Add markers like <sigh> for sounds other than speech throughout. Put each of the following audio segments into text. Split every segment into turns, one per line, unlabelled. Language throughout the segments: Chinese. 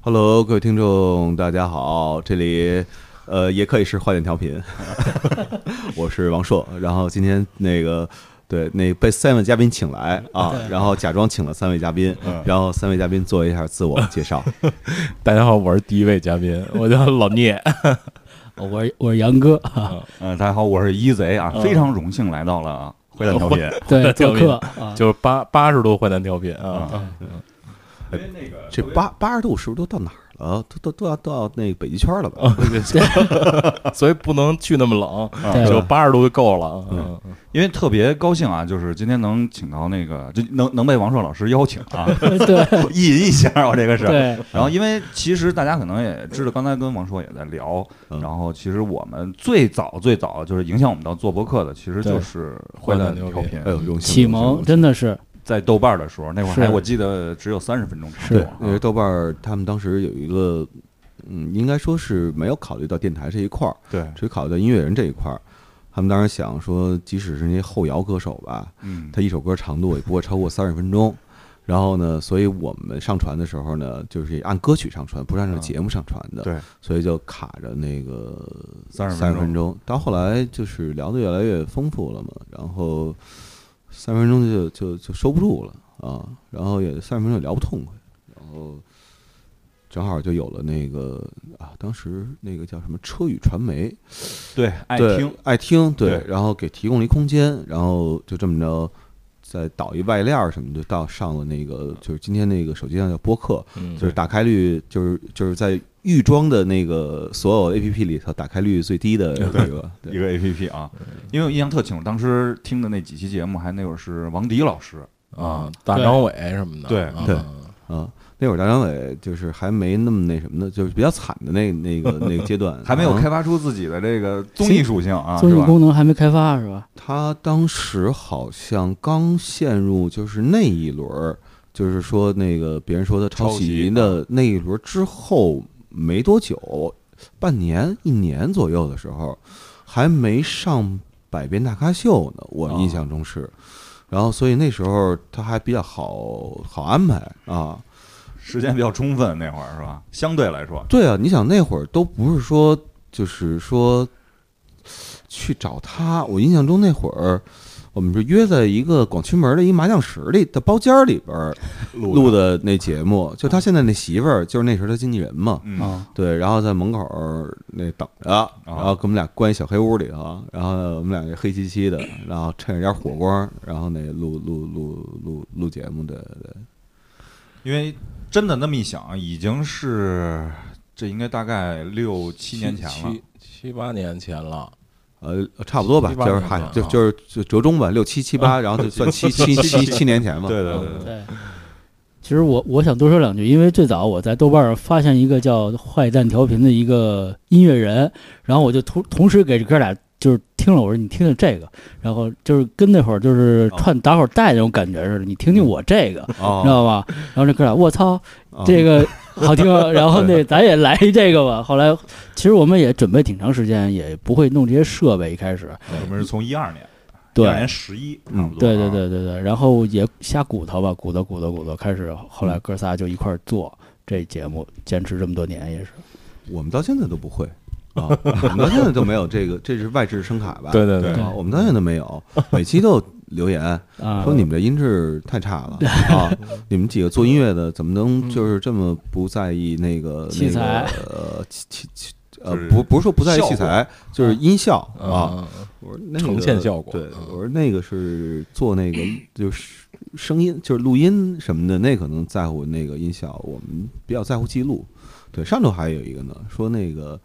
Hello，各位听众，大家好，这里呃也可以是坏点调频， <laughs> 我是王硕，然后今天那个。对，那被三位嘉宾请来啊，然后假装请了三位嘉宾，
嗯
然后三位嘉宾做一下自我介
<laughs>
绍。
大家好，我是第一位嘉
<laughs>
宾，我叫老聂。
啊
哦我是我是杨哥， <laughs>
呃，大家好，我是一贼啊，非常荣幸来到了啊，回来调 <laughs> 频。
对，
调
做
频
客
<laughs>
啊，
就是八八十度坏蛋调频啊，
因为那个
这八八十度是不是都到哪儿了？都都都要到那个北极圈了吧？
哦
啊
所以不能去那么冷，
对
就八十度就够了啊。嗯
因为特别高兴啊，就是今天能请到那个，就能能被王硕老师邀请 <laughs> 啊，
对
意淫一下我这个是。
对，
然后，因为其实大家可能也知道，刚才跟王硕也在聊，
嗯
然后其实我们最早最早就是影响我们到做播客的，其实就是
对
坏蛋
坏蛋
调频
哎，呦，荣幸
启
荣幸
蒙真的是
在豆瓣的时候，那会儿还
是
我记得只有三十分钟长
是
度
对
啊，
因为豆瓣儿他们当时有一个，嗯，应该说是没有考虑到电台这一块儿，
对，
只考虑到音乐人这一块儿。他们当时想说，即使是那些后摇歌手吧，
嗯，
他一首歌长度也不会超过三十分钟。然后呢，所以我们上传的时候呢，就是按歌曲上传，不是按照
啊
节目上传的。
对，
所以就卡着那个
30分钟
三十分钟。到后来就是聊得越来越丰富了嘛，然后三十分钟就就就收不住了啊，然后也三十分钟也聊不痛快，然后正好就有了那个啊，当时那个叫什么车宇传媒，
对，爱
对
听，
爱听，对
对，
然后给提供了一空间，然后就这么着。再导一外链儿什么的，就到上了那
嗯
个，就是今天那个手机上叫播客，
嗯
就是打开率，就是就是在预装的那个所有 A P P 里头打开率最低
<laughs>
的一个，
一
对
个 A P P 啊，因为我印象特清楚，当时听的那几期节目，还那会儿是王迪老师，
啊，大张伟什么的，
对
啊
对啊。那会儿大张伟就是还没那么那什么的，就是比较惨的那那个那个阶段，啊
<laughs> 还没有
然后
开发出自己的这个综艺属性啊，
综
是
艺
吧？
功能还没开发是吧？
他当时好像刚陷入就是那一轮儿，就是说那个别人说他抄
抄袭
袭的那一轮之后没多久，半年一年左右的时候，还没上《百变大咖秀》呢，我
哦
印象中是。然后，所以那时候他还比较好好安排啊。
时间比较充分，那会儿是吧？相对来说，
对啊，你想那会儿都不是说，就是说去找他。我印象中那会儿，我们是约在一个广渠门的一麻将室里的包间儿里边儿录的那节目。就他现在那媳妇儿，就是那时候他经纪人嘛。
嗯，
啊，
对，然后在门口儿那等着，然后跟我们俩关一小黑屋里头，然后我们俩就黑漆漆的，然后趁着点火光，然后那录录录录录节目的，对
因为真的那么一想，啊已经是这应该大概六七年前了
七，七八年前了，
呃，差不多吧，
七八
就是
年
嗨
吧，
就
啊
就是就折中吧，六七七八，然后就算七
<laughs>
七七七年前嘛。
对对对对，
对。其实我我想多说两句，因为最早我在豆瓣上发现一个叫“坏蛋调频”的一个音乐人，然后我就同同时给这哥俩就是听了，我说你听听这个，然后就是跟那会儿就是
哦
串打火带那种感觉似的，你听
嗯
听我这个，知
哦，
道吧？然后这哥俩，我操，
哦
这个好听啊，然后那
<laughs>
咱也来一这个吧。后来其实我们也准备挺长时间，也不会弄这些设备，一开始，
我们是从一二年，
对
一二年十一，差不多，
啊
啊
对对，对对对，然后也瞎鼓捣吧，鼓捣鼓捣鼓捣，开始后来哥仨就一块儿做这节目，坚持这么多年也是。
我们到现在都不会啊，我们到现在都没有这个，这是外置声卡吧？
对对
对
啊，我们到现在都没有，每期都有留言
啊，
说你们这音质太差了啊，你们几个做音乐的怎么
嗯
能就是这么不在意那个
器材
那个呃器器器呃
就是
不不是说不在意器
效
材，就是音效啊。
啊，
我说那个
呈现效果
对
嗯，
我说那个是做那个就是声音，就是录音什么的，那可能在乎那个音效，我们比较在乎记录。对，上周还有一个呢，说那个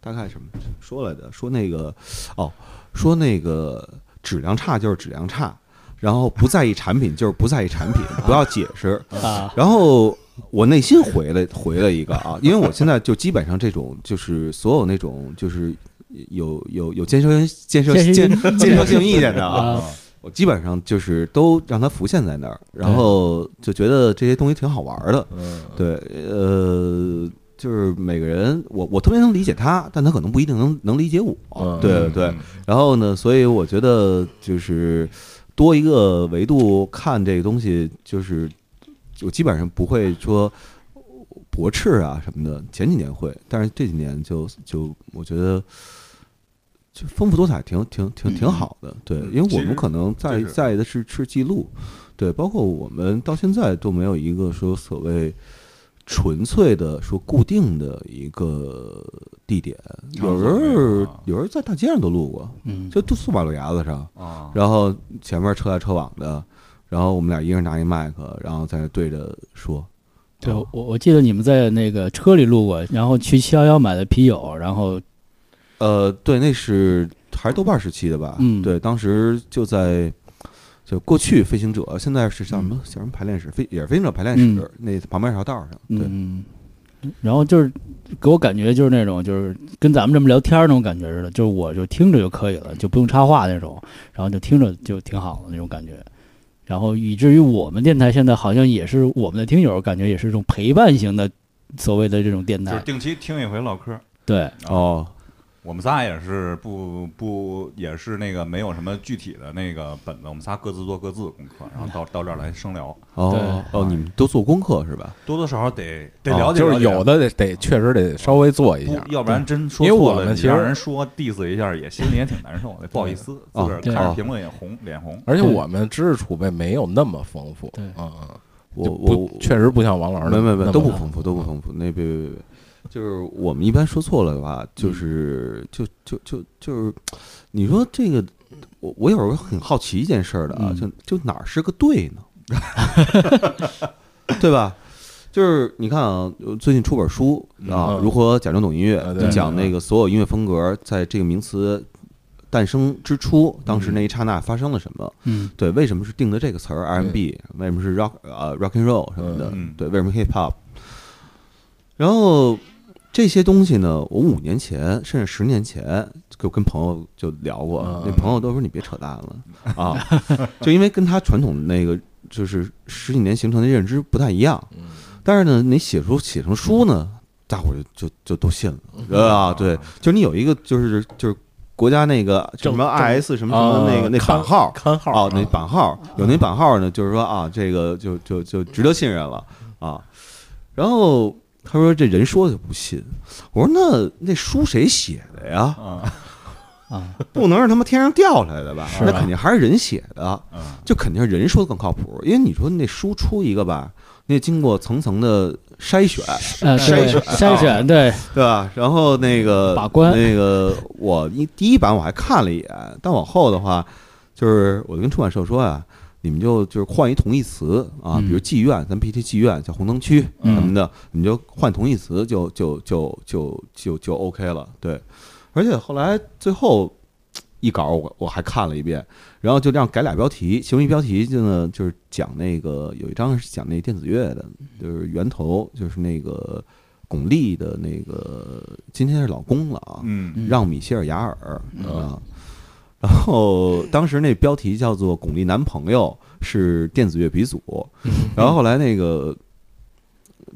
大概什么说来着？说那个哦，说那个质量差就是质量差，然后不在意产品就是不在意产
<laughs>
品，不要解释。
啊，
然后我内心回了回了一个啊，因为我现在就基本上这种就是所有那种就是有有有建设建设建
建设
建设性意见的啊，
啊
啊，
我基本上就是都让它浮现在那儿，然后就觉得这些东西挺好玩儿的。
嗯，
对，呃，就是每个人，我我特别能理解他，但他可能不一定能能理解我。
嗯
对对
嗯，
然后呢，所以我觉得就是多一个维度看这个东西，就是我基本上不会说。驳斥啊什么的，前几年会，但是这几年就就我觉得就丰富多彩挺，挺挺挺好的。对，因为我
嗯其实
们可能在
就是
在意的是是记录，对，包括我们到现在都没有一个说所谓纯粹的说固定的一个地点，
场
有
所
人
没有
儿
啊
有人儿在大街上都路过，
嗯，
就都坐马路牙子上。
啊，
然后前面车来车往的，然后我们俩一人拿一麦克，然后在那对着说。啊
对我我记得你们在那个车里录过，然后去七幺幺买的啤酒，然后
呃，对，那是还是豆瓣时期的吧？
嗯
对，当时就在就过去飞行者，现在是叫什
嗯
么叫什么排练室，飞也是飞行者排练室，那旁边是条道上。对，
嗯，然后就是给我感觉就是那种就是跟咱们这么聊天儿那种感觉似的，就是我就听着就可以了，就不用插话那种，然后就听着就挺好的那种感觉。然后以至于我们电台现在好像也是我们的听友，感觉也是一种陪伴型的所谓的这种电
就是
台，
定期听一回唠嗑。
对，
哦，
我们仨也是不不也是那个没有什么具体的那个本子，我们仨各自做各自的功课，然后到到这儿来生聊，
哦，哦，你们都做功课是吧？
多多少少得得
哦
了
啊
解，
就是
了解啊
有的得得确实得稍微做一
不
下，，
要不然真说
因为
错
我
了，
们
你
其实
让人说 diss 一下，也心里也挺难受的，不好意思，自
哦
个儿
对
看着
哦
评论也红，脸红。
而且我们知识储备没有那么丰富，
对
嗯嗯，
我
就
我
不确实不像王老师
没
那么，
没没，
那
都
么
不丰富，都不丰富。那别别别别，就是我们一般说错了的话，
嗯
就是就就就就是，你说这个，我我有时候很好奇一件事儿的啊，就
嗯
就哪儿是个对呢？ <laughs> 对吧？就是你看啊，呃最近出本书啊，
嗯
如何假装懂音乐
啊，对
就讲那个所有音乐风格在这个名词诞生之初，当
嗯
时那一刹那发生了什么。
嗯
对，为什么是定的这个词儿 R&B？为什么是 rock 呃 rock and roll 什么的？
嗯嗯
对，为什么 hip hop？然后这些东西呢，我五年前甚至十年前就跟朋友就聊过，
嗯
那朋友都说你别扯淡了啊， <laughs> 就因为跟他传统那个就是十几年形成的认知不太一样。
嗯
但是呢，你写出写成书呢，大伙儿就就就都信
嗯
了啊，对，就是你有一个就是就是国家那个什
政
么 IS 什么什么
啊
那个那
看
版号。
看号啊
哦，那版号有那版号呢，就是说啊，这个就就就值得信任了啊。然后他说这人说的不信，我说那那书谁写的呀？
<laughs>
嗯
啊，
不能是他妈天上掉下来的吧？
是啊
那肯定还是人写的，
嗯，
就肯定是人说的更靠谱。因为你说那书出一个吧，那经过层层的筛选，
呃，对
筛选
筛选，对，
<laughs> 对吧？然后那个
把关
那个我一第一版我还看了一眼，但往后的话，就是我就跟出版社说啊，你们就就是换一同义词啊，
嗯
比如妓院，咱 PT 妓院叫红灯区
嗯
什么的，你们就换同义词就就就就就就 OK 了。对，而且后来最后一稿我我还看了一遍，然后就这样改俩标题，其中一标题就呢就是讲那个有一章是讲那电子乐的，就是源头就是那个巩俐的那个今天是老公了啊，
嗯，
让米歇尔雅尔啊。然后当时那标题叫做“巩俐男朋友是电子乐鼻祖”，然后后来那个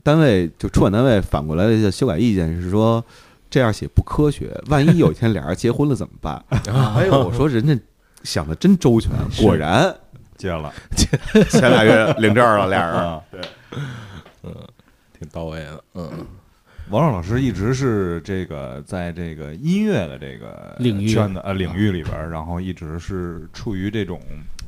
单位就出版单位反过来的修改意见是说这样写不科学，万一有一天俩人结婚了怎么办？
嗯
哎呦，我说人家想的真周
<laughs>
全，果然
接了
前俩月领证了俩人。
啊。对，
挺到位的，嗯，
王硕老师一直是这个在这个音乐的这个
领域
圈子呃领
啊
域里边儿，然后一直是处于这种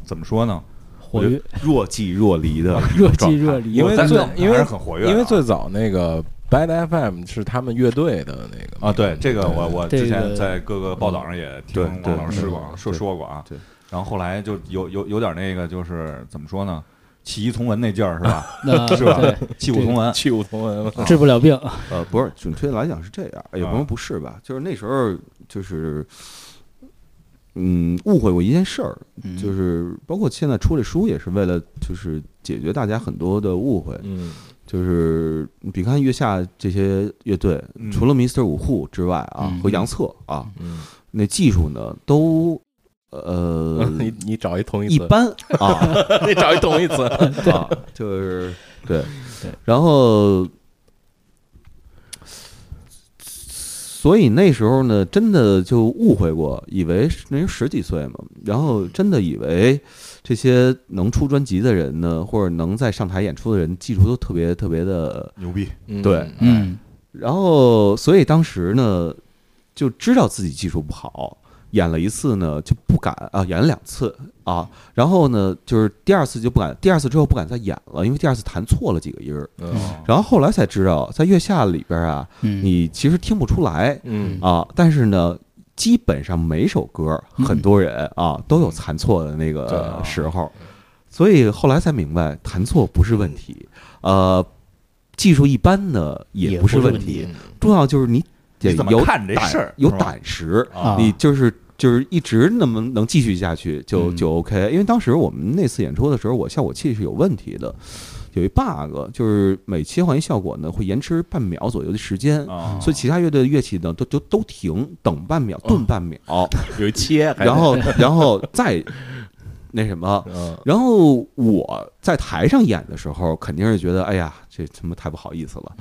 怎么说呢？
活跃，
若即若离的
若即若离，
因为
咱
最
们
因为
还是很活跃的啊，
因为最早那个 Bad FM 是他们乐队的那个
啊，对这个我我
这
之前
个
在各个报道上也听
对对
王老师
对
过说
对
说过啊，
对
然后后来就有有有点那个就是怎么说呢，弃医从文那劲儿是吧？
那
是吧
啊对，
弃古从文，
器物同文嘛，
治不了病，
呃，不是，准确来讲是这样，也
啊
不能不是吧，就是那时候就是，嗯，误会过一件事儿，
嗯
就是包括现在出这书也是为了就是解决大家很多的误会，
嗯
就是你比看月下这些乐队，
嗯
除了 Mr. 五户之外啊，
嗯
和杨策啊，
嗯，
那技术呢都
<laughs>
呃
你你找嗯一同义词，
一般啊。
<laughs>
<laughs>
你找一同义词，
啊，就是对，然后所以那时候呢，真的就误会过，以为是那时候十几岁嘛，然后真的以为这些能出专辑的人呢，或者能在上台演出的人，技术都特别特别的。
牛逼，
对
嗯，
然后，所以当时呢，就知道自己技术不好，演了一次呢就不敢啊，演了两次啊，然后呢就是第二次就不敢，第二次之后不敢再演了，因为第二次弹错了几个音儿。
嗯
然后后来才知道，在月下里边啊，
嗯
你其实听不出来
嗯
啊，但是呢，基本上每首歌
嗯
很多人啊都有弹错的那个
啊
对
时候，所以后来才明白，弹错不是问题，呃，技术一般呢也
也
不是
不是
问
问
题
题，
重要就是你得
嗯你怎
有
么看这
胆
事儿？
有
是吧
胆识，
啊
你就是就是一直那么能继续下去就
嗯
就 OK。因为当时我们那次演出的时候，我效果器是有问题的，有一 bug，就是每切换一效果呢会延迟半秒左右的时间。
啊，
所以其他乐队的乐器呢，都就都停，等半秒，顿半秒，
有一切，还
然后然后再那什么，
嗯
然后我在台上演的时候，肯定是觉得，哎呀，这他妈太不好意思了。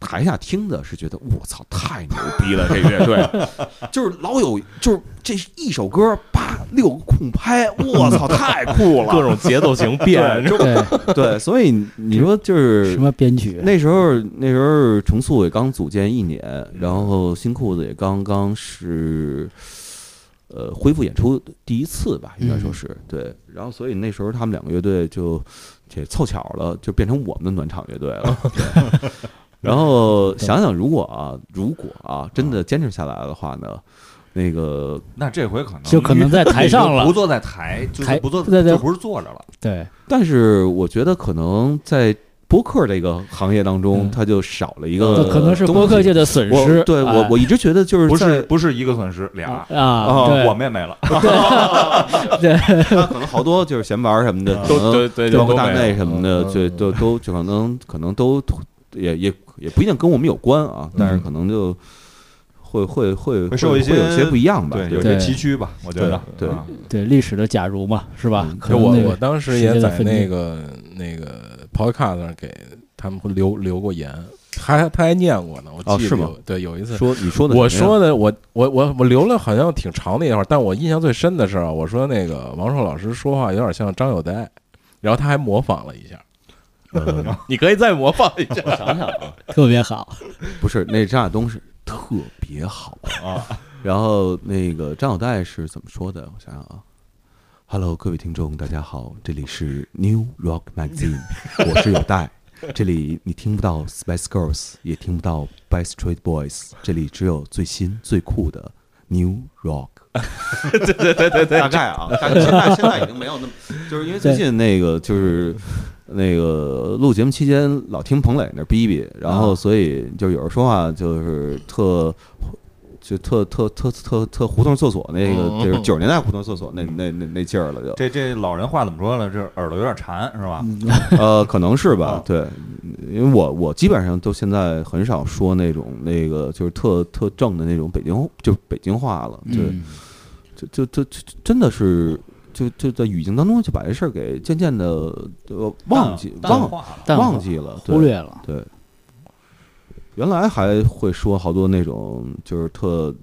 台下听的是觉得，我操，太牛逼了， <laughs> 这乐
<laughs>
队，就是老有，就是这一首歌，叭，六个空拍，我操，太酷
各
了。
种节奏型变，
对
对，所以你说就
什
是。
么编曲，
那时候，那时候重塑也刚组建一年，然后新裤子也刚刚是，呃，恢复演出第一次吧，应该说是、对。然后，所以那时候他们两个乐队就也凑巧了，就变成我们的暖场乐队了。对然后想想，如果啊，如果啊，真的坚持下来的话呢，那个
那这回可能
就可能在台上了
不坐在台，就是
台
不坐，
对对
就不是坐着了。
对，
但是我觉得可能在播客这个行业当中，
嗯
它就少了一
这
个，
可能是播客界。的损失
呃我。对我
啊
哎
我一直觉得就是
不
在
是不是一个损失俩，
啊，
啊
对
我们也没了，
那可能好多就是闲玩儿什么的，
都
可能
对对，
包
都
括大
没有嗯
内什么的，就都都就可能可能都也也也不一定跟我们有关啊，但是可能就会会会
会受一些
会有些不一样吧，
有
对
些
对
崎岖吧，我觉得
对
啊
对历史的假如嘛，是吧
嗯？
可
就
能
我
那个
我当时
时
也
间的
在
分
那
裂
个那个 Podcast 上给他们会留留过言，还他还念过呢，我
哦
记
是
得
吗
有对有一次
说你说的
我
什么呀
说的我我我我留了好像挺长的一段话，但我印象最深的是啊，我说那个王硕老师说话有点像张友代，然后他还模仿了一下。你可以再模仿一下，
我想想啊，特别好，
不是那张亚东是特别好，
啊，
然后那个张小戴是怎么说的？我想想啊。Hello，各位听众，大家好，这里是 New Rock Magazine，我 <laughs> 是有戴。这里你听不到 Spice Girls，也听不到 Backstreet Boys，这里只有最新最酷的 New Rock。对对对对对，大概啊，大概现在现在已经没有那么，就是因为最近那个就是那个录节目期间老听彭磊那儿逼逼，然后所以就有人说话就是特。就特特特特特胡同厕所那个，就是九十年代胡同厕所那那那那劲儿了，就
这这老人话怎么说呢？这耳朵有点馋是吧？
<laughs>
呃，可能是吧
哦
啊，
对，因为我我基本上都现在很少说那种那个就是特特正的那种北京就是北京话了，对，
嗯，
就就就就真的是就就在语境当中就把这事儿给渐渐的呃忘记
淡嗯淡
忘
化了，
淡
忘
化
记了，对
忽略了，
对。原来还会说好多那种就是特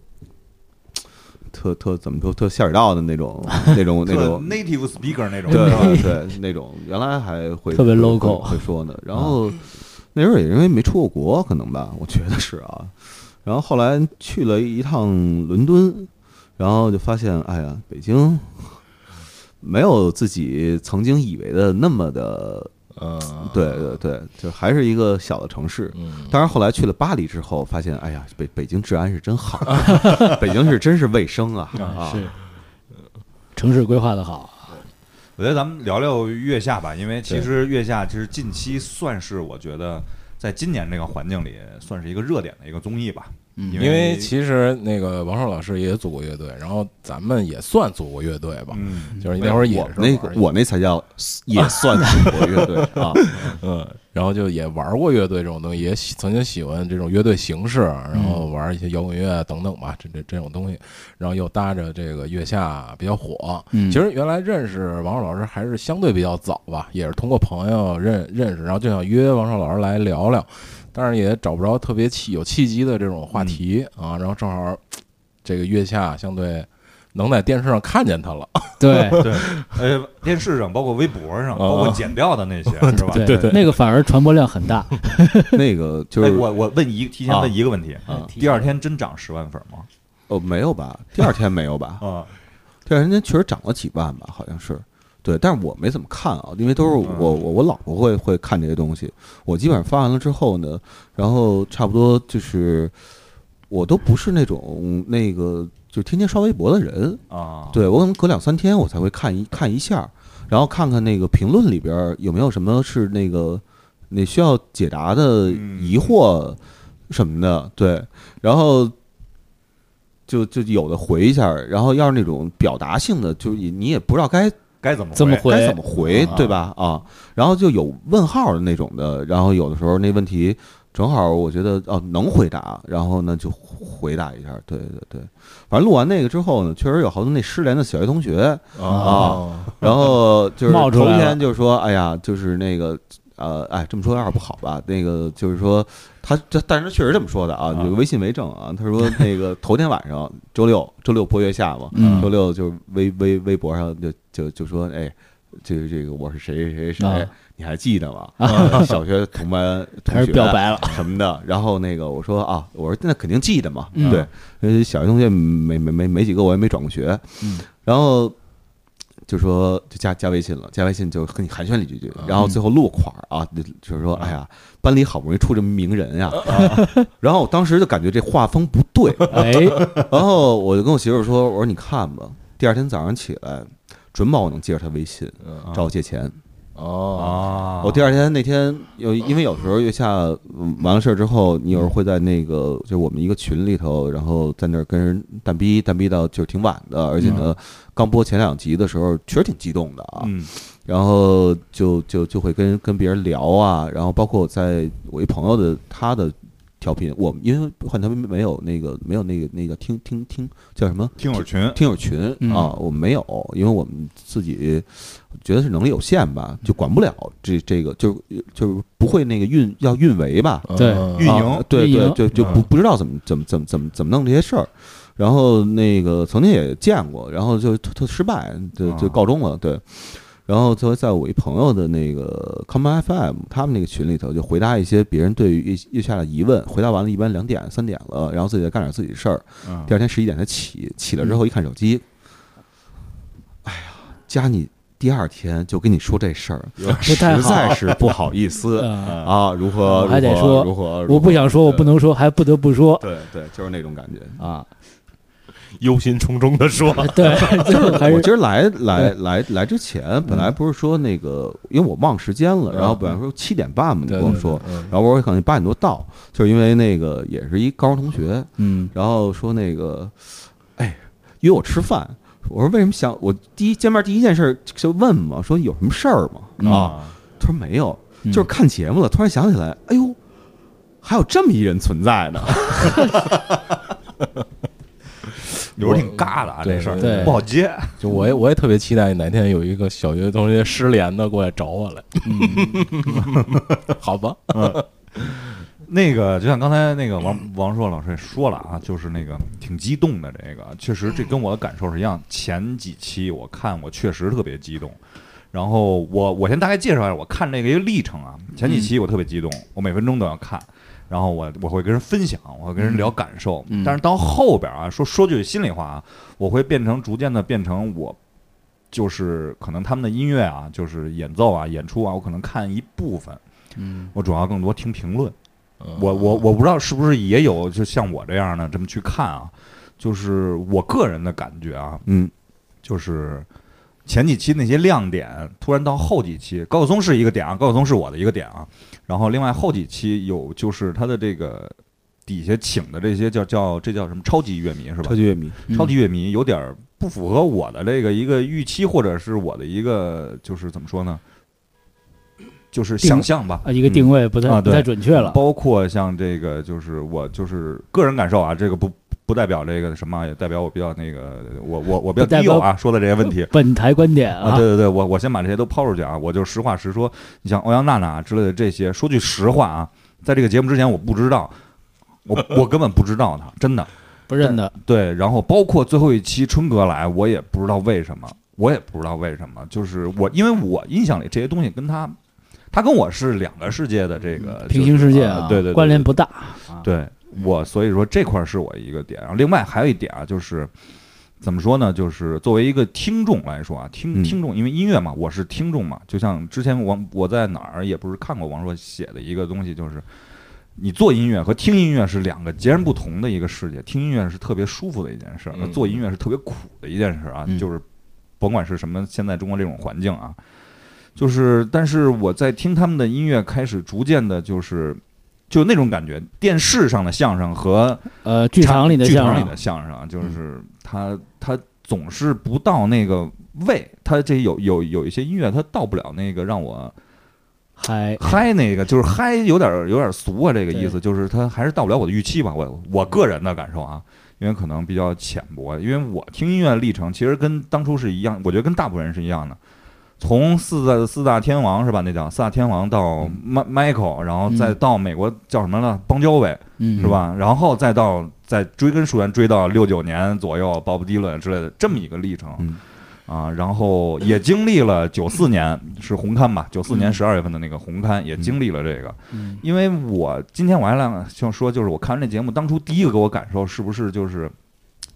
特特怎么说特下水道的那种那
<laughs>
种那
特
种
native speaker 那种，
对
是吧
对对那种原来还会
特别
会
local 嗯
会会说呢，然后那时候也因为没出过国，可能吧，我觉得是啊。然后后来去了一趟伦敦，然后就发现，哎呀，北京没有自己曾经以为的那么的，
嗯，
对对对，就还是一个小的城市。
嗯，
当然，后来去了巴黎之后，发现，哎呀，北北京治安是真好， <laughs> 北京是真是卫生啊啊！
是城市规划的好，
我觉得咱们聊聊月下吧，因为其实月下其实近期算是我觉得在今年这个环境里算是一个热点的一个综艺吧，
嗯
因为
为
其实那个王硕老师也组过乐队，然后咱们也算组过乐队吧，
嗯，
就是那会儿也
我
是
那
玩
个我那才
<laughs>
叫也算是国乐队啊，
嗯，然后就也玩过乐队这种东西，也喜曾经喜欢这种乐队形式，啊然
嗯
后玩一些摇滚乐啊等等吧，这这这种东西，然后又搭着这个月下比较火。
嗯
其实原来认识王硕老师还是相对比较早吧，也是通过朋友认认识，然后就想约王硕老师来聊聊。但是也找不着特别契有契机的这种话题啊。然后正好这个月下相对能在电视上看见 <laughs> 他了，
对
对，呃，电视上，包括微博上，
啊
包括剪掉的那些，是吧？
对那个反而传播量很大。
那个就
哎，
是
我我问一提前问一个问题，
嗯
啊
第二天真涨十万粉吗？
哦没有吧？第二天没有吧？
啊，
对，人家确实涨了几万吧，好像是。对，但是我没怎么看啊，因为都是我
嗯
我我老婆会会看这些东西，我基本上发完了之后呢，然后差不多就是我都不是那种那个就天天刷微博的人，
啊，
对我可能隔两三天我才会看一看一下，然后看看那个评论里边儿有没有什么是那个你需要解答的疑惑什么的，对，然后就就有的回一下，然后要是那种表达性的，就是你你也不知道该
该怎么
怎么
回？
回
该怎么回，对吧？啊，然后就有问号的那种的，然后有的时候那问题正好我觉得哦能回答，然后呢就回答一下，对对对。反正录完那个之后呢，确实有好多那失联的小学同学，
啊
<laughs>
然后就是
冒出
头
来了
一天就说，哎呀，就是那个。呃，哎，这么说有点不好吧？那个就是说，他这，但是他确实这么说的啊，
啊
有个微信为证啊。他说那
<laughs>
个头天晚上，周六，周六播月下嘛，
嗯
周六就是微微微博上就就就说，哎，这个这个我是谁谁谁谁
啊，
你还记得
<laughs>
吗？小学同班同
开始
学 <laughs>
表白了，
什么的。然后那个我说啊，我说那肯定记得嘛，
嗯
对，因为小学同学没没没没几个，我也没转过学，
嗯
然后就说就加加微信了，加微信就跟你寒暄了几句，然后最后落款儿啊，就就是说哎呀，班里好不容易出这么名人呀、 <laughs> 然后我当时就感觉这画风不对，
哎，
然后我就跟我媳妇儿说，我说你看吧，第二天早上起来。准保我能接着他微信
嗯
找我借钱，
哦
啊，
我第二天那天有，因为有时候月下嗯完了事儿之后，你有时候会在那个就是我们一个群里头，然后在那儿跟人蛋逼蛋逼到就是挺晚的，而且呢，刚播前两集的时候确实挺激动的啊，
嗯
然后就就就会跟跟别人聊啊，然后包括我在我一朋友的他的调频，我们因为换调频没有那个没有那个那个听听听叫什么
听友群
听友群
嗯
啊，我们没有，因为我们自己觉得是能力有限吧，就管不了这这个，就就是不会那个运要运维吧，
对
嗯
运
啊
营
对
运
对，
营
就就不不知道怎么怎么怎么怎么怎么弄这些事儿。然后那个曾经也见过，然后就特特失败，就就
啊
告终了，对。然后就在我一朋友的那个 Come FM 他们那个群里头，就回答一些别人对于月月下的疑问，回答完了，一般两点三点了，然后自己再干点自己的事儿，
嗯
第二天十一点才起，起了之
嗯
后一看手机，哎呀，加你第二天就跟你说这事儿，
不
实
太好
在是不好意思
<laughs> 呃
啊！如何
我还得
如何
说
如何？
我不想说，我不
能。
能说，还不得不说
对对，就是那种感觉。
啊。呃
忧心忡忡的说，
对，就是嗯还
我
是
今儿来来来来之前，本来不是说那个，因为我忘时间了，
嗯
然后本来说七点半嘛，你
对
跟我说，，
对对嗯
然后我说可能八点多到，就是因为那个也是一高中同学，
嗯
然后说那个，哎，约我吃饭，我说为什么想我第一见面第一件事就问嘛，说有什么事儿吗？
啊，
嗯
他说没有，
嗯
就是看节目了，突然想起来，哎呦，还有这么一人存在呢。
有时候挺尬的啊，
对
这事儿
对
不好接，
就我也我也特别期待哪天有一个小学同学失联的过来找我来，嗯 <laughs> 好吧？
那个就像刚才那个王 <clears throat> 王硕老师也说了啊，就是那个挺激动的，这个确实这跟我的感受是一样。前几期我看我确实特别激动，然后我我先大概介绍一下我看这个一个历程啊。前几期我特别激动，我每分钟都要看，然后我我会跟人分享，我会跟人聊感受。
嗯
但是到后边啊，说说句心里话啊，我会变成逐渐的变成我就是可能他们的音乐啊，就是演奏啊、演出啊，我可能看一部分，
嗯
我主要更多听评论。
嗯
我我我不知道是不是也有就像我这样的这么去看啊，就是我个人的感觉啊，
嗯，
就是前几期那些亮点，突然到后几期，高晓松是一个点啊，高晓松是我的一个点啊，然后另外后几期有就是他的这个底下请的这些叫叫这叫什么超级乐迷是
<laughs>
吧
超？级乐迷，
超级乐迷有点儿不符合我的这个一个预期，或者是我的一个就是怎么说呢，就是
定
想象吧，
啊，一个定位不
啊
太不
对
太准确了。
包括像这个，就是我就是个人感受啊，这个不不代表这个什么，也代表我比较那个，我我我比较
不代
低
表
幼啊，说的这些问题。
本台观点
啊，对对对，我我先把这些都抛出去啊，我就实话实说。你像欧阳娜娜之类的这些，说句实话啊，在这个节目之前我不知道，我我根本不知道他，真的。
不认得，
对，然后包括最后一期春哥来，我也不知道为什么，我也不知道为什么，就是我因为我印象里这些东西跟他，他跟我是两个世界的这个
嗯平行世界
啊，对对对
关联不大。
对我，所以说这块儿是我一个点。然后另外还有一点啊，就是怎么说呢？就是作为一个听众来说啊，
嗯
听听众，因为音乐嘛，我是听众嘛。就像之前王我在哪儿也不是看过王朔写的一个东西，就是你做音乐和听音乐是两个截然不同的一个世界。听音乐是特别舒服的一件事儿，
嗯
做音乐是特别苦的一件事儿啊。
嗯
就是甭管是什么，现在中国这种环境啊。就是，但是我在听他们的音乐，开始逐渐的，就是就那种感觉，电视上的相声和
呃，剧场里的
剧
相
场里
声嗯
的，相声啊，就是他他总是不到那个位，他这有有有一些音乐，他到不了那个让我
还
嗨那个，就是嗨有点有点俗啊，这个意思就是他还是到不了我的预期吧，我我个人的感受啊。因为可能比较浅薄，因为我听音乐的历程其实跟当初是一样，我觉得跟大部分人是一样的。从四大四大天王是吧？那叫四大天王到 Ma- Michael，然后再
嗯
到美国叫什么了？邦交委，
嗯
是？吧？然后再到再追根溯源，追到六九年左右，鲍勃迪伦之类的这么一个历程，
嗯
啊，然后也经历了九四年是红勘吧，九四年
嗯
十二月份的那个红勘也经历了这个。
嗯
因为我今天我还想想说，就是我看完这节目，当初第一个给我感受是不是就是，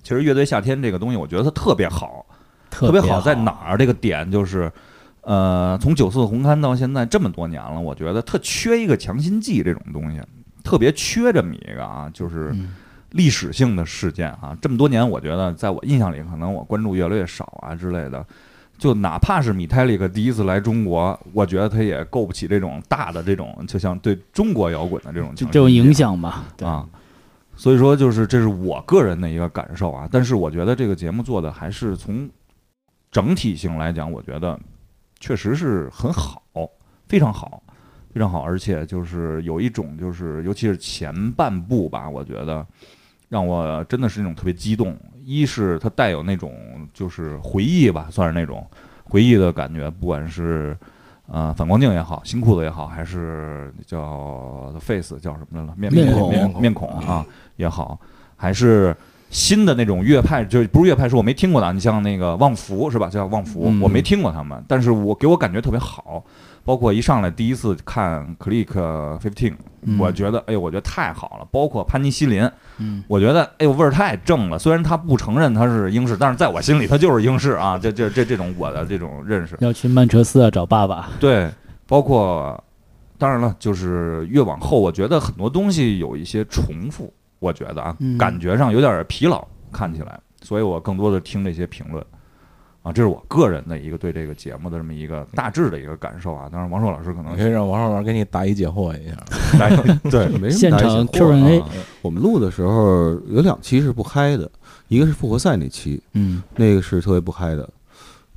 其实乐队夏天这个东西，我觉得它特别好，
特
特
别
别好在哪？儿？这个点就是，呃，从九四红勘到现在这么多年了，我觉得特缺一个强心剂这种东西，特别缺这么一个啊，就是
嗯
历史性的事件啊。这么多年，我觉得在我印象里，可能我关注越来越少啊之类的。就哪怕是米泰利克第一次来中国，我觉得他也够不起这种大的这种，就像对中国摇滚的这种
这
强
这种
心剂
影响吧，对
啊，。所以说，就是这是我个人的一个感受啊。但是我觉得这个节目做的还是从整体性来讲，我觉得确实是很好，非常好，非常好。而且就是有一种，就是尤其是前半部吧，我觉得让我呃真的是那种特别激动。一是它带有那种就是回忆吧，算是那种回忆的感觉，不管是呃反光镜也好，新裤子也好，还是呃叫 The face 叫什么来了，面
面孔
孔面面孔啊也好，还是新的那种乐派，就不是乐派，是我没听过的。你像那个旺福是吧？叫旺福，
嗯
我没听过他们，但是我给我感觉特别好。包括一上来第一次看 Click Fifteen，、
嗯
我觉得哎呦，我觉得太好了。包括潘尼西林，
嗯，
我觉得，哎呦，味儿太正了。虽然他不承认他是英式，但是在我心里他就是英式啊。这这这这种我的这种认识，
要去曼彻斯特找爸爸，
对，包括当然了，就是越往后，我觉得很多东西有一些重复，我觉得啊，
嗯
感觉上有点疲劳，看起来，所以我更多的听这些评论啊，这是我个人的一个对这个节目的这么一个大致的一个感受啊。当然，王硕老师可能
<laughs>
嗯你可以让王少老师给你答疑解惑一下。
来对
没什
现
么大
场
疑解惑
Q&A
啊我们录的时候有两期是不嗨的，一个是复活赛那期，
嗯
那个是特别不嗨的，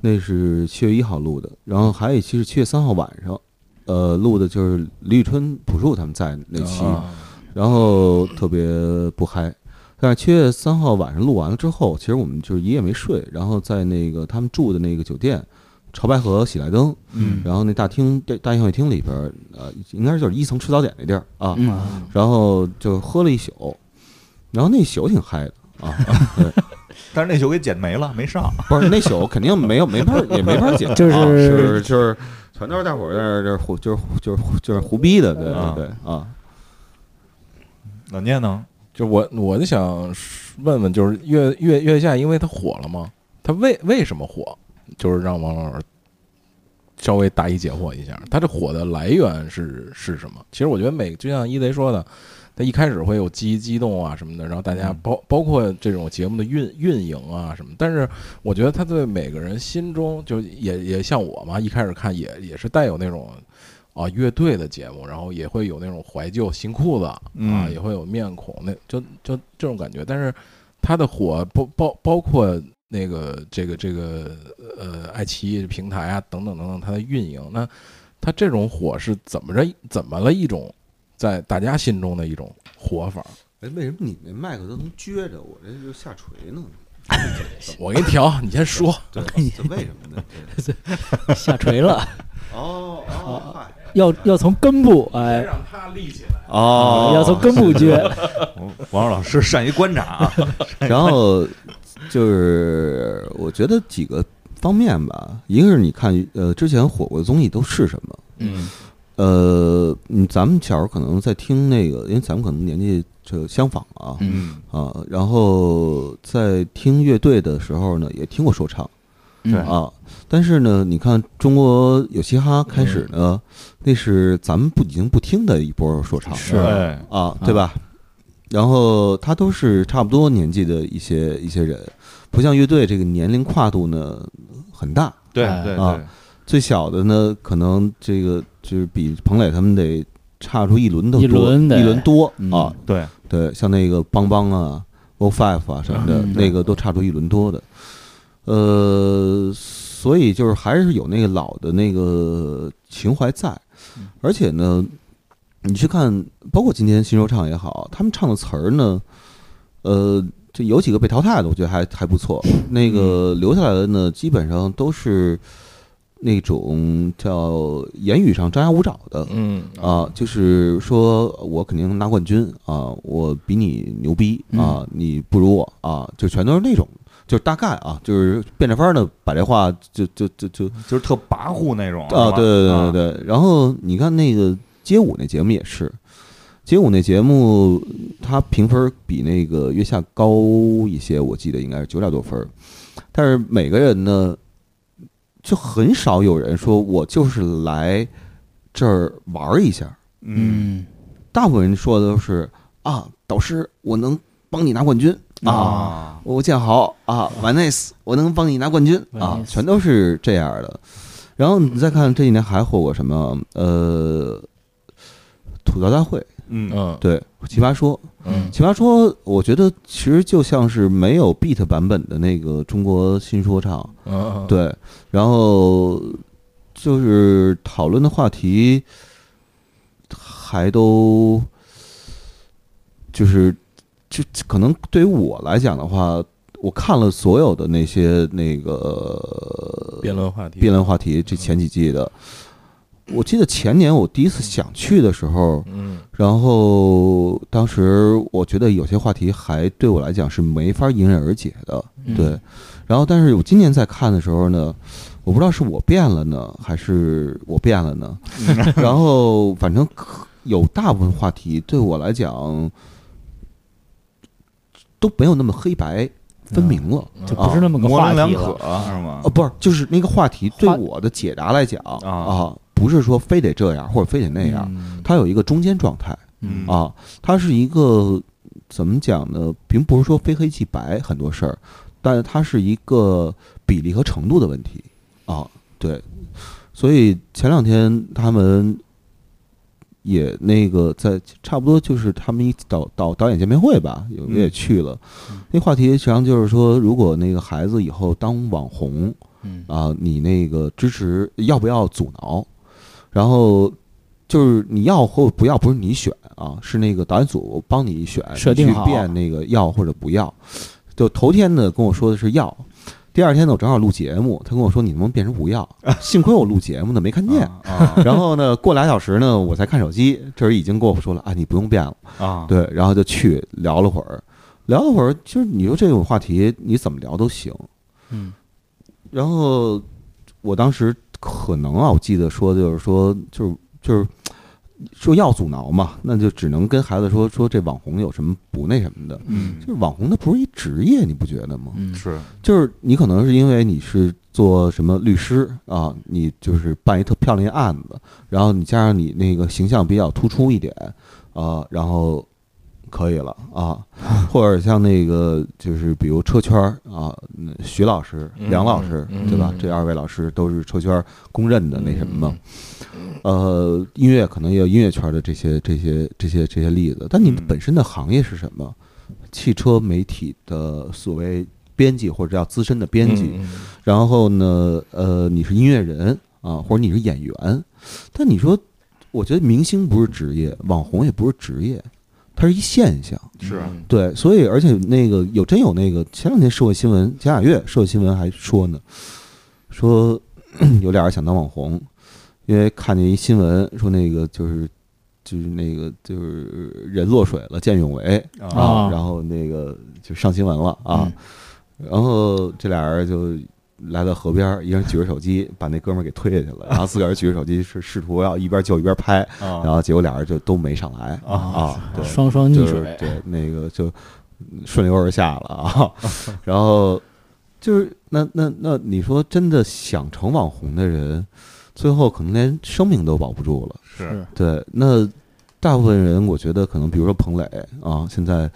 那是七月一号录的，然后还有一期是七月三号晚上，呃，录的就是李宇春、朴树他们在那期，
啊
然后特别不嗨。但是七月三号晚上录完了之后，其实我们就是一夜没睡，然后在那个他们住的那个酒店，潮白河喜来登，
嗯
然后那大厅大大宴会厅里边儿，呃，应该就是一层吃早点那地儿啊，
嗯啊，
然后就喝了一宿，然后那宿挺嗨的啊， <laughs>
但是那球给剪没了，没上。
不是那宿肯定没有没法儿也没法儿解，
<laughs> 就是
啊是就是全都是大伙儿在那儿就是胡就是胡就是胡就是胡逼的，对
啊
对对啊，
老聂呢？
就我我就想问问，就是月月月下，因为它火了吗？它为为什么火？就是让王老师稍微答疑解惑一下，它这火的来源是是什么？其实我觉得每就像一贼说的，他一开始会有激激动啊什么的，然后大家
嗯
包包括这种节目的运运营啊什么，但是我觉得他对每个人心中就也也像我嘛，一开始看也也是带有那种。啊，乐队的节目，然后也会有那种怀旧新裤子啊，
嗯
哎
也会有面孔，那就就这种感觉。但是它的火包包包括那个这个这个呃，爱奇艺平台啊等等等等，它的运营，那它这种火是怎么着怎么了一种在大
<laughs>
家心中的一种火法？
哎，为什么你那麦克都能撅着，我这就下垂呢？
我给你调，你
<laughs>
先说。
对，这为什么呢？这
下垂了，
哦哦，嗨
要要从根部，哎，
让他立起来。
哦
要从根部撅。
王王老师善于观察啊，
然后就是我觉得几个方面吧，一个是你看呃之前火过的综艺都是什么，
嗯
呃，嗯咱们小时候可能在听那个，因为咱们可能年纪这相仿啊
嗯，
啊，然后在听乐队的时候呢，也听过说唱
嗯
对
啊，但是呢，你看中国有嘻哈开始呢，那是咱们不已经不听的一波说唱了，
是
对
啊，对吧？然后他都是差不多年纪的一些一些人，不像乐队这个年龄跨度呢很大，
对
哎
对
啊
对，
最小的呢可能这个就是比彭磊他们得差出一轮都多
一轮得
一轮多、
嗯
啊，
对，
对，像那个邦邦啊、O Five 啊什么的，
嗯
那个都差出一轮多的。呃，所以就是还是有那个老的那个情怀在，而且呢，你去看，包括今天新说唱也好，他们唱的词儿呢，呃，这有几个被淘汰的，我觉得还还不错。那个留下来的呢，基本上都是那种叫言语上张牙舞爪的，
嗯
啊，就是说我肯定能拿冠军啊，我比你牛逼啊，你不如我啊，就全都是那种，就是大概啊，就是变着法儿的把这话就就就就
就是特跋扈那种
啊，对对对
对，
对对。然后你看那个街舞那节目也是，街舞那节目它评分比那个月下高一些，我记得应该是九点多分儿，但是每个人呢，就很少有人说我就是来这儿玩儿一下。
嗯，
嗯，
大部分人说的都是啊，导师，我能帮你拿冠军啊，
啊，
我建豪啊，Van Ness，我能帮你拿冠军啊
Van，Ness
全都是这样的。然后你再看这几年还火过什么？呃，吐槽大会，
嗯，
嗯
对，奇葩说，
嗯
奇葩说，我觉得其实就像是没有 beat 版本的那个中国新说唱，
嗯，
对，然后就是讨论的话题还都就是就可能对于我来讲的话，我看了所有的那些那个
辩论话题，
辩论话题，这前几季的，我记得前年我第一次想去的时候，
嗯
然后当时我觉得有些话题还对我来讲是没法迎刃而解的，
嗯
对。然后，但是我今年在看的时候呢，我不知道是我变了呢，还是我变了
<laughs>
呢。然后，反正可有大部分话题对我来讲都没有那么黑白分明了
嗯就
啊
不是那么个
模
话
棱
题
两可
了。
是吗
啊，？不是，就是那个话题对
话
我的解答来讲
啊
啊，不是说非得这样或者非得那样，
嗯
它有一个中间状态。
嗯
啊，它是一个怎么讲呢？并不是说非黑即白很多事儿，但是它是一个比例和程度的问题啊。对，所以前两天他们也那个在差不多就是他们一导导导演见面会吧，有
嗯
也去了。那话题实际上就是说，如果那个孩子以后当网红
嗯
啊，你那个支持要不要阻挠？然后就是你要或不要，不是你选啊，是那个导演组帮你选，
设定
你去
好
变那个要或者不要。就头天呢跟我说的是要，第二天呢我正好录节目，他跟我说你能不能变成不
<laughs>
要？幸亏我录节目呢没看见。
啊
<laughs> 然后呢，过俩小时呢，我才看手机，这人已经跟我说了啊，你不用变了。
啊，
<laughs> 对，然后就去聊了会儿，聊了会儿，其实你说这种话题你怎么聊都行。
嗯
然后我当时可能啊，我记得说就是说就是就是说要阻挠嘛，那就只能跟孩子说说这网红有什么不那什么的。
嗯
就是网红它不是一职业，你不觉得吗？
嗯，
是
就是你可能是因为你是做什么律师啊，你就是办一特漂亮一案子，然后你加上你那个形象比较突出一点啊，然后可以了
<laughs>
啊，或者像那个就是比如车圈儿啊，嗯徐老师、
嗯
梁老师、
嗯
对吧
嗯？
这二位老师都是车圈儿公认的那什么嘛。
嗯
呃，音乐可能也有音乐圈的这些、这些、这些、这些例子，但你们
嗯
本身的行业是什么？汽车媒体的所谓编辑或者叫资深的编辑，
嗯
然后呢，呃，你是音乐人啊，或者你是演员，但你说，我觉得明星不是职业，网红也不是职业，它是一啊现象。
是
嗯
对，所以而且那个有真有那个前两天社会新闻，前俩月社会新闻还说呢，说嗯有俩人想当网红，因为看见一新闻说那个就是就是那个就是人落水了，见义勇为
啊嗯
然后那个就上新闻了啊，然后这俩人就。来到河边儿，一人举着手机把那哥们儿给推下去
<laughs>
了，然后自个儿举着手机是试图要一边救一边拍，然
啊
后结果俩人就都没上来
啊
啊，对，
双双
就
溺
是
水，
对那个就顺流而下了
<laughs>
啊。然后就是那那那你说真的想成网红的人，最后可能连生命都保不住了。
是
对，那大部分人我觉得可能，比如说彭磊啊，现在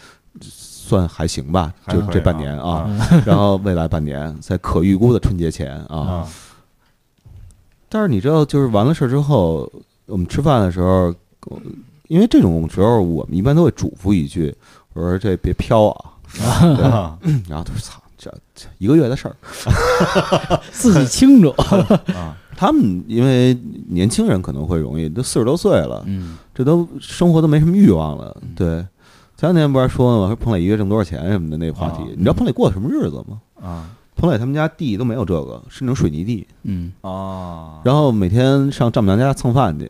算还行吧，
还
就
可以
这半年
<laughs>
啊，然后未来半年在可预估的春节前啊，
啊
但是你知道，就是完了事儿之后，我们吃饭的时候，呃因为这种时候我们一般都会嘱咐一句，我说这别飘啊， <clears throat>
啊
然后他说操，这这一个月的事儿。
自己清楚。
啊
他们因为年轻人可能会容易，都四十多岁了，
嗯，
这都生活都没什么欲望了。对，前两天不是说嘛，说彭磊一个月挣多少钱什么的那话题，
啊
你知道彭磊过什么日子吗？
啊
彭磊他们家地都没有这个，是那种水泥地，
嗯，
啊！
然后每天上丈母娘家蹭饭去。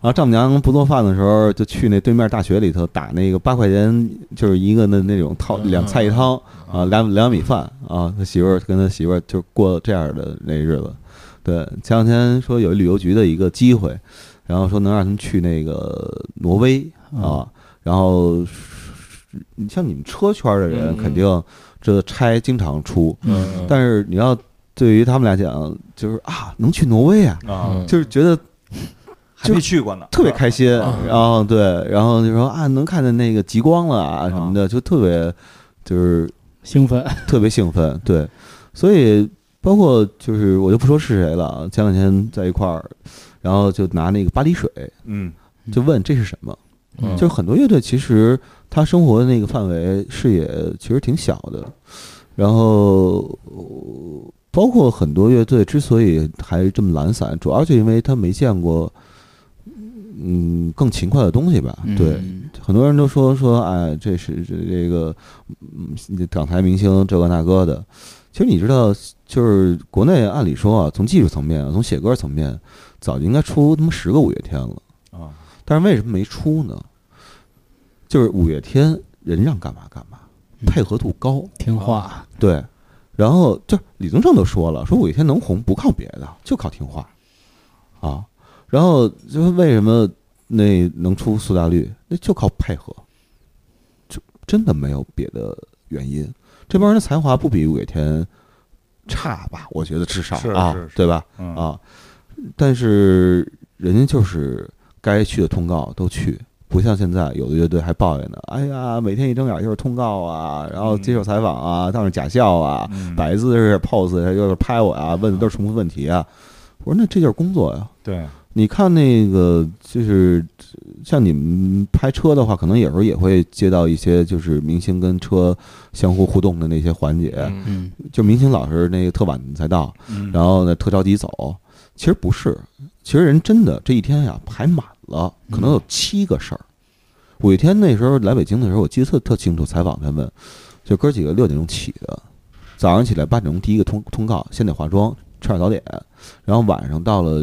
然后丈母娘不做饭的时候，就去那对面大学里头打那个八块钱，就是一个那那种套
嗯
两菜一汤啊，两两碗米饭啊。他媳妇儿跟他媳妇儿就过这样的那日子。对，前两天说有旅游局的一个机会，然后说能让他们去那个挪威
嗯
啊，然后你像你们车圈的人
嗯
肯定这差经常出，
嗯，
但是你要对于他们来讲，就是啊，能去挪威啊，
啊，
嗯
就是觉得
还没去过呢，
特别开心，
啊
然后对，然后就说啊，能看见那个极光了啊什么的，就特别就是
兴奋。
特别兴奋，对，所以包括就是我就不说是谁了啊，前两天在一块儿，然后就拿那个巴黎水
嗯
就问这是什么，
嗯
就是很多乐队其实他生活的那个范围视野其实挺小的，然后呃包括很多乐队之所以还这么懒散，主要就因为他没见过嗯更勤快的东西吧。对，
嗯
很多人都说说哎，这是这这个嗯港台明星这个那个的。其实你知道，就是国内按理说啊，从技术层面啊，从写歌层面，早就应该出他妈十个五月天了。
啊
但是为什么没出呢？就是五月天人让干嘛干嘛，
嗯
配合度高，
听话，
对。然后就李宗盛都说了，说五月天能红不靠别的，就靠听话啊。然后就是为什么那能出苏打绿，那就靠配合，就真的没有别的原因。这帮人的才华不比五月天差吧？我觉得至少
是
啊
是是，
对吧？
嗯
啊，但是人家就是该去的通告都去，不像现在有的乐队还抱怨呢，哎呀，每天一睁眼就是通告啊，然后接受采访啊，到处假笑啊，
嗯
摆姿势 pose，又是拍我啊，问的都是重复问题啊。我说那这就是工作呀、
对
你看那个，就是像你们拍车的话，可能有时候也会接到一些就是明星跟车相互互动的那些环节，
嗯
嗯
就明星老是那个特晚才到，
嗯
然后呢特着急走。其实不是，其实人真的这一天呀排满了，可能有七个事儿。五月天那时候来北京的时候，我记得特特清楚，采访他们，就哥几个六点钟起的，早上起来八点钟第一个通通告，先得化妆，吃点早点，然后晚上到了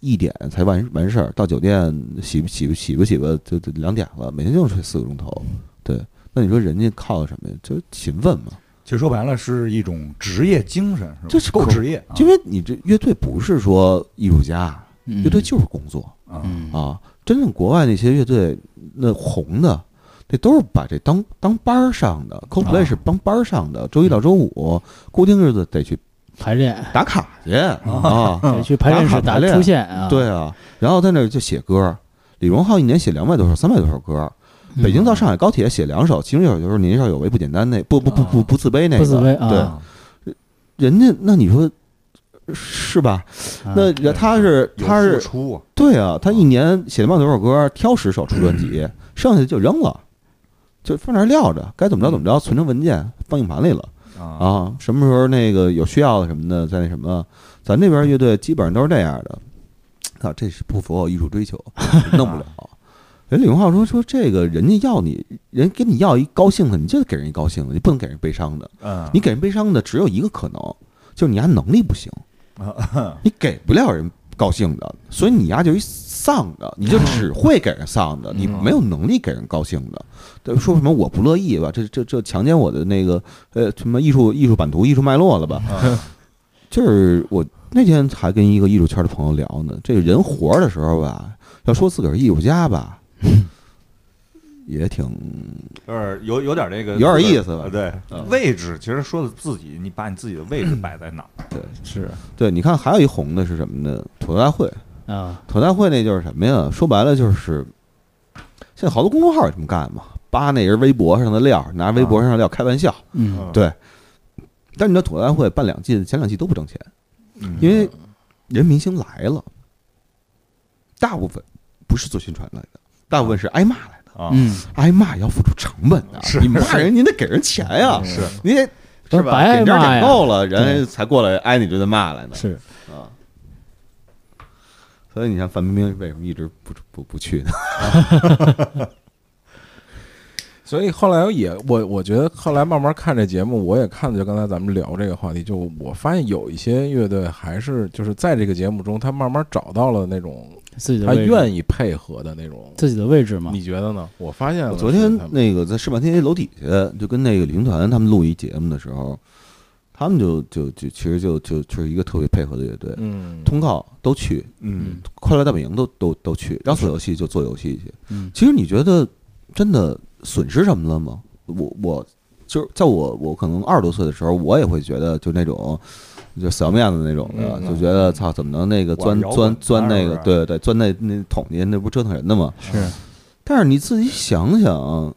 一点才完完事儿，到酒店洗不洗不洗不洗吧，就就两点了，每天就睡四个钟头。对，那你说人家靠的什么呀？就是勤奋嘛。
其实说白了是一种职业精神，是吧？
这是
够
可
职业啊，
因为你这乐队不是说艺术家，
嗯
乐队就是工作
啊
嗯
啊。真正国外那些乐队，那红的，那都是把这当当班儿上
啊
的，Coldplay 是当班儿上的，周一到周五固定日子得去
排练，
打卡去啊。
得去排练
打
室
卡排练
出现啊。
对啊，然后在那儿就写歌。李荣浩一年写两百多首、三百多首歌，
嗯，
北京到上海高铁写两首，其中一首就是“年少有为不简单”那不不不不不自卑那个，
啊不自卑啊
对，人家那你说是吧？
啊
那人他是
有
他是
付出啊，
对啊，他一年写了多少歌，挑十首出专辑，剩下就扔了，就放那儿撂着，该怎么着怎么着，存成文件放硬盘里了
啊
啊。什么时候那个有需要的什么的，再那什么，咱这边乐队基本上都是这样的。啊，这是不符合我艺术追求，弄不了。人李荣浩说说这个人家要你，人给你要一高兴的，你就得给人一高兴的，你不能给人悲伤的。
嗯，
啊你给人悲伤的只有一个可能，就是你家能力不行，你给不了人高兴的，所以你家就一丧的，你就只会给人丧的，你没有能力给人高兴的。对，说什么我不乐意吧，这这这强奸我的那个呃什么艺术艺术版图、艺术脉络了吧？ <laughs> 就是我那天还跟一个艺术圈的朋友聊呢，这个人活着的时候吧，要说自个儿是艺术家吧，也挺
就是有有点这个啊
有点意思吧嗯
对，位置其实说的自己，你把你自己的位置摆在哪儿？
对。
是
对，你看还有一红的是什么呢？吐槽大会，
啊，
吐槽大会那就是什么呀？说白了就是，现在好多公众号也这么干嘛，扒那人微博上的料，拿微博上的料开玩笑。
啊
嗯，
对，但你知道吐槽大会办两季，前两季都不挣钱，
嗯，
因为人明星来了，大部分不是做宣传来的，大部分是挨骂来的，
啊，
嗯，
挨骂也要付出成本的，
是
你骂人你得给人钱呀、
嗯
是
你得。
不
是
是
吧？
白挨
给这儿
骂
点
呀
够了，人家才过来挨你这顿骂来呢。
是
啊。所以你看范冰冰为什么一直不不不去呢？
所以后来也我我觉得后来慢慢看这节目，我也看的就刚才咱们聊这个话题，就我发现有一些乐队还是就是在这个节目中，他慢慢找到了那种
自己的
他
位置，
愿意配合的那种。
自己的位置嘛，
你觉得呢？我发现了
我昨天
是他们
那个在世满天街楼底下，就跟那个旅行团他们录一节目的时候，他们就就就其实就就就是一个特别配合的乐队，
嗯，
通告都去，
嗯，
快乐大本营都都都去，让做游戏就做游戏去。
嗯
其实你觉得真的损失什么了吗？我我就是在我我可能二十多岁的时候，我也会觉得就那种就死要面子那种的，
嗯
就觉得操怎么能那个
我
钻
摇滚
钻钻
圈儿
那个
是吧
对对钻那那桶去，那不折腾人的吗？
是
但是你自己想想，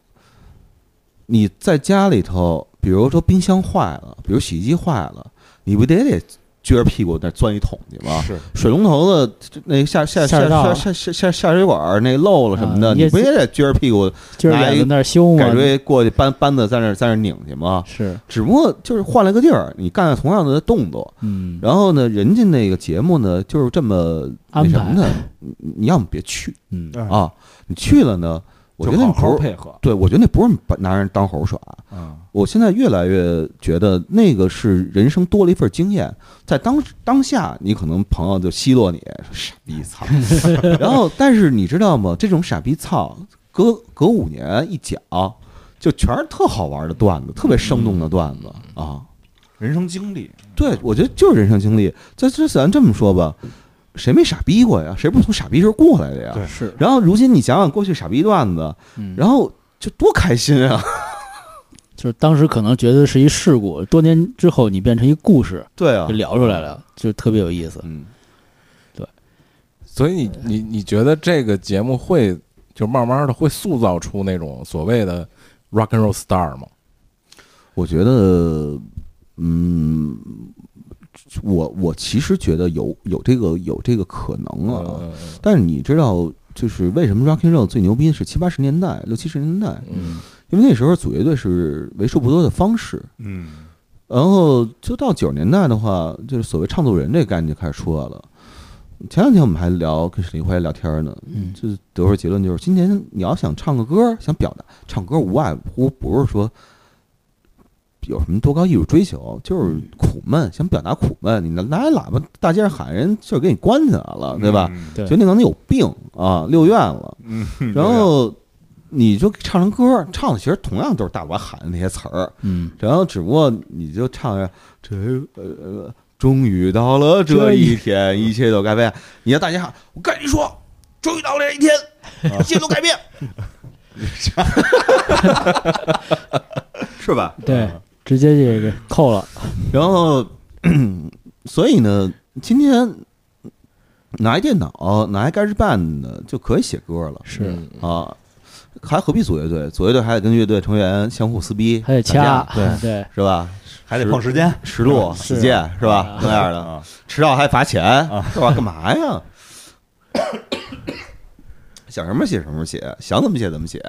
你在家里头，比如说冰箱坏了，比如洗衣机坏了，你不得得撅着屁股那钻一桶去吗？
是
水龙头的这那下下
下
下
水
下
道
下下下下水管儿那漏了什么的，
啊
你
也
不也得撅着屁股
今儿
拿一
也在那儿修嘛
改，锥过去搬搬子在那儿在那儿拧去吗？
是，
只不过就是换了个地儿，你干了同样的动作，
嗯，
然后呢，人家那个节目呢就是这么那
安
什
排
么的，你你要么别去
嗯，
哎
啊，你去了呢，我觉
就
得你不
好好
是
配合，
对，我觉得那不是把拿人当猴耍。啊
嗯，
我现在越来越觉得那个是人生多了一份经验，在当 <laughs> 当下，你可能朋友就奚落你说傻逼操， <laughs> 然后但是你知道吗？这种傻逼操，隔隔五年一讲，就全是特好玩的段子，特别生动的段
嗯
子啊。
人生经历，
对，我觉得就是人生经历。这这咱这么说吧，谁没傻逼过呀？谁不是从傻逼时候过来的呀？
对
是，
然后如今你想想过去傻逼段子，
嗯
然后就多开心啊！ <laughs>
就是当时可能觉得是一事故，多年之后你变成一故事，
对啊
就，聊出来了，就特别有意思。
嗯，
所以你你你觉得这个节目会就慢慢的会塑造出那种所谓的 rock and roll star 吗？
我觉得，嗯，我我其实觉得有有这个有这个可能啊，
嗯
但是你知道，就是为什么 rock and roll 最牛逼是七八十年代、六七十年代，
嗯
因为那时候组乐队是为数不多的方式。
嗯，
然后就到九十年代的话，就是所谓唱作人这个概念就开始出来了。前两天我们还聊跟沈立辉聊天呢，
嗯
就是得出结论就是，今年你要想唱个歌，想表达唱歌，无外乎不是说有什么多高艺术追求，就是苦闷，想表达苦闷。你拿拿一喇叭大街上喊人，就是给你关起来了，对吧？
嗯？
对
觉得你可能有病啊，六院了，
嗯，
然后你就唱成歌，唱的其实同样都是大伙喊的那些词儿，
嗯，
然后只不过你就唱着这呃呃，终于到了这一天，一切都改变。你要大家喊，我跟你说，终于到了这一天，一切都改变， <laughs> 是吧？
对，直接就给扣了，
然后，嗯所以呢，今天拿一电脑，拿一 GarageBand 呢就可以写歌了
是
嗯
啊。还何必组乐队？组乐队还得跟乐队成员相互撕逼，
还得
打架
掐，对
是吧？
还得碰时间，
实录、
是
死谏是吧
啊？
那样的，
啊，
迟到还罚钱， <laughs> 是吧？干嘛呀？ <coughs> 想什么写什么写，想怎么写怎么写，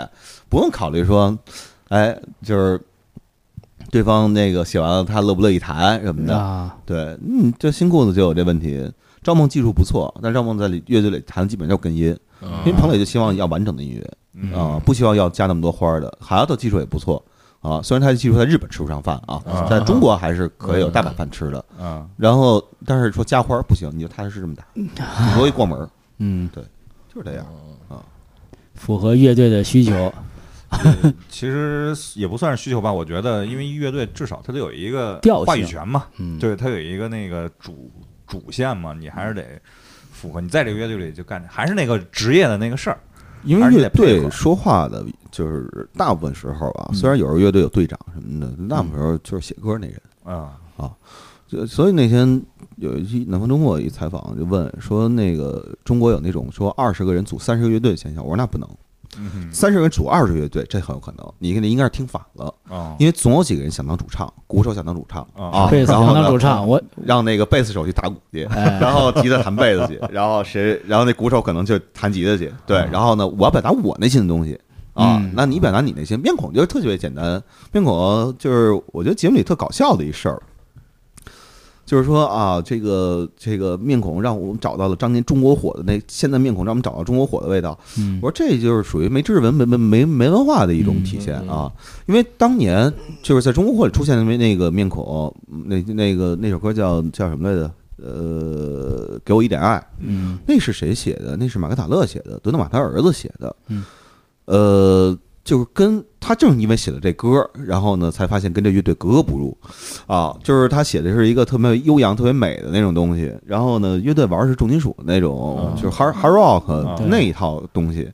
不用考虑说，哎，就是对方那个写完了他乐不乐意谈什么的。
啊，
嗯对，嗯，这新裤子就有这问题。赵梦技术不错，但赵梦在里乐队里弹的基本上就跟音，因为彭磊就希望要完整的音乐
啊嗯
啊，不希望要加那么多花儿的。海丫头技术也不错啊，虽然他的技术在日本吃不上饭啊
啊，
在中国还
嗯
是可以有大把饭吃的。
啊，
然后，但是说加花儿不行，你就踏踏实实这么打，你多一过
啊
门儿，
嗯，
就是这样。
符合乐队的需求。
其实也不算是需求吧，我觉得，因为乐队至少它得有一个
调性
话语权嘛，
嗯，
对，它有一个那个主主线嘛，你还是得符合。你在这个乐队里就干，还是那个职业的那个事儿。
因
还
为
是
乐
得配合
队
嗯
说话的，就是大部分时候啊，虽然有时候乐队有队长什么的，那部分时候就是写歌那人。
啊，
就所以那天有一期《南方周末》一采访就问说，那个中国有那种说二十个人组三十个乐队的现象，我说那不能，
嗯哼
三十个人组二十个乐队这很有可能，你你应该是听反了，
哦，
因为总有几个人想当主唱，鼓手想当主唱
啊
啊，
贝斯
然
想
后
当主
呢
唱，我
让那个贝斯手去打鼓去，
哎
然后吉他弹贝斯
<laughs>
去，然后谁，然后那鼓手可能就弹吉他去，对，然后呢，我要表达我内心的东西啊
嗯，
那你表达你内心，面孔就是特别简单，面孔就是我觉得节目里特搞笑的一事儿。就是说啊，这个这个面孔让我们找到了当年中国火的那现在面孔让我们找到中国火的味道。
嗯
我说这就是属于没知识文没没没没文化的一种体现啊，因为当年就是在中国火里出现的那那个面孔，嗯那那个那首歌叫叫什么来着？呃，给我一点爱，
嗯
那是谁写的？那是马格塔勒写的，德诺玛他儿子写的。
嗯，
呃，就是跟他正因为写了这歌，然后呢，才发现跟这乐队格格不入啊。就是他写的是一个特别悠扬、特别美的那种东西，然后呢，乐队玩的是重金属那种，就是 hard hard rock
对
那一套东西。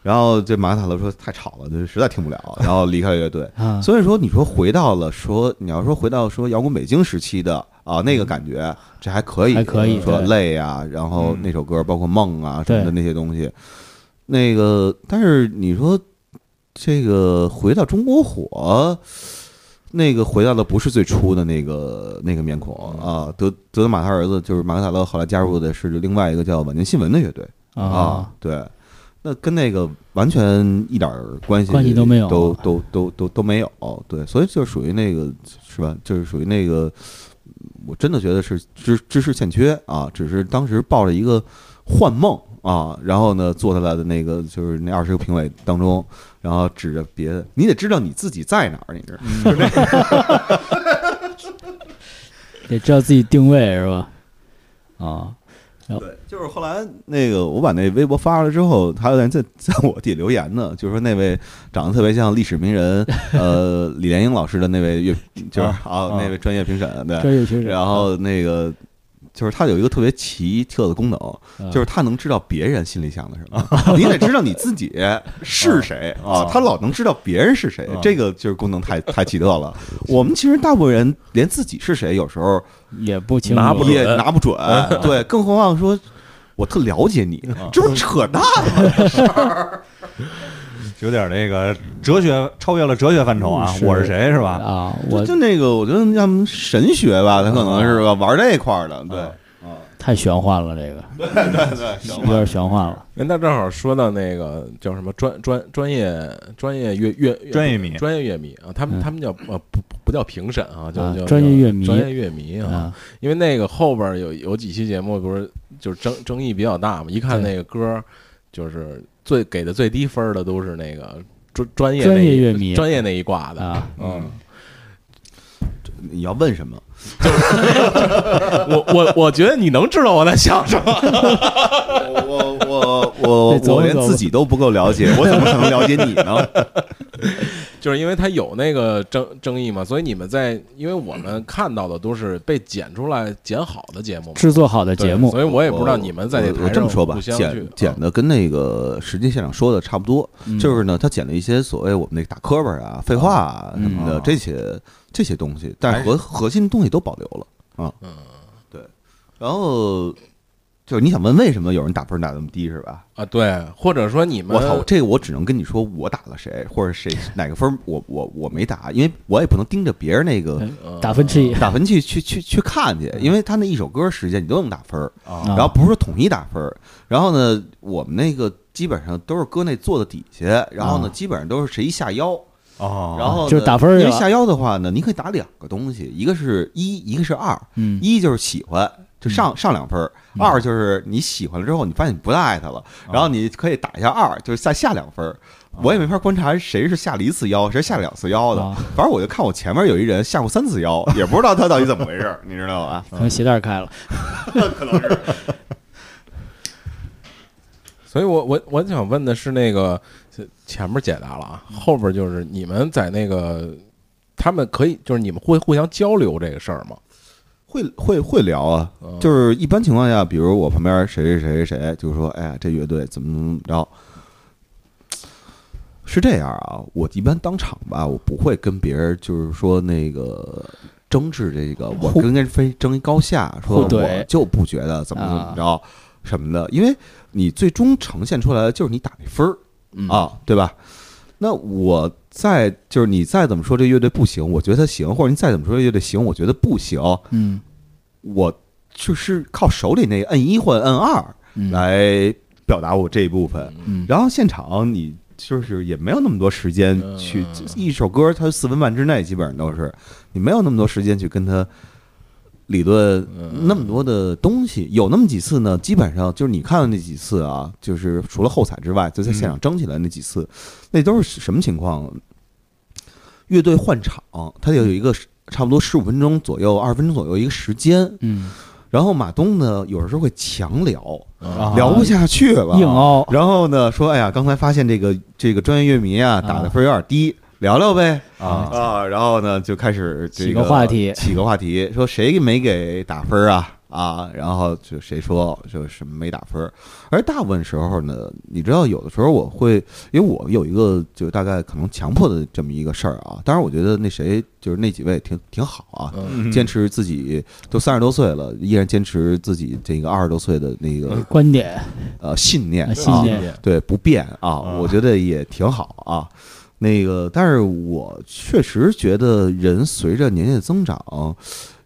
然后这马格塔勒说太吵了，就是实在听不了，然后离开了乐队。
啊，
所以说，你说回到了说，你要说回到说摇滚北京时期的啊那个感觉，这还可以，
嗯还可以
说
对
累啊，然后
嗯
那首歌包括梦啊什么的
对
那些东西，那个但是你说这个回到中国火，那个回到的不是最初的那个那个面孔
嗯
啊，德德德玛他儿子就是马克塔勒后来加入的是另外一个叫晚间新闻的乐队
啊，
对。那跟那个完全一点儿关系
关系都没有啊
都都都都都没有，对，所以就属于那个是吧？就是属于那个，我真的觉得是知知识欠缺啊，只是当时抱着一个幻梦啊，然后呢坐在他的那个就是那二十个评委当中，然后指着别的，你得知道你自己在哪儿，你知道吗？ <laughs>
得知道自己定位是吧？啊，
对，就是后来那个我把那微博发了之后，还有人在在我底下留言呢，就是说那位长得特别像历史名人呃李莲英老师的那位乐，就是
啊
啊
啊
那位专业评审对，
专业学者，
然后那个就是他有一个特别奇特的功能，
啊
就是他能知道别人心里想的什么，你得知道你自己是谁啊
啊。
他老能知道别人是谁
啊，
这个就是功能太太奇特了。我们其实大部分人连自己是谁有时候
也不清楚，
拿不准
也拿不
<laughs>
准，
嗯
对，更何况说。我特了解你，
嗯
这不是扯淡吗？
有点那个哲学超越了哲学范畴啊，
是
我是谁是吧？
啊，我
就那个，我觉得要么神学吧，他可能
嗯
是吧，玩这一块儿的，对，啊，
太玄幻了，这个
嗯
对对，行
有点玄
<laughs>
幻了。
哎那正好说到那个叫什么专专专业专业乐乐
专业迷
专业乐迷啊，他们
嗯
他们叫呃不不不叫评审啊，叫
啊
叫
专业乐迷
专业乐迷啊，
啊，
因为那个后边有有几期节目不是就是争争议比较大嘛，一看
对
那个歌就是最给的最低分的都是那个专专业
专
那
业
一
乐迷
专业那一挂的
啊，
嗯，
你要问什么？
我我我觉得你能知道我在想什么，
<laughs>
<laughs>
我我我
得琢磨
我连
琢磨
自己都不够了解，我怎么可能了解你
<laughs>
呢？
就是因为它有那个争争议嘛，所以你们在因为我们看到的都是被剪出来剪好的节目嘛，
制作好的
对
节目
所以我也不知道你们在那
我我
台
这
上
么说吧，
互相去啊
剪剪的跟那个实际现场说的差不多，
嗯
就是呢，他剪了一些所谓我们那个打磕巴啊、废话啊什么的
嗯
这些这些东西，但是核核心东西都保留了啊。嗯，对。然后就是你想问为什么有人打分打那么低是吧？
啊，对，或者说你们
我操，这个我只能跟你说我打了谁，或者谁哪个分儿我我我没打，因为我也不能盯着别人那个
嗯打分器
打分去去去去看去，因为他那一首歌时间你都能打分儿，
啊
然后不是说统一打分儿，然后呢，我们那个基本上都是搁那坐的底下，然后呢，
啊
基本上都是谁一下腰，
啊，
然后呢
就是打分儿
因为
去了
下腰的话呢，你可以打两个东西，一个是一，一个是二，
嗯
一就是喜欢，就上上两分儿。二就是你喜欢了之后，你发现你不太爱他了，然后你可以打一下二，就是再下两分儿。
嗯
我也没法观察谁是下了一次腰，谁下了两次腰的。
啊
反正我就看我前面有一人下过三次腰，也不知道他到底怎么回事儿，你知道吧？
可能鞋带儿开了。
所以我我我想问的是，那个前面解答了啊，
嗯
后边就是你们在那个他们可以就是你们会互相交流这个事儿吗？
会会会聊啊，
嗯
就是一般情况下，比如我旁边谁谁谁谁谁，就是说，哎呀，这乐队怎么怎么着，是这样啊。我一般当场吧，我不会跟别人就是说那个争执这个，我
互
跟跟非争一高下，说
互怼
我就不觉得怎么怎么着什么的，因为你最终呈现出来的就是你打那分儿
嗯
啊，对吧？那我再就是你再怎么说这乐队不行，我觉得他行，或者你再怎么说这乐队行，我觉得不行，
嗯
我就是靠手里那个摁一或摁二
嗯
来表达我这一部分。
嗯
然后现场你就是也没有那么多时间
嗯
去，一首歌它四分半之内基本上都是，你没有那么多时间去跟他理论
嗯
那么多的东西。有那么几次呢，基本上就是你看到那几次啊，就是除了后采之外，就在现场争起来那几次，那都是什么情况？乐队换场，它有一个差不多十五分钟左右、二十分钟左右一个时间，
嗯，
然后马东呢，有时候会强聊，
啊
聊不下去了，
硬凹
然后呢，说哎呀，刚才发现这个这个专业乐迷啊，打的分有点低，聊聊呗
啊
啊。然后呢，就开始这
起个话题
起个话题，说谁没给打分啊啊？然后就谁说就是没打分。而大部分时候呢，你知道，有的时候我会，因为我有一个就大概可能强迫的这么一个事儿啊。当然，我觉得那谁就是那几位挺挺好啊，
嗯
坚持自己都三十多岁了，依然坚持自己这个二十多岁的那个
观点，
呃信念
啊
嗯
啊，
信念
对不变啊，
啊
我觉得也挺好啊。那个，但是我确实觉得人随着年纪的增长，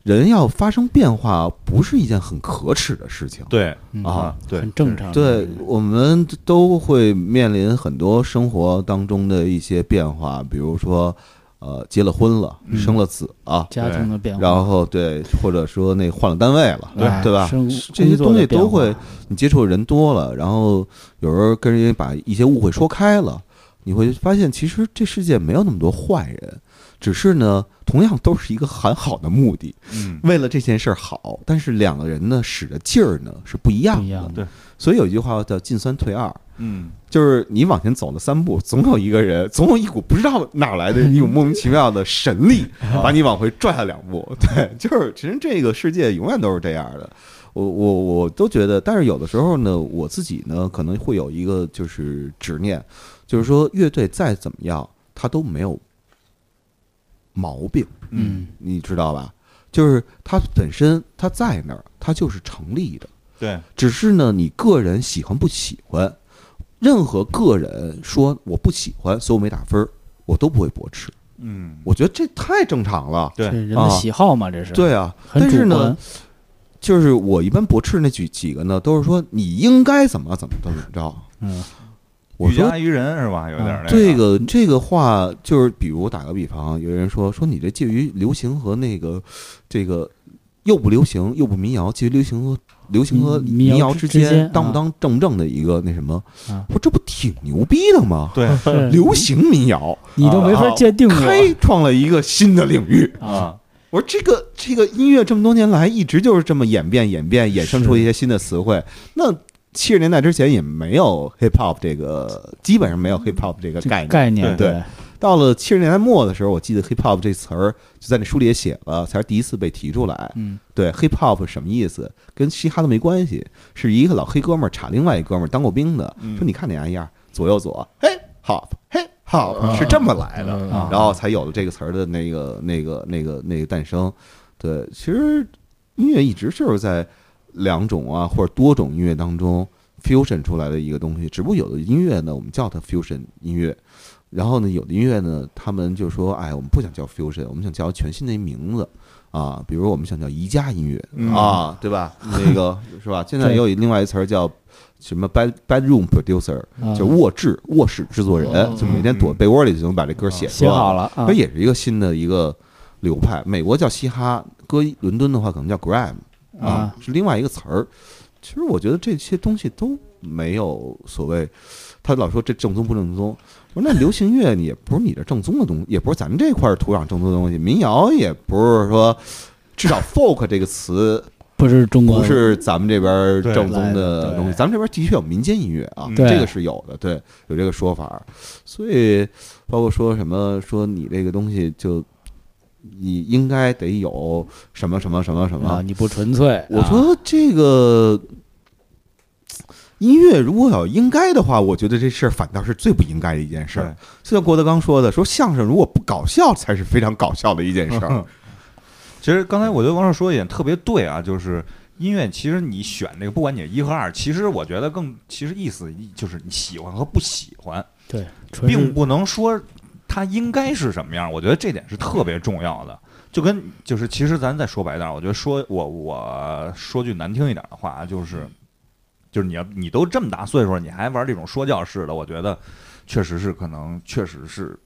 人要发生变化，不是一件很可耻的事情。
对
嗯
啊，
对
很正常。
对，我们都会面临很多生活当中的一些变化，比如说，呃，结了婚了，
嗯
生了子啊，
家庭的变化，
然后对，或者说那换了单位了，
哎
对吧？
生
这些东西都
工作的
会
变化，
你接触的人多了，然后有时候跟人家把一些误会说开了，你会发现其实这世界没有那么多坏人，只是呢，同样都是一个很好的目的，
嗯
为了这件事儿好，但是两个人呢使的劲儿呢是不一样
不一
的
样。
对
所以有一句话叫“进三退二”，
嗯，
就是你往前走了三步，总有一个人， <laughs> 总有一股不知道哪儿来的一股莫名其妙的神力，把你往回拽了两步。 <laughs> 对，就是其实这个世界永远都是这样的。我我我都觉得，但是有的时候呢，我自己呢可能会有一个就是执念，就是说乐队再怎么样，它都没有毛病，
嗯
你知道吧？就是它本身它在那儿，它就是成立的。
对，
只是呢，你个人喜欢不喜欢，任何个人说我不喜欢，所以我没打分儿，我都不会驳斥。
嗯
我觉得这太正常了。
对
这人的喜好嘛，这是，
啊对啊，
很
但
主
是呢
观，
就是我一般驳斥那几几个呢，都是说你应该怎么怎么怎么着。
嗯
我
欲
说
加于人是吧？有点儿那
这个这个话就是，比如我打个比方，有人说说你这介于流行和那个这个又不流行又不民谣，介于流行和流行和
嗯
民
民谣
谣
之
之
之
间
间，
当不
啊
当正不正的一个那什么？
啊
我说这不挺牛逼的吗？
对
是
流行民谣啊
你都没法界定
开
我
创了一个新的领域。
啊，
啊，
我说这个这个音乐这么多年来一直就是这么演变演变，衍生出
是
一些新的词汇。那七十年代之前也没有 hip hop 这个，基本上没有 hip hop 这个
这
概念。
概念
对，到了七十年代末的时候，我记得 hip hop 这词儿就在那书里也写了，才是第一次被提出来。
嗯
对，hip hop 什么意思？跟嘻哈都没关系，是一个老黑哥们儿查另外一哥们儿当过兵的，
嗯
说你看那玩意儿左右左，嘿 hop 嘿 hop 是这么来的，
嗯
啊
然后才有了这个词儿的那个那个那个那个诞生。对，其实音乐一直就是在两种啊或者多种音乐当中 fusion 出来的一个东西，只不过有的音乐呢，我们叫它 fusion 音乐。然后呢，有的音乐呢，他们就说：“哎，我们不想叫 fusion，我们想叫全新的一名字啊，比如我们想叫宜家音乐、
嗯
啊，对吧？那个是吧？现在
对
也有另外一词儿叫什么 bed bedroom producer，
啊
就卧室卧室制作人，
嗯
就每天躲被窝里就能把这歌写出
写
来
好，了啊
它，也是一个新的一个流派。美国叫嘻哈，搁伦敦的话可能叫 gram 啊，是另外一个词儿。其实我觉得这些东西都没有所谓，他老说这正宗不正宗。我说那流行乐你也不是你这正宗的东西，也不是咱们这块土壤正宗的东西，民谣也不是说，至少 folk 这个词
不是中国啊
不
的
是咱们这边
对
正宗
来
的
对
东西，咱们这边的确有民间音乐啊
嗯，
对
这个是有的，对，有这个说法儿。所以包括说什么说你这个东西就你应该得有什么什么什么什
啊，
么，
你不纯粹。
我
啊
说这个。音乐如果要应该的话，我觉得这事儿反倒是最不应该的一件事儿。就像郭德纲说的，说相声如果不搞笑才是非常搞笑的一件事 <laughs> 儿。
<laughs> 其实刚才我觉得王硕说一点特别对啊，就是音乐，其实你选这个，不管你是一和二，其实我觉得更其实意思就是你喜欢和不喜欢，
对，纯
并
是
不能说它应该是什么样。我觉得这点是特别重要的。就跟就是其实咱再说白点儿，我觉得说我我说句难听一点的话啊，就是就是你要你都这么大岁数了，你还玩这种说教式的，我觉得确实是可能确实是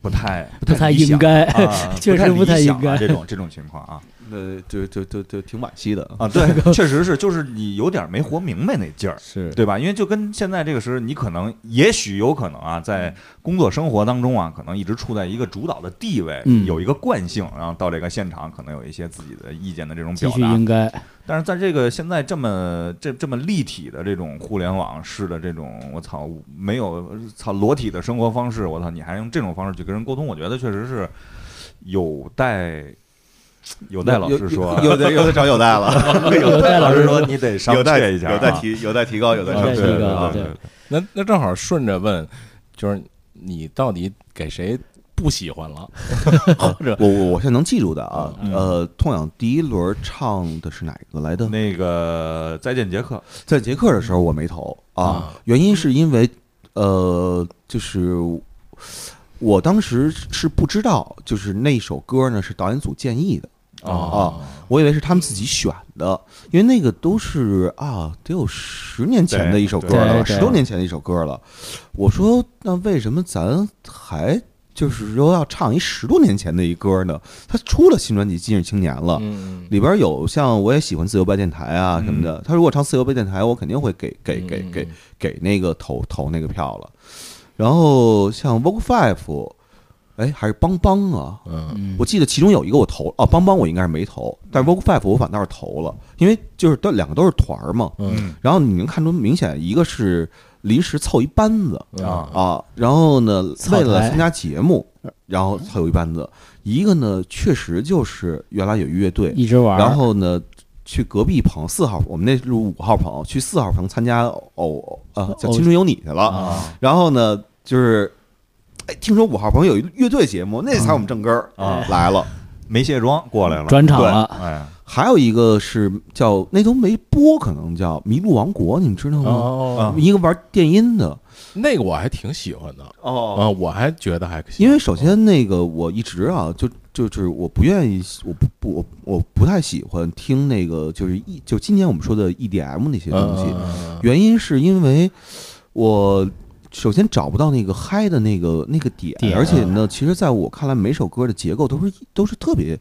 不太
不太
理想
应该 <laughs>
啊
确实不太
理想啊
应该 <laughs>
这种这种情况啊。
那就就就就挺惋惜的啊。
啊，对，确实是，就是你有点没活明白那劲儿，
是
对吧？因为就跟现在这个时候，你可能也许有可能啊，在工作生活当中啊，可能一直处在一个主导的地位，
嗯
有一个惯性，然后到这个现场可能有一些自己的意见的这种
继
表
续
达
应。该
但是在这个现在这么这这么立体的这种互联网式的这种，我操，没有操裸体的生活方式，我操，你还用这种方式去跟人沟通，我觉得确实是有待有待老师说，
有
<laughs>
的有的找有待了，
有待老师
说你得商
有待
榷一下啊，
有待提有待提高，有待
有待
上
提
升。
高
啊
对
那那正好顺着问，就是你到底给谁不喜欢了？或者
我我我现在能记住的啊，
嗯
呃，痛痒第一轮唱的是哪个来的？
那个再见杰克，
在捷克的时候我没投啊
啊，
原因是因为呃，就是我当时是不知道，就是那首歌呢是导演组建议的，
哦，
我以为是他们自己选的，因为那个都是啊，得有十年前的一首歌
对
了，
对
十多年前的一首歌了。我说，那为什么咱还就是说要唱一十多年前的一歌呢？他出了新专辑《今日青年》了。
嗯，
里边有像我也喜欢自由八电台
嗯
啊什么的，他如果唱自由八电台，我肯定会给给给给给那个投投那个票了。然后像 Vogue Five，哎，还是邦邦啊，
嗯，
嗯
我记得其中有一个我投哦，邦邦我应该是没投，但是 Vogue Five 我反倒是投了，因为就是都两个都是团儿嘛。
嗯，
然后你能看出明显一个是临时凑一班子
嗯
啊
啊，然后呢
草台
为了参加节目，然后凑一班子；一个呢确实就是原来有一乐队，
一直玩儿，
然后呢去隔壁棚四号，我们那是五号棚，去四号棚参加偶呃叫
偶
青春有你去了。
啊，
然后呢，就是哎，听说五号朋友有一乐队节目，那才我们正根儿
啊
来了。
没卸妆过来了，
转场
对
了，
哎，
还有一个是叫那都没播，可能叫《麋鹿王国》，你们知道吗？
哦，
一个玩电音的
那个我还挺喜欢的
哦，
啊，我还觉得还行，
因为首先那个我一直啊，就就是我不愿意，我不不我我不太喜欢听那个就是 E 就今年我们说的 EDM 那些东西，
嗯
原因是因为我首先找不到那个嗨的那个那个点，
点
而且呢，其实在我看来，每首歌的结构都是都是特别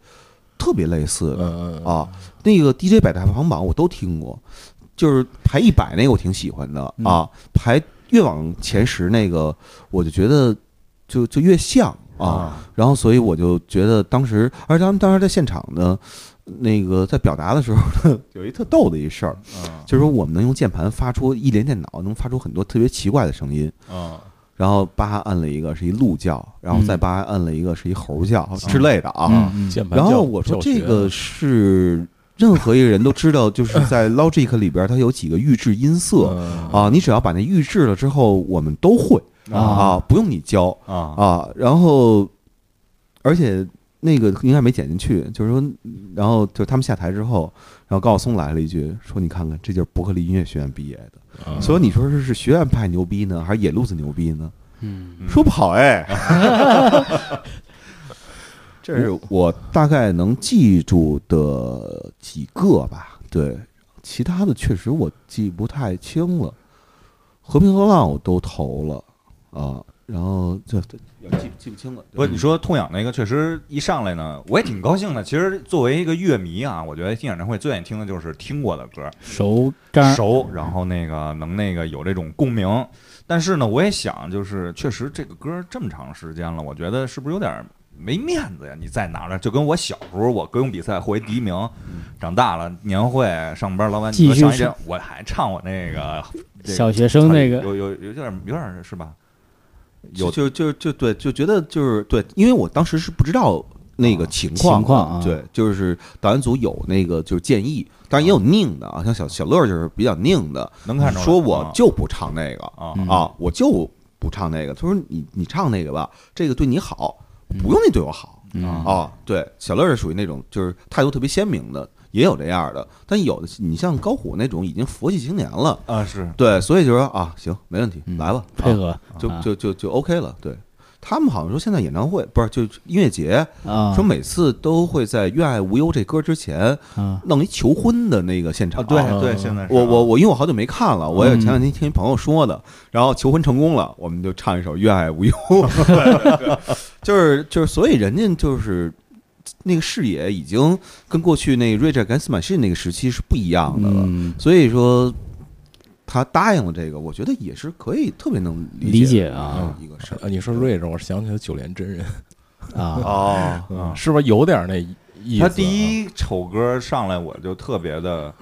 特别类似的
嗯嗯
啊。那个 DJ 百大排行榜我都听过，就是排一百那个我挺喜欢的啊，排越往前十那个我就觉得就就越像啊。然后所以我就觉得当时，而咱们当时在现场呢，那个在表达的时候呢，有一特逗的一事儿，
啊
就是说我们能用键盘发出一连电脑能发出很多特别奇怪的声音。
嗯
啊
然后叭按了一个是一鹿叫，然后再
嗯
叭按了一个是一猴叫之类的啊。
嗯
嗯，
嗯
键盘
然
教
后我说
教
这
学啊
个是任何一个人都知道，就是
<laughs>
在 Logic 里边它有几个预置音色
嗯
啊，你只要把那预置了之后，我们都会
啊
啊，不用你教。
啊
啊，然后而且那个应该没剪进去，就是说，然后就他们下台之后，然后高晓松来了一句说：“你看看，这就是伯克利音乐学院毕业的。
嗯
所以你说是是学院派牛逼呢，还是野路子牛逼呢？
嗯，
说不好哎。这是我大概能记住的几个吧，对，其他的确实我记不太清了。和平河浪我都投了啊，然后就就也记记不清了。
不，你说痛痒那个确实一上来呢，我也挺高兴的。其实作为一个乐迷啊，我觉得听演唱会最愿意听的就是听过的歌，
熟张
熟，然后那个能那个有这种共鸣。但是呢，我也想，就是确实这个歌这么长时间了，我觉得是不是有点没面子呀？你再拿着，就跟我小时候我歌咏比赛获一第一名，长大了年会上班，老板
嗯
你
继
说
续
上一
唱
遍，我还唱我那个这个
小学生那个
有有有有点有点是吧？有
有就就就对，就觉得就是对，因为我当时是不知道那个情况的，
情况啊
对，就是导演组有那个就是建议，当然也有拧的啊，像小小乐就是比较拧的，
能看出来
说我就不唱那个
啊
嗯
啊，我就不唱那个。他说你你唱那个吧，这个对你好，不用你对我好
嗯
啊。对，小乐是属于那种就是态度特别鲜明的，也有这样的，但有的你像高虎那种已经佛系青年了。
啊是
对，所以就说啊，行，没问题，
嗯
来吧，啊
配合
就
啊
就就就 OK 了。对他们好像说现在演唱会不是就音乐节，
啊，
说每次都会在《愿爱无忧》这歌之前
啊
弄一求婚的那个哦现
啊
场。
对
啊
对，现在
<laughs>
是
我我
啊
我，因为我好久没看了，我也
嗯
前两天听一朋友说的，然后求婚成功了，我们就唱一首《愿爱无忧》， <laughs> 就是就是，所以人家就是那个视野已经跟过去那《Rage Against the Machine》那个时期是不一样的了，
嗯，
所以说他答应了这个，我觉得也是可以特别能
理
解
解啊
的一个事儿
啊，你说瑞着，我想起了九连真人，
啊，
哦，
啊
嗯 <laughs> 是不是有点那意思啊？
他第一首歌上来我就特别的，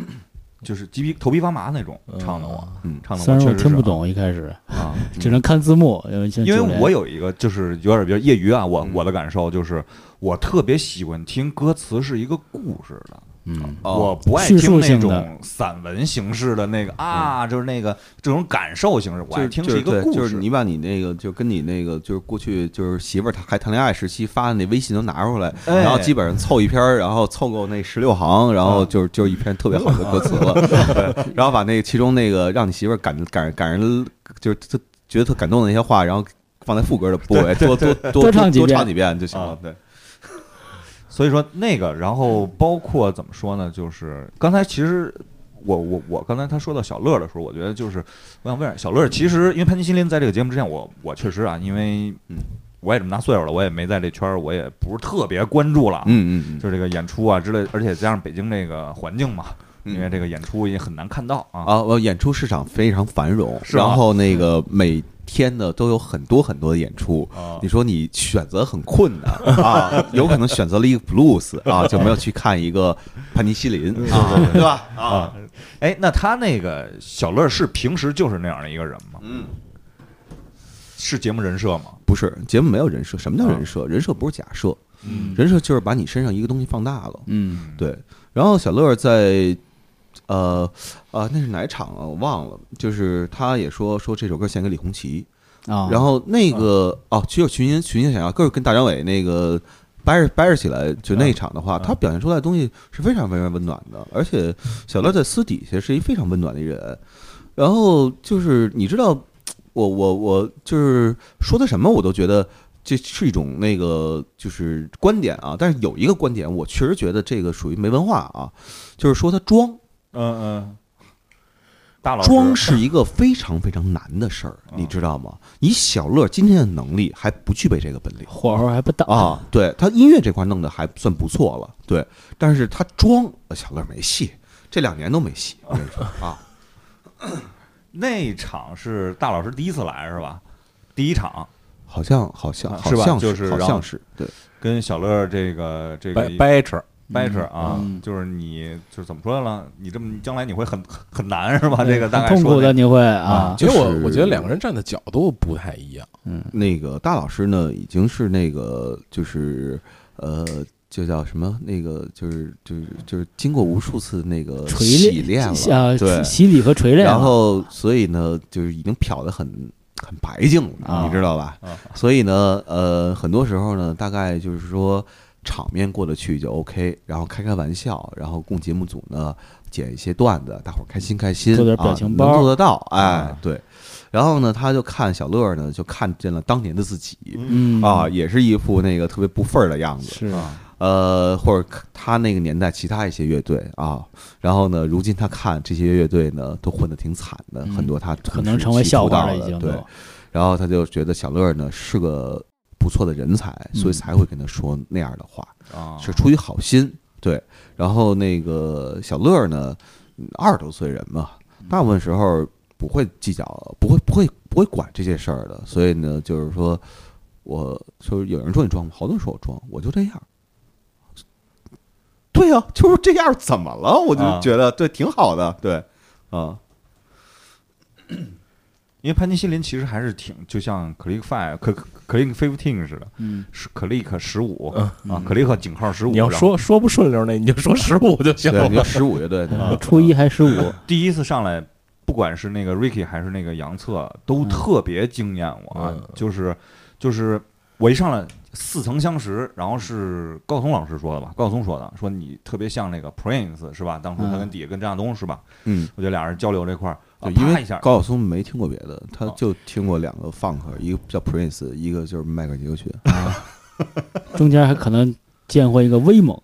就是鸡皮头皮发麻那种
嗯
唱的我，
嗯
唱的
虽然
我确
我
实
听
是
不懂一开始， <laughs>
啊，
只能看字幕，因为
因
因
为我有一个就是有点比较业余啊，我
嗯
我的感受就是我特别喜欢听歌词是一个故事的，
嗯
哦
我不爱
叙述
听那
性的
种散文形式的那个啊，就是那个这种感受形式，我爱
就
听
就是
一个
对
故事。
就是你把你那个，就跟你那个，就是过去就是媳妇儿还谈恋爱时期发的那微信都拿出来，
哎啊
然后基本上凑一篇儿，然后凑够那十六行，然后就是就是一篇特别好的歌
<laughs>
词了，对然后把那个其中那个让你媳妇儿感感感人，就是特觉得特感动的那些话，然后放在副歌的部位，多多多
多唱几
多
遍
唱几遍就行了
啊。
对，
<laughs> 所以说那个，然后包括怎么说呢？就是刚才其实我我我刚才他说到小乐的时候，我觉得就是我想问一下小乐，其实因为潘金心林在这个节目之前，我我确实啊，因为
嗯
我也这么大岁数了，我也没在这圈儿，我也不是特别关注了啊。
嗯嗯
就是这个演出啊之类，而且加上北京这个环境嘛，
嗯，
因为这个演出也很难看到啊。
啊，我演出市场非常繁荣，
是吧啊
然后那个每天呢都有很多很多的演出。
啊
你说你选择很困难啊，有可能选择了一个 blues 啊，就没有去看一个潘尼西林啊，对吧？啊，
啊，哎，那他那个小乐是平时就是那样的一个人吗？
嗯，
是节目人设吗？
不是，节目没有人设，什么叫人设？人设不是假设，
嗯
人设就是把你身上一个东西放大了。
嗯
对，然后小乐在，呃，啊，那是哪场啊？我忘了，就是他也说说这首歌献给李红旗，
啊，
然后那个哦，只有群星群星想要，更是跟大张伟那个掰扯掰扯起来，就那一场的话，
嗯
他表现出来的东西是非常非常温暖的，而且小乐在私底下是一非常温暖的人。然后就是你知道，我我我就是说他什么，我都觉得这是一种那个就是观点啊。但是有一个观点，我确实觉得这个属于没文化啊，就是说他装
嗯嗯，大老师
装是一个非常非常难的事儿，
嗯
你知道吗？你小乐今天的能力还不具备这个本领。
火候还不到，
啊，对他音乐这块弄得还算不错了，对，但是他装小乐没戏，这两年都没戏，我
<laughs>
跟你说啊，
那场是大老师第一次来是吧？第一场
好像好像
啊
好
<laughs> 是吧
像
就是
好
然后
像是对，
跟小乐这个这个
掰掰扯，
掰扯啊，
嗯
就是你就是怎么说呢？你这么将来你会很 <laughs> 很难是吧？这个
很
大概
痛
说
苦
那
的你会啊，
就
其实我
是
我觉得两个人站的角度不太一样。
那个大老师呢已经是那个就是呃。就叫什么？那个就是就是就是经过无数次那个
锤
洗
炼
练了，
啊，
对，
洗礼和锤炼啊，
然后所以呢，就是已经漂得很很白净了，
啊
你知道吧？
啊
所以呢，呃，很多时候呢，大概就是说场面过得去就 OK，然后开开玩笑，然后供节目组呢剪一些段子，大伙儿开心开心，
做点表情包
啊、能做得到，哎，
啊
对。然后呢，他就看小乐呢，就看见了当年的自己。
嗯
啊，也是一副那个特别不忿儿的样子，
是
啊，
呃，或者他那个年代其他一些乐队啊，然后呢，如今他看这些乐队呢，都混得挺惨的，
嗯
很多他
可能成为笑话了，已经
对
都。
然后他就觉得小乐呢是个不错的人才，所以
嗯
才会跟他说那样的话，
啊，
是出于好心。对，然后那个小乐呢，二十多岁人嘛，大部分时候不会计较，不会不会不会管这些事儿的。所以呢，就是说，我就是有人说你装吗？好多人说我装，我就这样。对呀、就是这样，怎么了？我就
啊
觉得对，挺好的，对，
<laughs>
啊，
因为潘尼西林其实还是挺就像 Click Five、Click Click Fifteen 似的，
嗯，
是 Click 十五
嗯
啊，Click 井号十五。
你要
然后
说说不顺溜那，你就说十五就行
对，你
了
就。十五乐队，对 <laughs>
<laughs> 啊
初一还十五，
<laughs> 第一次上来，不管是那个 Ricky 还是那个杨策，都
嗯
特别惊艳我啊！
嗯
就是就是我一上来似曾相识，然后是高松老师说的吧？高松说的，说你特别像那个 Prince 是吧？当初他
嗯
跟底下跟张亚东是吧？
嗯，
我觉得俩人交流这块儿，啊
对，因
啪
为
一下
高晓松没听过别的，他
啊
就听过两个 funk，一个叫 Prince，一个就是迈克尔杰克逊。
中间还可能见过一个威猛，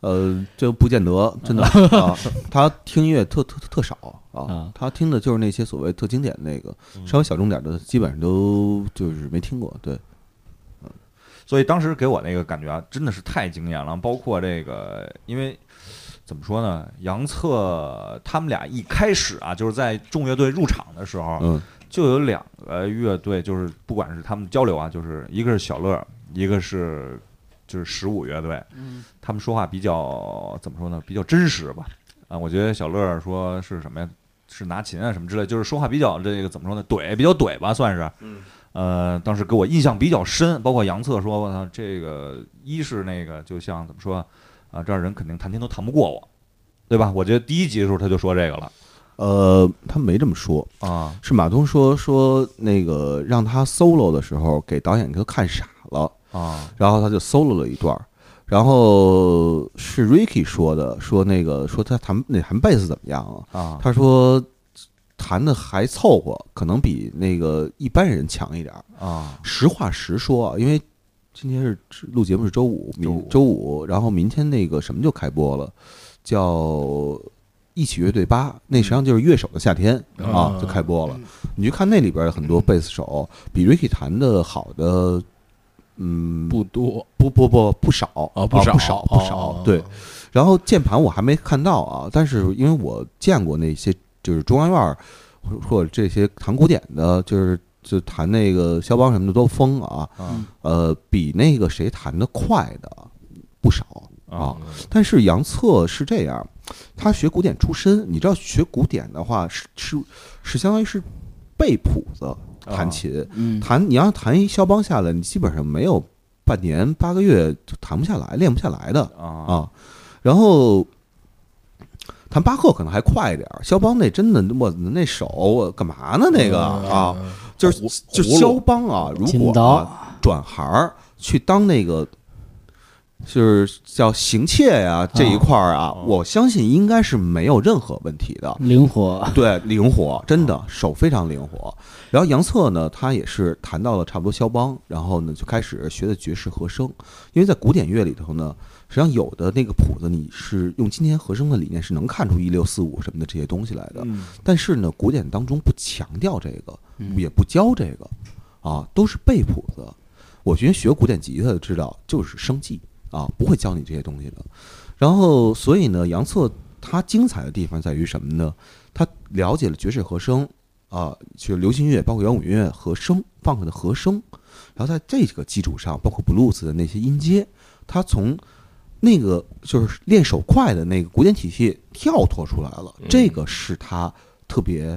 呃，这不见得，真的啊，他听音乐特特特少啊
啊，
他听的就是那些所谓特经典的那个，稍微小众点的，基本上都就是没听过。对，
所以当时给我那个感觉啊，真的是太惊艳了。包括这个，因为怎么说呢，杨策他们俩一开始啊，就是在众乐队入场的时候，
嗯
就有两个乐队，就是不管是他们交流啊，就是一个是小乐，一个是就是十五乐队，
嗯，
他们说话比较怎么说呢，比较真实吧。啊，我觉得小乐说是什么呀？是拿琴啊什么之类，就是说话比较这个怎么说呢，怼比较怼吧，算是。
嗯。
呃，当时给我印象比较深，包括杨策说：“我操，这个一是那个，就像怎么说啊、这儿人肯定弹琴都弹不过我，对吧？”我觉得第一集的时候他就说这个了
呃，他没这么说，
啊，
是马东说说那个让他 solo 的时候给导演都看傻了，
啊
然后他就 solo 了一段儿，然后是 Ricky 说的，说那个说他弹那弹贝斯怎么样啊？
啊
他说弹的还凑合，可能比那个一般人强一点儿。
啊
实话实说，啊，因为今天是录节目是周五，
周
明
五
周五，然后明天那个什么就开播了，叫。一起乐队吧，那实际上就是乐手的夏天啊，
嗯
就开播了。你去看那里边的很多贝斯手，比 Ricky 弹的好的，嗯，
不多
不不不不少
啊，
不
少
不少不
哦
少，对。然后键盘我还没看到啊，但是因为我见过那些就是中央院儿或或者这些弹古典的，就是就弹那个肖邦什么的都疯啊，
啊
呃，比那个谁弹的快的不少啊
啊。
但是杨策是这样，他学古典出身，你知道学古典的话是是是相当于是背谱子弹琴，
嗯，
弹你要弹一肖邦下来，你基本上没有半年八个月就弹不下来，练不下来的
啊
啊。然后弹巴赫可能还快一点儿，肖邦那真的我那手我干嘛呢？那个啊，，就是
葫
就是
葫芦
肖邦啊，如
金
果、
刀
啊、转行儿去当那个。就是叫行窃呀、这一块儿啊，
哦
我相信应该是没有任何问题的。
灵活，
对，灵活，真的手非常灵活。然后杨策呢，他也是谈到了差不多肖邦，然后呢就开始学的爵士和声，因为在古典乐里头呢，实际上有的那个谱子你是用今天和声的理念是能看出一六四五什么的这些东西来的，
嗯
但是呢，古典当中不强调这个，
嗯
也不教这个，啊，都是背谱子。我觉得学古典吉他的知道就是生记啊，不会教你这些东西的。然后，所以呢，杨策他精彩的地方在于什么呢？他了解了爵士和声啊，就是流行乐，包括摇滚乐和声、funk 的和声，然后在这个基础上，包括 blues 的那些音阶，他从那个就是练手快的那个古典体系跳脱出来了，这个是他特别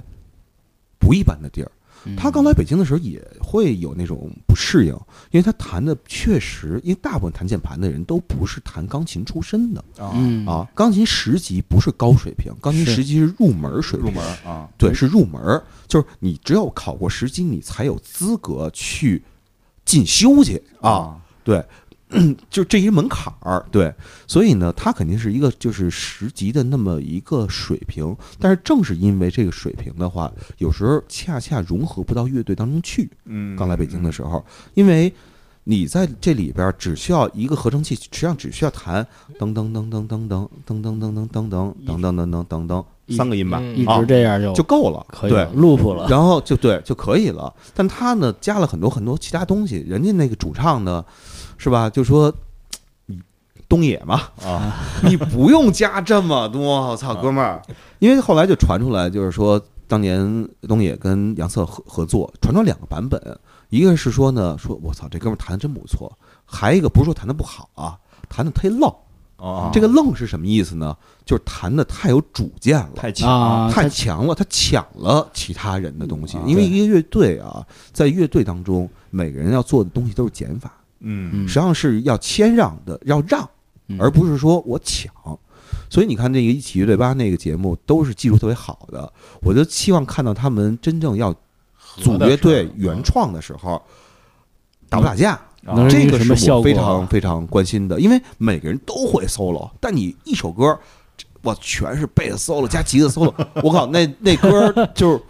不一般的地儿。
嗯
他刚来北京的时候也会有那种不适应，因为他弹的确实，因为大部分弹键盘的人都不是弹钢琴出身的
啊
嗯
啊，钢琴十级不是高水平，钢琴
是
十级是入门水
入
平，
门啊
对，是入门儿，就是你只有考过十级，你才有资格去进修去啊。对， <clears throat> 就这些门槛儿，对，所以呢，他肯定是一个就是十级的那么一个水平，但是正是因为这个水平的话，有时候恰恰融合不到乐队当中去。
嗯，
刚来北京的时候，因为你在这里边儿只需要一个合成器，实际上只需要弹噔噔噔噔噔噔噔噔噔噔噔噔噔噔噔噔噔噔三个音吧，
嗯
一
啊
直这样就
就够了，
可以
对
了。，loop 了。
然后就对就可以了，但他呢加了很多很多其他东西，人家那个主唱呢，是吧？就说东野嘛，
啊，
你不用加这么多，我操，
啊
哥们儿！因为后来就传出来，就是说当年东野跟杨瑟合合作，传出两个版本，一个是说呢，说我操，这哥们儿弹的真不错；，还有一个不是说弹的不好啊，弹的忒愣。
哦，
这个愣是什么意思呢？就是弹的太有主见了。
太强
啊
太强了，他抢了其他人的东西
啊，
因为
对
一个乐队啊，在乐队当中，每个人要做的东西都是减法，
嗯
嗯
实际上是要谦让的，要让，
嗯
而不是说我抢。所以你看那个《一起乐队吧》那个节目，都是技术特别好的，我就希望看到他们真正要组乐
啊
队
嗯
原创的时候，打不打架？
啊
能
这
是一
个
个什么
是
效
我
果啊
非常非常关心的，因为每个人都会 solo，但你一首歌，这我全是贝斯 solo 加吉他 solo，我靠，那那歌
<laughs>
儿就是。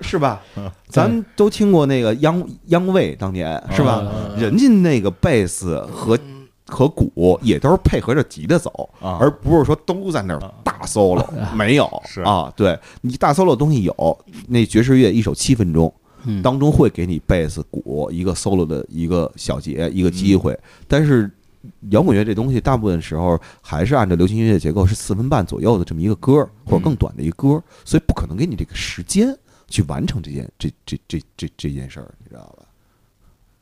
是吧？
嗯
咱都听过那个央央卫当年是吧？
啊
嗯
人家那个贝斯和和鼓也都是配合着吉他走，
嗯
啊
而不是说都在那儿大 solo，没有
是
啊？对你大 solo 的东西有，那爵士乐一首七分钟，
嗯
当中会给你贝斯、鼓一个 solo 的一个小节、一个机会，但是摇滚乐这东西大部分时候还是按照流行音乐结构，是四分半左右的这么一个歌，或者更短的一个歌，所以不可能给你这个时间去完成这件这这这这这件事儿，你知道吧？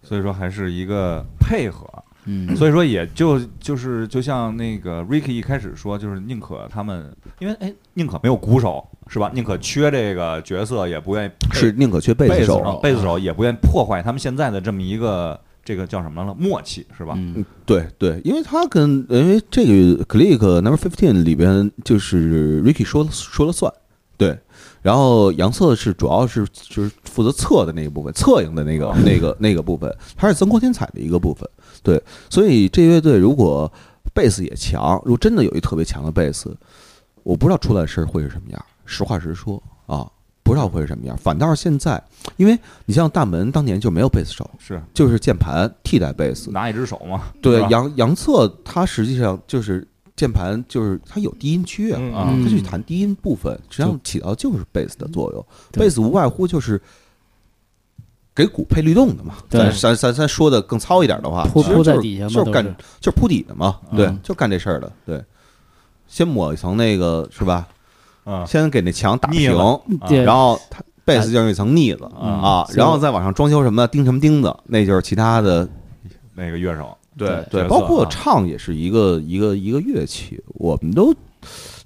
所以说还是一个配合，
嗯，
所以说也就就是就像那个 Ricky 一开始说，就是宁可他们，因为哎，宁可没有鼓手是吧？宁可缺这个角色，也不愿意
是宁可缺贝
贝
斯
斯
手，
手，贝斯手也不愿意破坏他们现在的这么一个这个叫什么来了默契是吧？
嗯
嗯，对对，因为他跟因为这个 Click Number Fifteen 里边就是 Ricky 说了说了算，对。然后杨策是主要是就是负责测的那一部分，测应的那个那个那个部分，他是增光添彩的一个部分，对。所以这乐队如果贝斯也强，如果真的有一特别强的贝斯，我不知道出来的事儿会是什么样，实话实说啊，不知道会是什么样。反倒是现在，因为你像大门当年就没有贝斯手，
是
就是键盘替代贝斯，
拿一只手嘛？
对
是，吧
杨杨策他实际上就是键盘，就是他有低音区啊，
嗯
啊
他去
嗯
弹低音部分，实际上起到就是贝斯的作用。
对
贝斯无外乎就是给鼓配律动的嘛。
对
咱咱咱咱说的更糙一点的话，
铺
其实
铺在
就是
底下嘛
就是
都
干
是
就是铺底的嘛，
嗯
对，就干这事儿的，对。先抹一层那个是吧？
啊，
先给那墙打
腻
平，
了
对
然后它贝斯就是一层腻子啊，
嗯
然后再往上装修什么钉什么钉子，那就是其他的
那个乐手
对
角色
包括
啊
唱也是一个一个一个乐器，我们都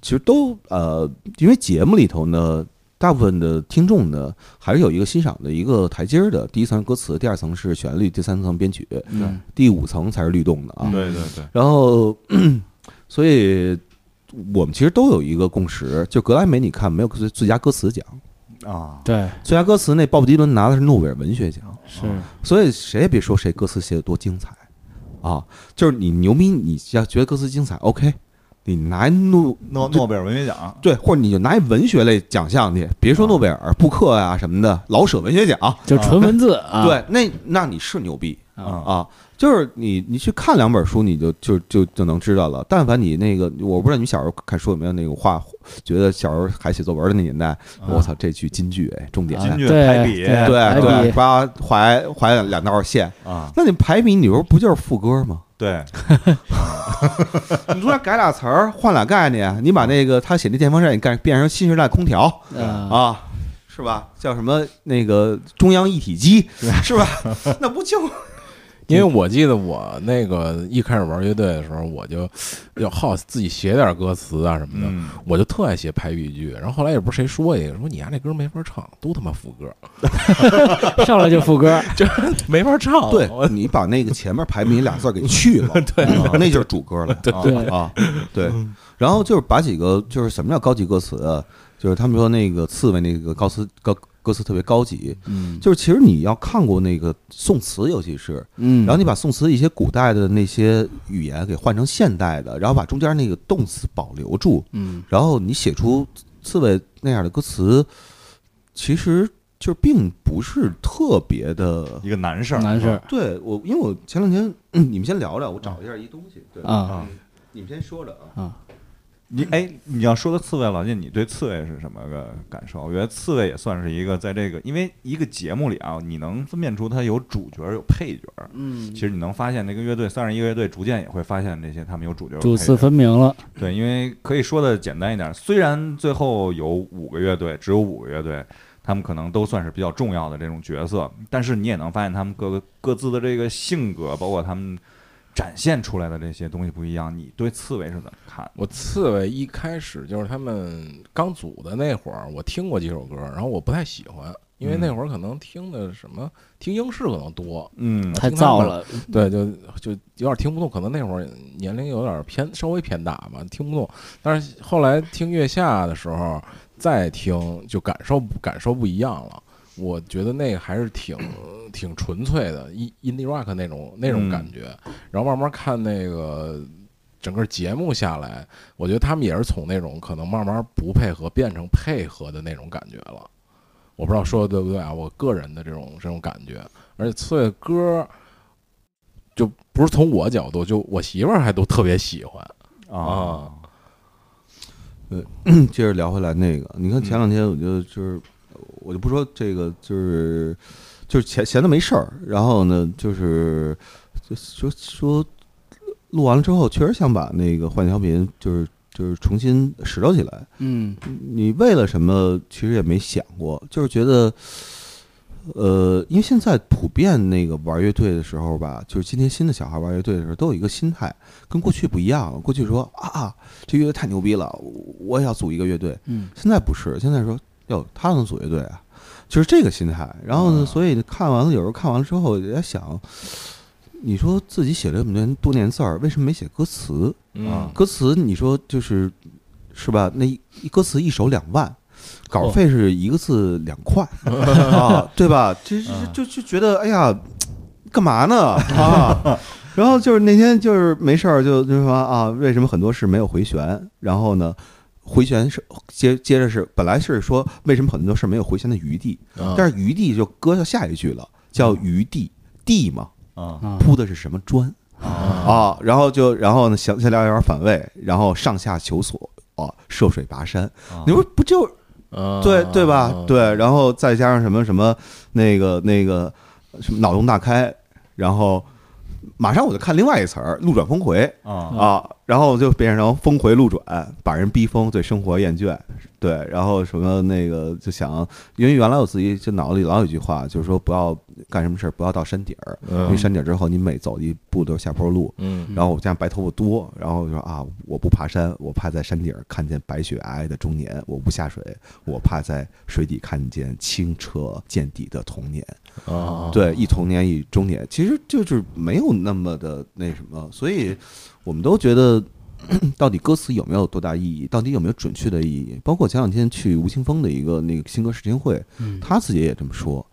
其实都呃，因为节目里头呢，大部分的听众呢还是有一个欣赏的一个台阶儿的，第一层是歌词，第二层是旋律，第三层编曲，
嗯
第五层才是律动的啊。
对对对，
然后， <clears throat> 所以我们其实都有一个共识，就格莱美你看没有最最佳歌词奖，
啊，
对，
最佳歌词那鲍勃迪伦拿的是诺贝尔文学奖。
是
所以谁也别说谁歌词写的多精彩啊，就是你牛逼，你要觉得歌词精彩，OK，你拿诺啊
诺诺贝尔文学奖
对，或者你就拿一文学类奖项去，别说诺贝尔、布克啊什么的，老舍文学奖，
就纯文字啊，
对，那那你是牛逼
啊
啊，就是你你去看两本书，你就就就就能知道了。但凡你那个，我不知道你们小时候看书有没有那种画，觉得小时候还写作文的那年代，我操，这句金句哎，重点。
啊金句哎
对
排比
对排
对对，
比
抓划划两两道线，
啊，
那你排比，你说不就是副歌吗？
对，
你中间改俩词儿，换俩概念，你把那个他写那电风扇，你干变成新时代空调
啊，
啊，是吧？叫什么那个中央一体机是 <laughs> 吧？那不就
因为我记得我那个一开始玩乐队的时候，我就就好自己写点歌词啊什么的，
嗯，
我就特爱写排比句。然后后来也不是谁说一个，说你家、这歌没法唱，都他妈副歌，
上来就副
<laughs>
歌，
<laughs> 没法唱。
对
我
你把那个前面排名俩字儿给去了， <laughs> 对，那就是主歌了，对
对
啊，对。然后就是把几个就是什么叫高级歌词啊，就是他们说那个刺猬那个高词高歌词特别高级，
嗯
就是其实你要看过那个宋词，尤其是
嗯，
然后你把宋词一些古代的那些语言给换成现代的，然后把中间那个动词保留住，
嗯
然后你写出刺猬那样的歌词，其实就并不是特别的
嗯
一。个难事儿，
难事儿
对我，因为我前两天、嗯你们先聊聊，我找一下一东西。对
啊
你们先说着啊。
啊，
你哎，你要说到刺猬，老聂，你对刺猬是什么个感受？我觉得刺猬也算是一个在这个，因为一个节目里啊，你能分辨出它有主角有配角。
嗯
其实你能发现，那个乐队三十一个乐队逐渐也会发现这些，他们有主角有
主
配角
次分明了，
对，因为可以说的简单一点，虽然最后有五个乐队，只有五个乐队，他们可能都算是比较重要的这种角色，但是你也能发现他们各个各自的这个性格，包括他们展现出来的这些东西不一样。你对刺猬是怎么看？
我刺猬一开始就是他们刚组的那会儿，我听过几首歌，然后我不太喜欢，因为
嗯
那会儿可能听的什么听英式可能多，
嗯
啊
太
听他
燥
们
了，
对，就就有点听不懂，可能那会儿年龄有点偏，稍微偏大吧，听不懂。但是后来听月下的时候再听，就感受感受不一样了。我觉得那个还是挺挺纯粹的，in-，indie rock 那种那种感觉。然后慢慢看那个整个节目下来，我觉得他们也是从那种可能慢慢不配合变成配合的那种感觉了。我不知道说的对不对啊，我个人的这种这种感觉。而且刺猬歌儿就不是从我角度，就我媳妇儿还都特别喜欢。
啊，
接着聊回来那个，你看前两天我就就是，我就不说这个，就是就是闲闲的没事儿，然后呢，就是就说说录完了之后，确实想把那个换调频就是就是重新拾掇起来。
嗯，
你为了什么？其实也没想过，就是觉得，呃，因为现在普遍那个玩乐队的时候吧，就是今天新的小孩玩乐队的时候，都有一个心态，跟过去不一样了。过去说啊，这乐队太牛逼了，我我也要组一个乐队。
嗯，
现在不是，现在说哟，他能组乐队啊，就是这个心态。然后呢，
啊
所以看完了，有时候看完了之后也在想，你说自己写了这么多年多年字儿，为什么没写歌词？
啊
嗯
歌词你说就是是吧？那一歌词一首两万，稿费是一个字两块、啊，对吧？这这
嗯
就就觉得哎呀，干嘛呢啊？ <laughs> 然后就是那天就是没事儿就就说啊，为什么很多事没有回旋？然后呢？回旋是接接着是本来是说为什么很多事没有回旋的余地，
嗯
但是余地就搁到下一句了，叫余地地嘛，
啊
啊，
铺的是什么砖？
啊
啊，然后就然后呢，想下来有点反胃，然后上下求索啊，涉水跋山，你说不就
啊
对对吧？对，然后再加上什么什么那个那个什么脑洞大开，然后马上我就看另外一词儿“路转峰回”
啊
啊，然后就变成峰回路转，把人逼疯，对生活厌倦，对，然后什么那个就想，因为原来我自己就脑子里老有一句话，就是说不要干什么事儿，不要到山顶儿，因为
嗯
山顶儿之后你每走一步都是下坡路，
嗯
然后我加上白头发多，然后我就说啊，我不爬山，我怕在山顶儿看见白雪皑皑的中年；我不下水，我怕在水底看见清澈见底的童年。
啊，
对，一童年一中年，其实就是没有那么的那什么，所以我们都觉得。 <clears throat> 到底歌词有没有多大意义？到底有没有准确的意义？包括前两天去吴青峰的一个那个新歌试听会，
嗯
他自己也这么说，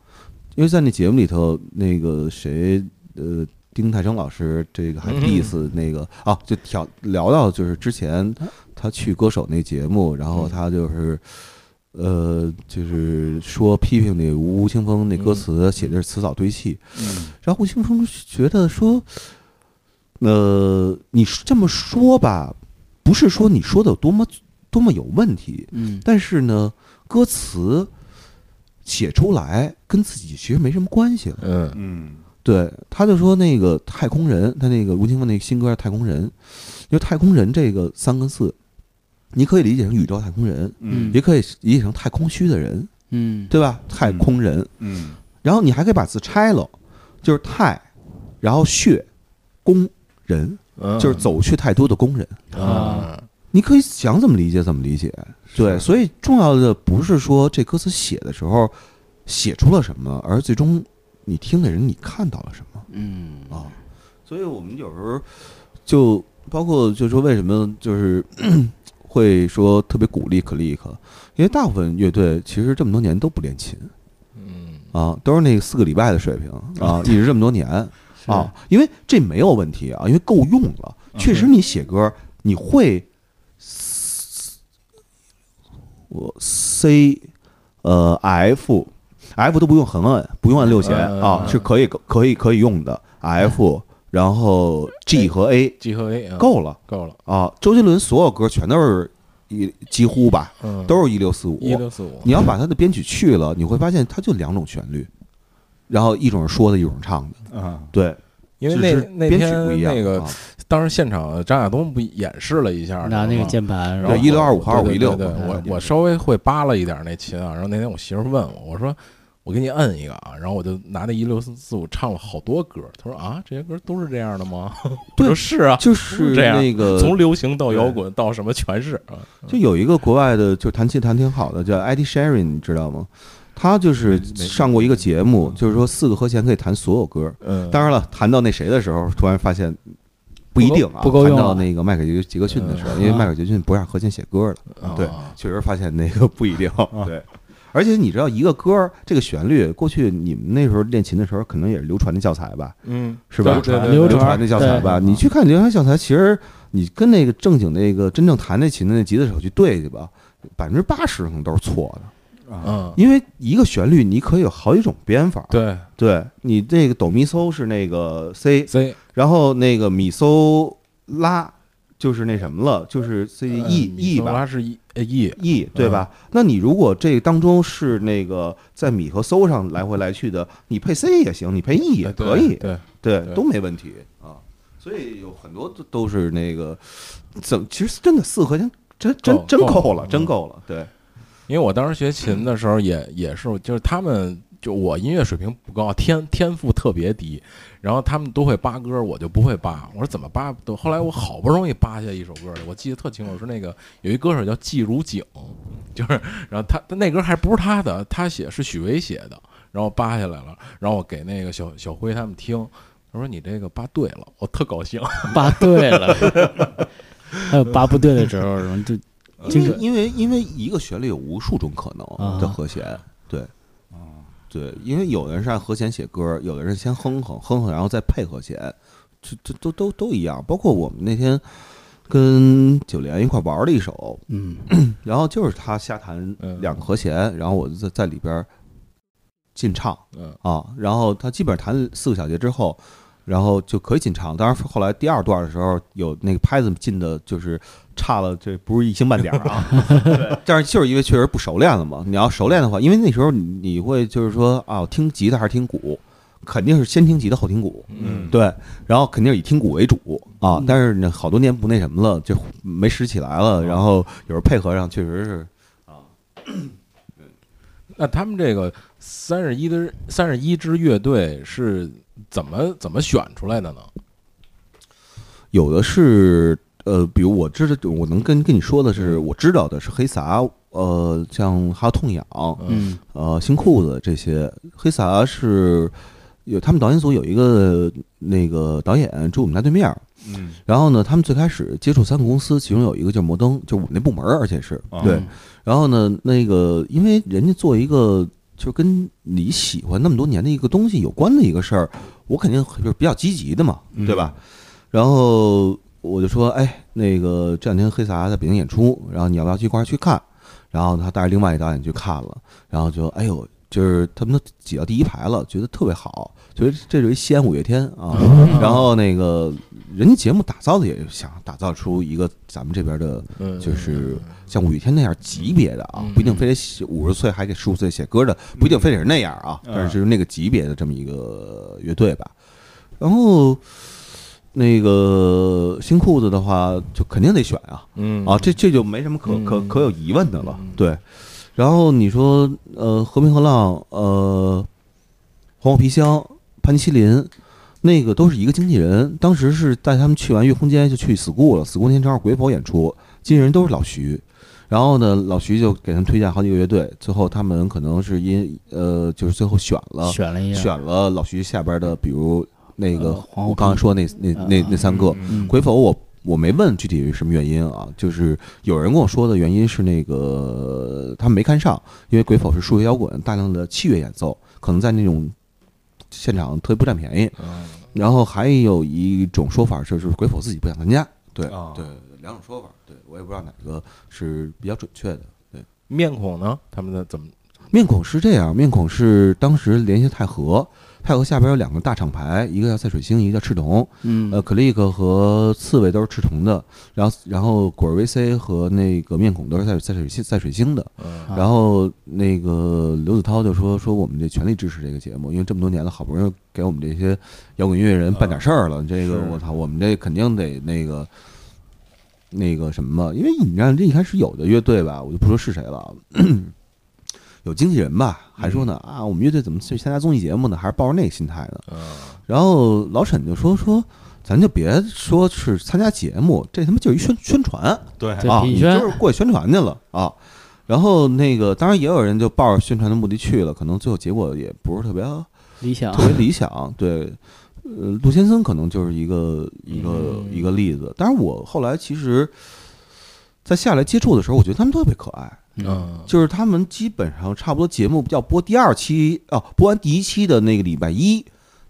因为在那节目里头，那个谁，呃，丁太升老师这个还
嗯
diss 那个、啊，就挑聊到就是之前他去歌手那节目，然后他就是。呃，就是说批评那吴青峰那歌词写的是词藻堆砌，然后吴青峰觉得说，呃，你这么说吧，不是说你说的有多么多么有问题，
嗯
但是呢，歌词写出来跟自己其实没什么关系了。
嗯
嗯
对，他就说那个太空人，他那个吴青峰那个新歌叫《太空人》，因为太空人这个三个字，你可以理解成宇宙太空人，
嗯
也可以理解成太空虚的人，
嗯，
对吧？太空人，
嗯
然后你还可以把字拆了，就是太，然后血，工人，
嗯，
就是走去太多的工人。
啊，
你可以想怎么理解怎么理解，对，
是
所以重要的不是说这歌词写的时候写出了什么，而最终你听的人你看到了什么
嗯
啊。所以我们有时候就包括就说为什么 <clears throat> 就是会说特别鼓励 click，因为大部分乐队其实这么多年都不练琴
嗯
啊，都是那四个礼拜的水平啊， <laughs> 一直这么多年啊，因为这没有问题啊，因为够用了。确实，你写歌你会，我 C 呃 F F 都不用横摁，不用按六弦
嗯嗯
啊，
嗯
是可以可以可以用的 F，然后 G 和 A
G 和 A 啊
嗯够了
够了，
啊。周杰伦所有歌全都是一几乎吧，
嗯，
都是一六四五。
一六四五，
你要把他的编曲去了，你会发现他就两种旋律，然后一种是说的，一种是唱的。
啊，
对，
因为
只
那
是
那
编曲不
天
一样。
那个
啊
当时现场张亚东不演示了一下
拿那个
吗
键盘，然
啊对
后
一六二五号
对
五一六嗯
对对
嘛
我
对
我稍微会扒拉一点那琴啊。然后那天我媳妇问我，我说我给你摁一个啊，然后我就拿那一六四四五唱了好多歌。她说啊，这些歌都是这样的吗？ <laughs> 我
对
说是啊，
就是
这样
那个，
从流行到摇滚到什么全是啊。
就有一个国外的，就弹琴弹挺好的，叫 Eddie Sheeran，你知道吗？他就是上过一个节目，就是说四个和弦可以弹所有歌。
嗯，
当然了，弹到那谁的时候，突然发现不一定啊，
不够不够用
弹
啊
到那个迈克尔杰杰克逊的时候，
嗯
因为迈克尔杰克逊不让和弦写歌了，
啊
对确实发现那个不
<laughs>
一定。对，而且你知道一个歌儿这个旋律，过去你们那时候练琴的时候，可能也是流传的教材吧？
嗯，
是吧
对对对
流
流
传
传的教材吧。
嗯
你去看流传教材，其实你跟那个正经那个真正弹那琴的那吉他手去对去吧，百分之八十可能都是错的。
嗯，
因为一个旋律你可以有好几种编法，
对
对你这个哆咪嗦是那个 C，
C
然后那个咪嗦拉就是那什么了，就是 C
呃
E
米
E
索
吧，
拉是 E E，
E 对吧？那你如果这当中是那个在米和搜上来回来去的，你配 C 也行，你配 E 也可以，
哎对，
对，
对
都没问题啊。所以有很多都都是那个，怎么其实真的四合弦真
够
真真
够
够
了嗯
了，真够了，对，
因为我当时学琴的时候也也是，就是他们就我音乐水平不高，天天赋特别低，然后他们都会扒歌，我就不会扒。我说怎么扒都，后来我好不容易扒下一首歌来，我记得特清楚，是那个有一歌手叫季如锦，就是然后他他那歌还不是他的，他写是许巍写的，然后扒下来了，然后我给那个小小辉他们听。他说：“你这个扒对了，我特高兴。
扒对
<laughs>
了，还有扒不对的时候，然后就
因
嗯
这
为
个
因为因为一个旋律有无数种可
啊
能的和弦，对对，因为有的人是按和弦写歌，有的人先哼哼哼哼，然后再配和弦，这这都都都一样。包括我们那天跟九连一块玩了一首，
嗯，
然后就是他瞎弹
嗯
两个和弦，然后我就在在里边进唱，
嗯
啊，然后他基本上弹四个小节之后，然后就可以进唱。当然后来第二段的时候，有那个拍子进的，就是差了，这不是一星半点儿啊。对，但是就是因为确实不熟练了嘛。你要熟练的话，因为那时候你你会就是说啊，我听吉他还是听鼓，肯定是先听吉他后听鼓。”
嗯
对，然后肯定是以听鼓为主啊
嗯，
但是呢，好多年不那什么了，就没拾起来了。然后有时候配合上确实是，
那他们这个三十一支三十一支乐队是怎么怎么选出来的呢？
有的是呃，比如我知道，我能跟跟你说的是，我知道的是黑撒，呃，像还有痛痒，
嗯
呃，新裤子这些。黑撒是有他们导演组有一个那个导演住我们家对面儿，
嗯
然后呢，他们最开始接触三个公司，其中有一个就是摩登，就是我们那部门儿，而且是
啊
对
嗯。
然后呢，那个因为人家做一个就跟你喜欢那么多年的一个东西有关的一个事儿，我肯定就是比较积极的嘛，对吧？然后我就说，哎，那个这两天黑撒在北京演出，然后你要不要去一块儿去看？然后他带着另外一个导演去看了，然后就哎呦，就是他们都挤到第一排了，觉得特别好，觉得这是一西安五月天啊。
嗯
然后那个人家节目打造的也想打造出一个咱们这边的
嗯，
就是像五月天那样级别的啊
嗯，
不一定非得五十岁还给十五岁写歌的，不一定非得是那样啊，
嗯
但是就是那个级别的这么一个乐队吧。然后那个新裤子的话，就肯定得选啊
嗯
啊，这这就没什么可可
嗯
可有疑问的了
嗯，
对。然后你说呃，和平和浪，呃，黄花皮箱，潘麒麟。那个都是一个经纪人，当时是带他们去完月空间就去 school 了，school 那天正好鬼否演出，经纪人都是老徐，然后呢，老徐就给他们推荐好几个乐队，最后他们可能是因呃，就是最后选了
选了一样，
选了老徐下边的，比如那个、
呃黄呃
我刚才说那那那那三个，
嗯
鬼否我我没问具体是什么原因啊，就是有人跟我说的原因是那个他们没看上，因为鬼否是数学摇滚，大量的器乐演奏，可能在那种现场特别不占便宜。
嗯
然后还有一种说法就是鬼否自己不想参加，对、
啊
对，两种说法，对我也不知道哪个是比较准确的。对，
面孔呢？他们的怎么？
面孔是这样，面孔是当时联系泰和，派和下边有两个大厂牌，一个叫赛水星，一个叫赤铜。
嗯
呃，Click 和刺猬都是赤铜的，然后然后果儿 VC 和那个面孔都是赛赛水星赛水星的。
嗯
啊
然后那个刘子涛就说说我们这全力支持这个节目，因为这么多年了，好不容易给我们这些摇滚音乐人办点事儿了，这个
是
我操，我们这肯定得那个那个什么，因为你看这一开始有的乐队吧，我就不说是谁了。 <clears throat> 有经纪人吧，还说呢、啊，我们乐队怎么去参加综艺节目呢？还是抱着那个心态呢？然后老沈就说说，咱就别说是参加节目，这他妈就是一宣宣传，
对
对
啊，
品
你
宣
就是过去宣传去了啊。然后那个，当然也有人就抱着宣传的目的去了，可能最后结果也不是特别
理想
特别理想。对，呃，陆先生可能就是一个一个
嗯
一个例子。但是我后来其实，在下来接触的时候，我觉得他们特别可爱，
嗯
就是他们基本上差不多节目要播第二期哦、播完第一期的那个礼拜一，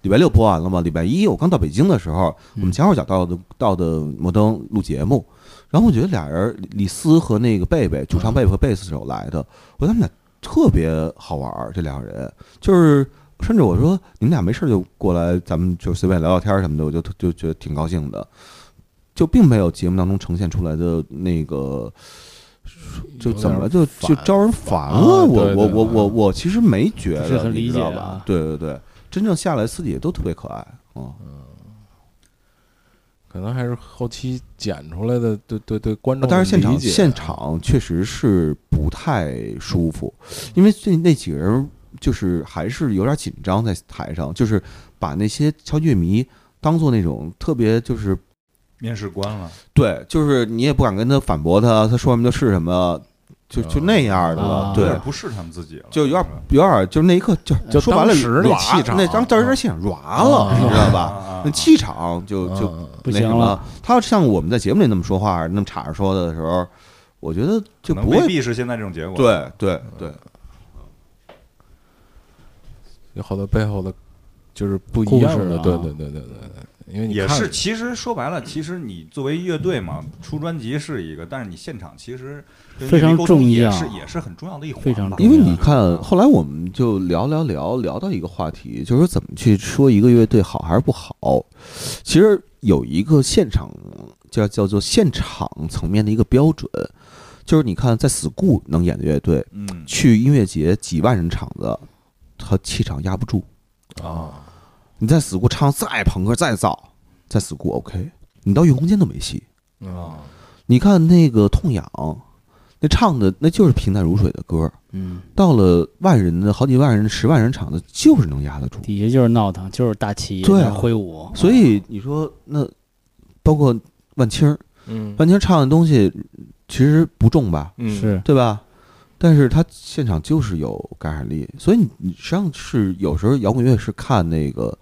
礼拜六播完了嘛，礼拜一我刚到北京的时候，我
嗯
们前后脚到的到的摩登录节目，然后我觉得俩人李李斯和那个贝贝，主唱贝贝和贝斯手来的，我觉得他们俩特别好玩儿，这两个人就是。甚至我说你们俩没事儿就过来，咱们就随便聊聊天儿什么的，我就特就觉得挺高兴的，就并没有节目当中呈现出来的那个就怎么了就就招人烦了？
啊
我
对
我
对
我
对
我我其实没觉
不是
得，
很
你知道
理解
吧
啊？
对对对，真正下来私底下都特别可爱，嗯，
可能还是后期剪出来的，对对对，观众
哦但是现
理
场
解
现场确实是不太舒服，因为这那几个人就是还是有点紧张在台上，就是把那些敲乐迷当做那种特别就是
面试官了，
对，就是你也不敢跟他反驳他，他说什么就是什么，就就
哦
那样的了，
啊
对
有。点不是他们自己了，
就有点有点，就是那一刻就
就
说白了，
当时那
软
气场
那当当时那气场软了，
啊
你知道
啊
吧？
啊
那气场就就
嗯
不
那什
行了
么。他要像我们在节目里那么说话，那么岔着说的时候，我觉得就
可能
不
未
会。
必嗯是现在这种结果。，
对对对，
有好多背后的，就是不一样
故事
的，
啊
对对对对对对，因为你
也
看
是，其实说白了，其实你作为乐队嘛，出专辑是一个，但是你现场其实跟
非
乐
常
迷沟通
重
也
要
是也是很重要的一环吧，
非常重
因
要
为你看，后来我们就聊聊聊聊到一个话题，就是说怎么去说一个乐队好还是不好。其实有一个现场叫叫做现场层面的一个标准，就是你看在 school 能演的乐队，
嗯
去音乐节几万人场子，他气场压不住。
啊，
你在死谷唱再朋克再燥，在死谷 OK，你到月空间都没戏。
嗯
你看那个痛痒，那唱的那就是平淡如水的歌，
嗯，
到了万人的好几万人、十万人场子，就是能压得住。
底下就是闹腾，就是大旗
对啊
在挥舞，
所以你说那，包括万青儿，
嗯
万青儿唱的东西其实不重吧？
嗯
是
对吧？但是他现场就是有感染力，所以你你实际上是有时候摇滚乐是看那个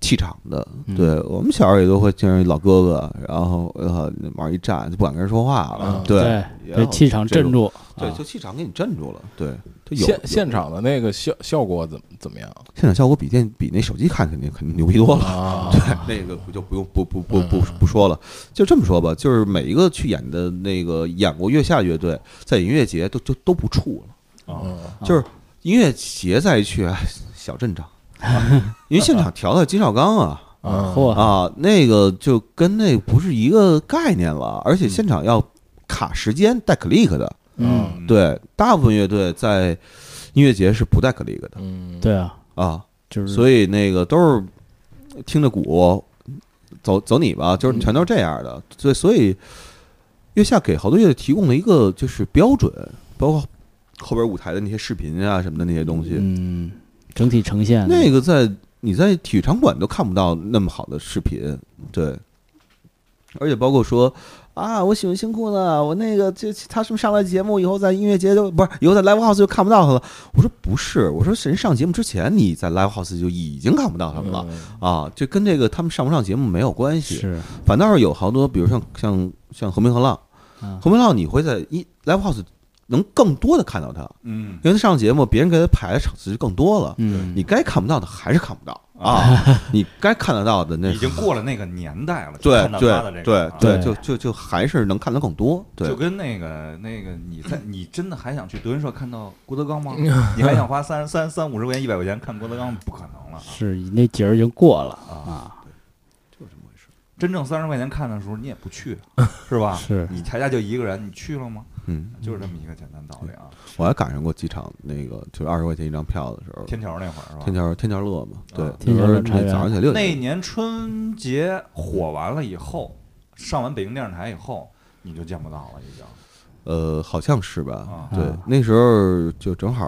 气场的。
嗯
对我们小时候也都会见着一老哥哥，然后呃往一站就不敢跟人说话了。
嗯
对，也
被
有
啊气场
这种
镇住，
对，
啊
就气场给你镇住了。对，就有
现
有
现场的那个效效果怎么怎么样
现场效果比电比那手机看肯定肯定牛逼多了。哦
啊？
<laughs>
嗯
对，那个不就不用不不不不不说了，就这么说吧，就是每一个去演的那个演过月下乐队，在音乐节都就都不怵了。
啊，
嗯
就是音乐节再去，哎，小阵仗，
<laughs>
啊因为现场调的金少刚啊
啊
嚯
啊，那个就跟那不是一个概念了，而且
嗯
现场要卡时间带 click 的，
嗯，
嗯，
对，大部分乐队在音乐节是不带 click 的
嗯，
对啊，
啊，
就是
所以那个都是听着鼓，走走你吧，就是全都是这样的，所以所以月下给好多乐队提供了一个就是标准，包括后边舞台的那些视频啊什么的那些东西，
嗯，整体呈现
那个在你在体育场馆都看不到那么好的视频，对，而且包括说啊，我喜欢新裤子，我那个这他是不是上来节目以后在音乐节就不是以后在 live house 就看不到他了？我说不是，我说谁上节目之前你在 live house 就已经看不到他
嗯
们了、啊，这跟这个他们上不上节目没有关系，
是
反倒是有好多，比如像像像和平和浪，
啊
和平和浪你会在一 live house 能更多的看到他，
嗯
因为他上节目，别人给他排的场次就更多了，
嗯，
你该看不到的还是看不到啊，
<laughs>
你该看得到的那
已经过了那个年代了，
对
看到他的
对对
这个啊
对，
对
就就就还是能看得更多，对
就，跟那个那个，你在你真的还想去德云社看到郭德纲
<laughs>
吗？你还想花三三三五十块钱、一百块钱看郭德纲吗？不可能了
是那节儿已经过了
啊！啊
啊，
就是这么回事。
真正三十块钱看的时候，你也
<laughs>
不去，是吧？
是
你他家就一个人，你去了吗？
嗯，
就是这么一个简单道理啊。
我还赶上过几场那个就是二十块钱一张票的时候，
天桥那会儿是吧？
天桥天桥乐嘛，对
啊，
那时候
天
那
桥乐茶园
早上起来六
那
点，
年春节火完了以后，上完北京电视台以后，你就见不到了，已经。
呃，好像是吧
啊？
对
啊，
那时候就正好。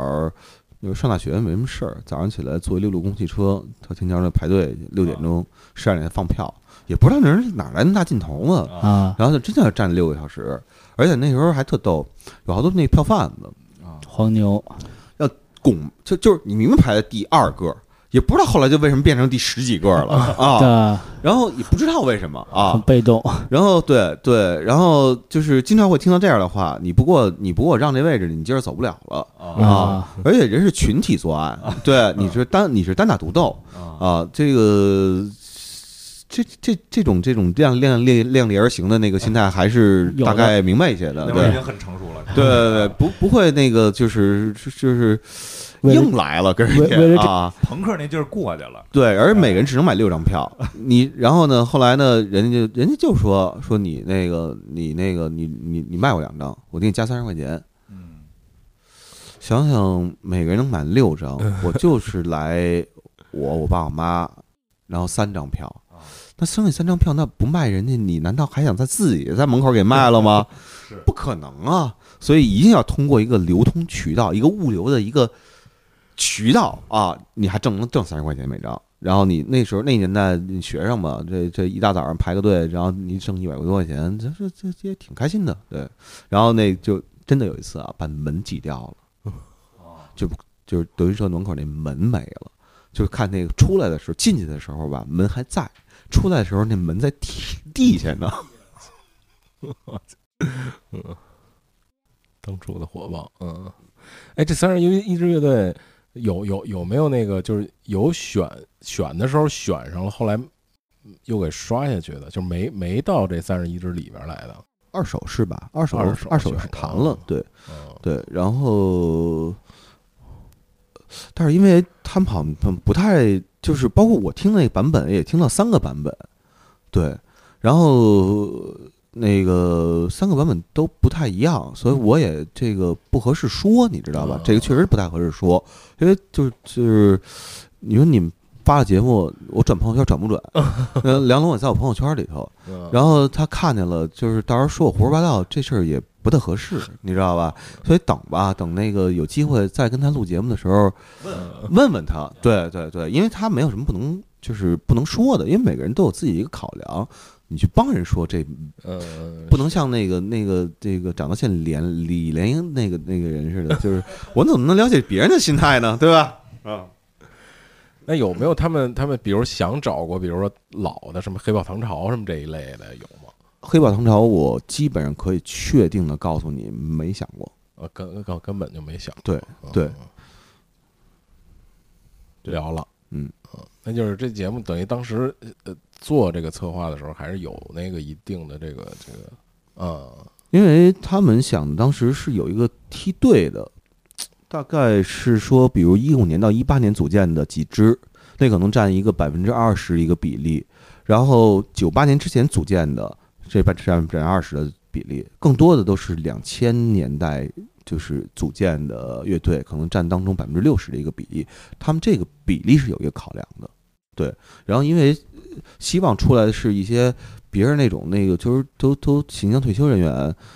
就是上大学没什么事儿，早上起来坐六路公汽车到天桥那排队，六点钟十二点放票，也不知道那人哪来那么大劲头啊，
啊
啊，
然后就真的站六个小时，而且那时候还特逗，有好多那票贩子
啊！
黄牛
拱，就就是你明明排在第二个，也不知道后来就为什么变成第十几个了啊，
的
然后也不知道为什么
很
啊，
被动，
然后对对，然后就是经常会听到这样的话，你不过你不过让这位置，你今儿走不了了。
啊，
而且人是群体作
<laughs>
案，对，你是单你是单打独斗
啊
啊，这个这这这种这种量量量量力而行的那个心态，还是
<laughs> 有的
大概明白一些的。
那会儿已
对，
经很成熟了。
对对对，不不会那个就是就是
为了
硬来了跟
为为
人
了
家
这
啊，
朋克那劲儿过去了。
对，而每个人只能买六张
<laughs>
票，你然后呢，后来呢，人家就人家就说说你那个你那个你你你卖我两张，我给你加三十块钱。
嗯，
想想每个人能买六张，我就是来我我爸我妈，然后三张票
啊。
那剩下三张票，那不卖人家，你难道还想在自己在门口给卖了吗？
是
不可能啊！所以一定要通过一个流通渠道，一个物流的一个渠道啊，你还挣能挣三十块钱每张。然后你那时候那年代你学生嘛，这这一大早上排个队，然后你挣一百多块钱，这这这这也挺开心的，对。然后那就真的有一次啊，把门挤掉了，
啊
就是德云社门口那门没了，就是看那个出来的时候，进去的时候吧，门还在；出来的时候，那门在地地下呢。
<laughs> 当初的火爆，嗯，哎，这三十一一支乐队有有有没有那个就是有选选的时候选上了，后来又给刷下去的，就没没到这三十一支里边来的。
二手是吧？二手
二手
二手是
选
谈
过
了，对。
嗯，
对，然后，但是因为他们好像不太，就是包括我听那个版本也听到三个版本，对，然后那个三个版本都不太一样，所以我也这个不合适说，你知道吧
啊？
这个确实不太合适说，因为就是就是，你说你们发了节目，我转朋友圈转不转？ <laughs> 呃梁龙也在我朋友圈里头，
嗯
然后他看见了，就是到时候说我胡说八道，这事儿也不太合
<laughs>
适，你知道吧？所以等吧，等那个有机会再跟他录节目的时候，
嗯
问问他。对对对，因为他没有什么不能就是不能说的，因为每个人都有自己一个考量。你去帮人说这
嗯，
不能像那个那个这个长得像连李连英那个那个人似的， <laughs> 就是我怎么能了解别人的心态呢？对吧？
啊，
那有没有他们他们比如想找过，比如说老的什么黑豹唐朝什么这一类的有吗？
黑豹唐朝，我基本上可以确定的告诉你，没想过。
呃，根根根本就没想过
对对，
聊了，呃
嗯
那就是这节目等于当时呃做这个策划的时候，还是有那个一定的这个这个，嗯
因为他们想当时是有一个梯队的，大概是说，比如一五年到一八年组建的几支，那可能占一个百分之二十一个比例，然后九八年之前组建的这占占占二十的比例，更多的都是两千年代就是组建的乐队，可能占当中百分之六十的一个比例，他们这个比例是有一个考量的，对，然后因为呃希望出来的是一些。别人那种那个就是都都行将退休人员，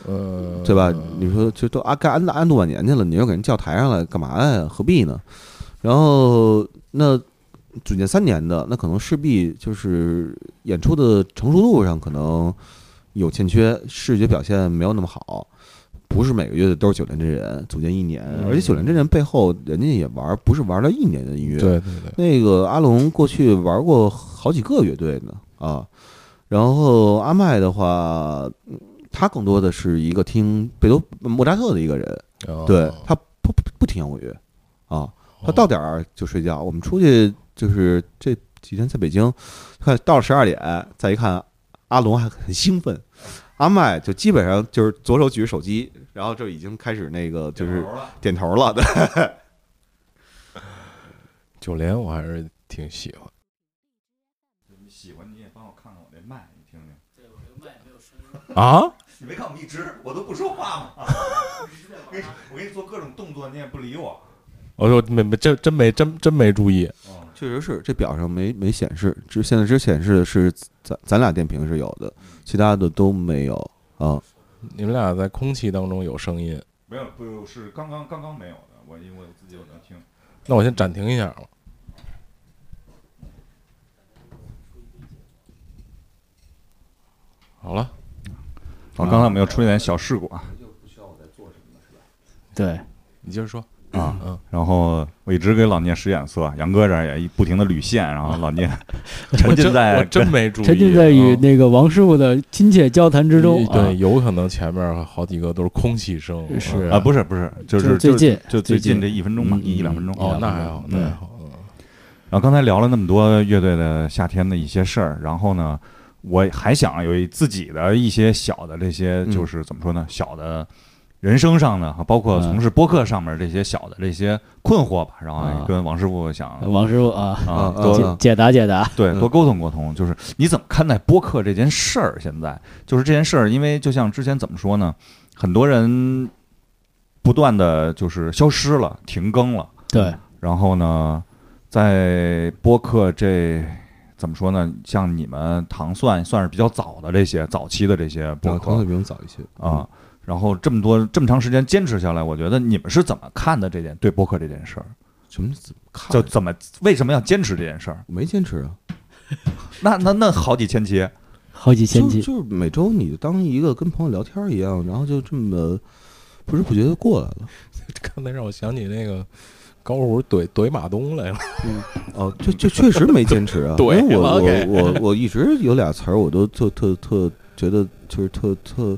呃，
对吧？你说这都安该安安度晚年去了，你又给人叫台上来干嘛呀？何必呢？然后那组建三年的，那可能势必就是演出的成熟度上可能有欠缺，视觉表现没有那么好。不是每个乐队都是九连真人组建一年，
嗯
而且九连真人背后人家也玩，不是玩了一年的音乐，
对对对，
那个阿龙过去玩过好几个乐队呢啊，然后阿麦的话，嗯他更多的是一个听贝多莫扎特的一个人，
哦
对他不不不听摇滚乐啊，他到点儿就睡觉。我们出去就是这几天在北京，看到了十二点，再一看阿龙还很兴奋，阿麦就基本上就是左手举着手机，然后就已经开始那个就是点头了。对，
九连我还是挺喜欢。
喜欢你也帮我看看我这麦，你听听。
啊，
你没看我一直我都不说话 <laughs> 吗？我给你我给你做各种动作，你也不理我。
我说没没真真没真真没注意，
嗯
确实是这表上没没显示，只现在只显示的是咱咱俩电瓶是有的，其他的都没有啊。
你们俩在空气当中有声音，
没有，不是刚刚刚刚没有的，我因为我自己有能听。
那我先暂停一下吧。好了，
好，哦刚才我们又出现点小事故啊
对，
你接着说。
啊！
嗯，
然后我一直给老聂使眼色，杨哥这儿也一不停的捋
<laughs>
线，然后老聂沉
我真
浸在
我真没注意，
沉浸在与
嗯
那个王师傅的亲切交谈之中，啊
对，，有可能前面好几个都是空气声，
是
嗯
啊，不是不是，就是
就是最近
就就
最
最近
近
这一分钟吧，
嗯
一两分钟。
哦，那还好，那还好，嗯 <laughs>
然后刚才聊了那么多乐队的夏天的一些事儿，然后呢，我还想有一自己的一些小的这些，
嗯
就是怎么说呢，小的人生上的，包
嗯
括从事播客上面这些小的这些困惑吧，然后
啊
跟王师傅想
王师傅啊，
啊
啊
多
啊
解解答解答，
对，
嗯
多沟通沟通，就是你怎么看待播客这件事儿？现在就是这件事儿，因为就像之前怎么说呢，很多人不断的就是消失了，停更了，
对，
然后呢，在播客这怎么说呢？像你们糖蒜算是比较早的这些早期的这些播
唐
客
比我们早一些嗯
啊，，然后这么多这么长时间坚持下来，我觉得你们是怎么看的这件对播客这件事儿？
什么怎么看
就怎么为什么要坚持这件事儿？
我没坚持啊，
那那那好几千期，
好几千
就
集，
就是每周你当一个跟朋友聊天一样，然后就这么不知不觉就过来了。
刚才让我想起那个高虎怼怼马东来了，，
哦，这这确实没坚持啊
对
因为我
，OK
我我我一直有俩词儿，我都特特特觉得就是特特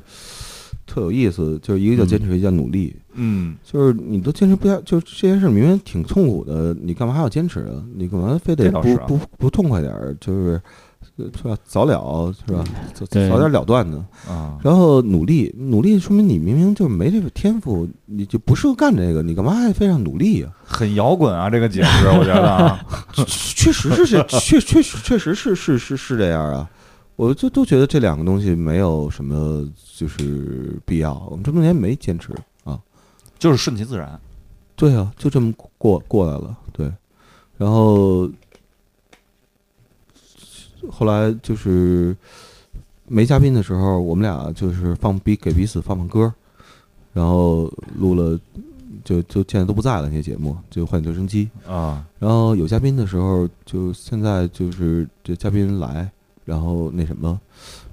特有意思，就是一个叫坚持，一个叫努力。
嗯
就是你都坚持不下，就是这件事明明挺痛苦的，你干嘛还要坚持啊？你干嘛非得
这
不
倒是啊
不不痛快点儿？就是呃是吧？早了是吧？
嗯
早
对
早点了断呢。
啊，
然后努力，努力说明你明明就没这个天赋，你就不适合干这个，你干嘛还非要努力啊？
很摇滚啊，这个解释我觉得啊，
确实是这，
<laughs>
确确实确实是是是是这样啊。我就都觉得这两个东西没有什么就是必要，我们这么多年没坚持啊。
就是顺其自然。
对啊，就这么过过来了，对。然后后来就是没嘉宾的时候，我们俩就是放彼给彼此放放歌，然后录了，就就现在都不在了那些节目，就换留声机。
啊，
然后有嘉宾的时候，就现在就是这嘉宾来，然后那什么，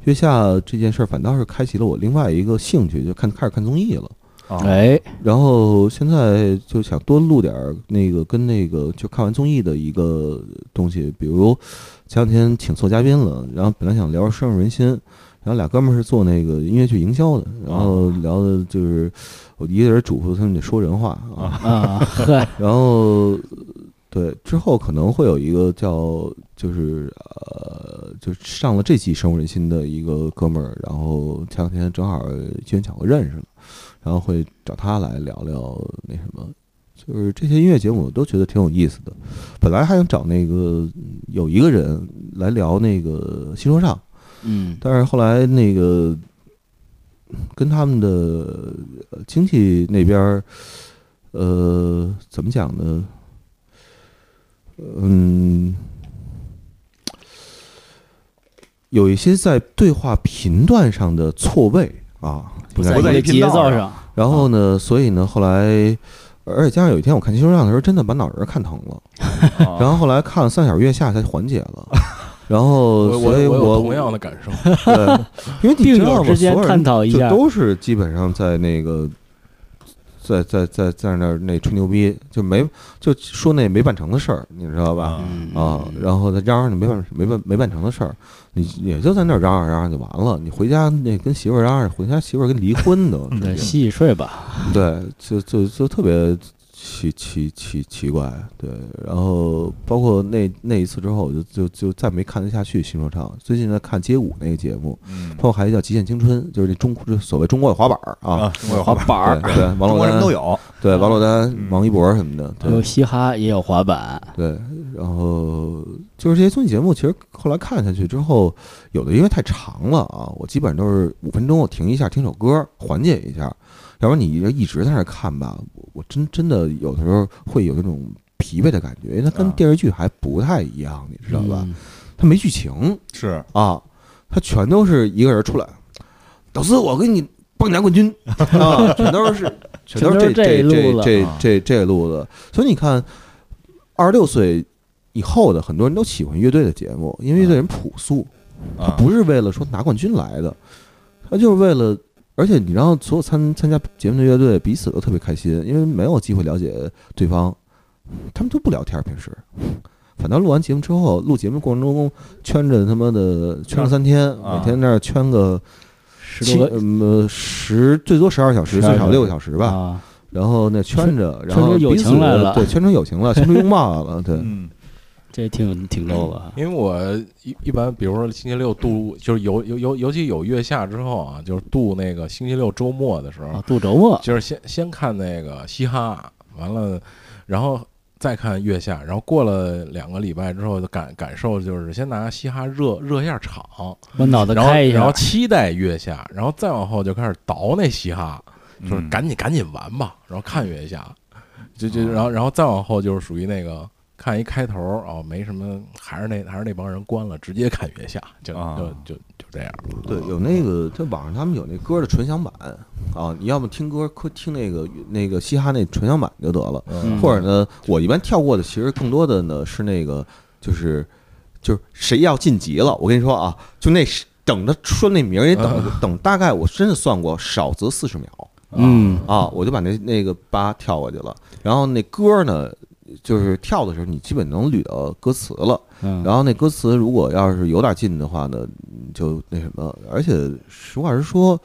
月下这件事儿反倒是开启了我另外一个兴趣，就看开始看综艺了。
啊
哎，
然后现在就想多录点儿那个跟那个就看完综艺的一个东西，比如前两天请错嘉宾了，然后本来想聊深入人心，然后俩哥们儿是做那个音乐剧营销的，然后聊的就是我一个人嘱咐他们得说人话啊，
啊，呵，
<laughs> 然后对之后可能会有一个叫就是呃就上了这期深入人心的一个哥们儿，然后前两天正好机缘巧合认识了，然后会找他来聊聊那什么。就是这些音乐节目我都觉得挺有意思的，本来还想找那个嗯有一个人来聊那个新说唱，
嗯，
但是后来那个跟他们的呃经济那边儿，呃，怎么讲呢？嗯，有一些在对话频段上的错位啊，
不
应该说
在一
不在
个
一频
节
道
奏
上
上，
然后呢，所以呢，后来。而且加上有一天我看《金球上》的时候，真的把脑仁儿看疼了。
啊
然后后来看了三小时月下才缓解了。然后，
我我
所以
我
我
有同样的感受，
对，因为你
<laughs> 病
知道吗？
友
所
之间
有
探
人
讨一
就
下，
都是基本上在那个在在在在那儿那吹牛逼，就没就说那没办成的事儿，你知道吧？
啊
嗯
啊，然后他嚷嚷你没办没办没办成的事儿，你也就在那儿嚷嚷嚷嚷就完了。你回家那跟媳妇儿嚷嚷，回家媳妇儿跟离婚都
对，洗洗睡吧。
对，就就就特别奇奇奇奇怪，对。然后包括那那一次之后，我就就就再没看得下去新说唱。最近在看街舞那个节目，
嗯
包括还有一个叫《极限青春》，就是那中就是所谓中国的滑板儿啊，，
中国
<laughs>
有
滑
滑板，
板儿对，王
中
珞
国人
丹
都，有，
对王珞丹
嗯、
王一博什么的，对
有嘻哈，也有滑板，
对，然后就是这些综艺节目，其实后来看下去之后，有的因为太长了啊，我基本都是五分钟我停一下，听首歌缓解一下，要不然你就一直在那儿看吧，我我真真的有的时候会有那种疲惫的感觉，因为它跟
啊
电视剧还不太一样，你知道吧？
嗯？
它没剧情
是
啊，它全都是一个人出来，导师，我给你颁奖冠军啊，全都是全都是
全都是这
这
一路
这
了
这
啊
这这路子。所以你看，二十六岁以后的很多人都喜欢乐队的节目，因为乐队人朴素，他
啊，
不是为了说拿冠军来的，他就是为了。而且你让所有参参加节目的乐队彼此都特别开心，因为没有机会了解对方，他们都不聊天儿平时，反倒录完节目之后，录节目过程中圈着他妈的圈了三天，
啊
每天那儿圈个
<laughs> 十
七
多个
嗯十最多十二小时，
12
最少
小
六个小时吧。
啊，
然后那圈着，然
圈
后
出友
彼
情
此
来了
对，圈成友情
<laughs>
了，圈出拥抱了，对，
嗯
这挺挺 low 啊。
因为我一一般，比如说星期六度，就是尤尤尤尤其有月下之后啊，就是度那个星期六周末的时候
啊，，杜周末
就是先先看那个嘻哈，完了，然后再看月下，然后过了两个礼拜之后，感感受就是先拿嘻哈热热一下场，
我脑子
然后
开一
然后
下，
期待月下，然后再往后就开始倒那嘻哈，
嗯
就是赶紧赶紧完吧，然后看月下，就就然后然后再往后就是属于那个看一开头哦，没什么，还是那还是那帮人关了，直接看月下，就
啊
就就就这样。
啊
对，有那个在网上他们有那歌的纯享版啊，你要么听歌，可听那个那个嘻哈那纯享版就得了，
嗯
或者呢，我一般跳过的其实更多的呢是那个就是就是谁要晋级了，我跟你说啊，就那是等他说那名儿也等、等大概我真的算过，少则四十秒
嗯，
啊，我就把那那个八跳过去了，然后那歌呢。就是跳的时候，你基本能捋到歌词了，
嗯
然后那歌词如果要是有点劲的话呢，你就那什么。而且实话实说，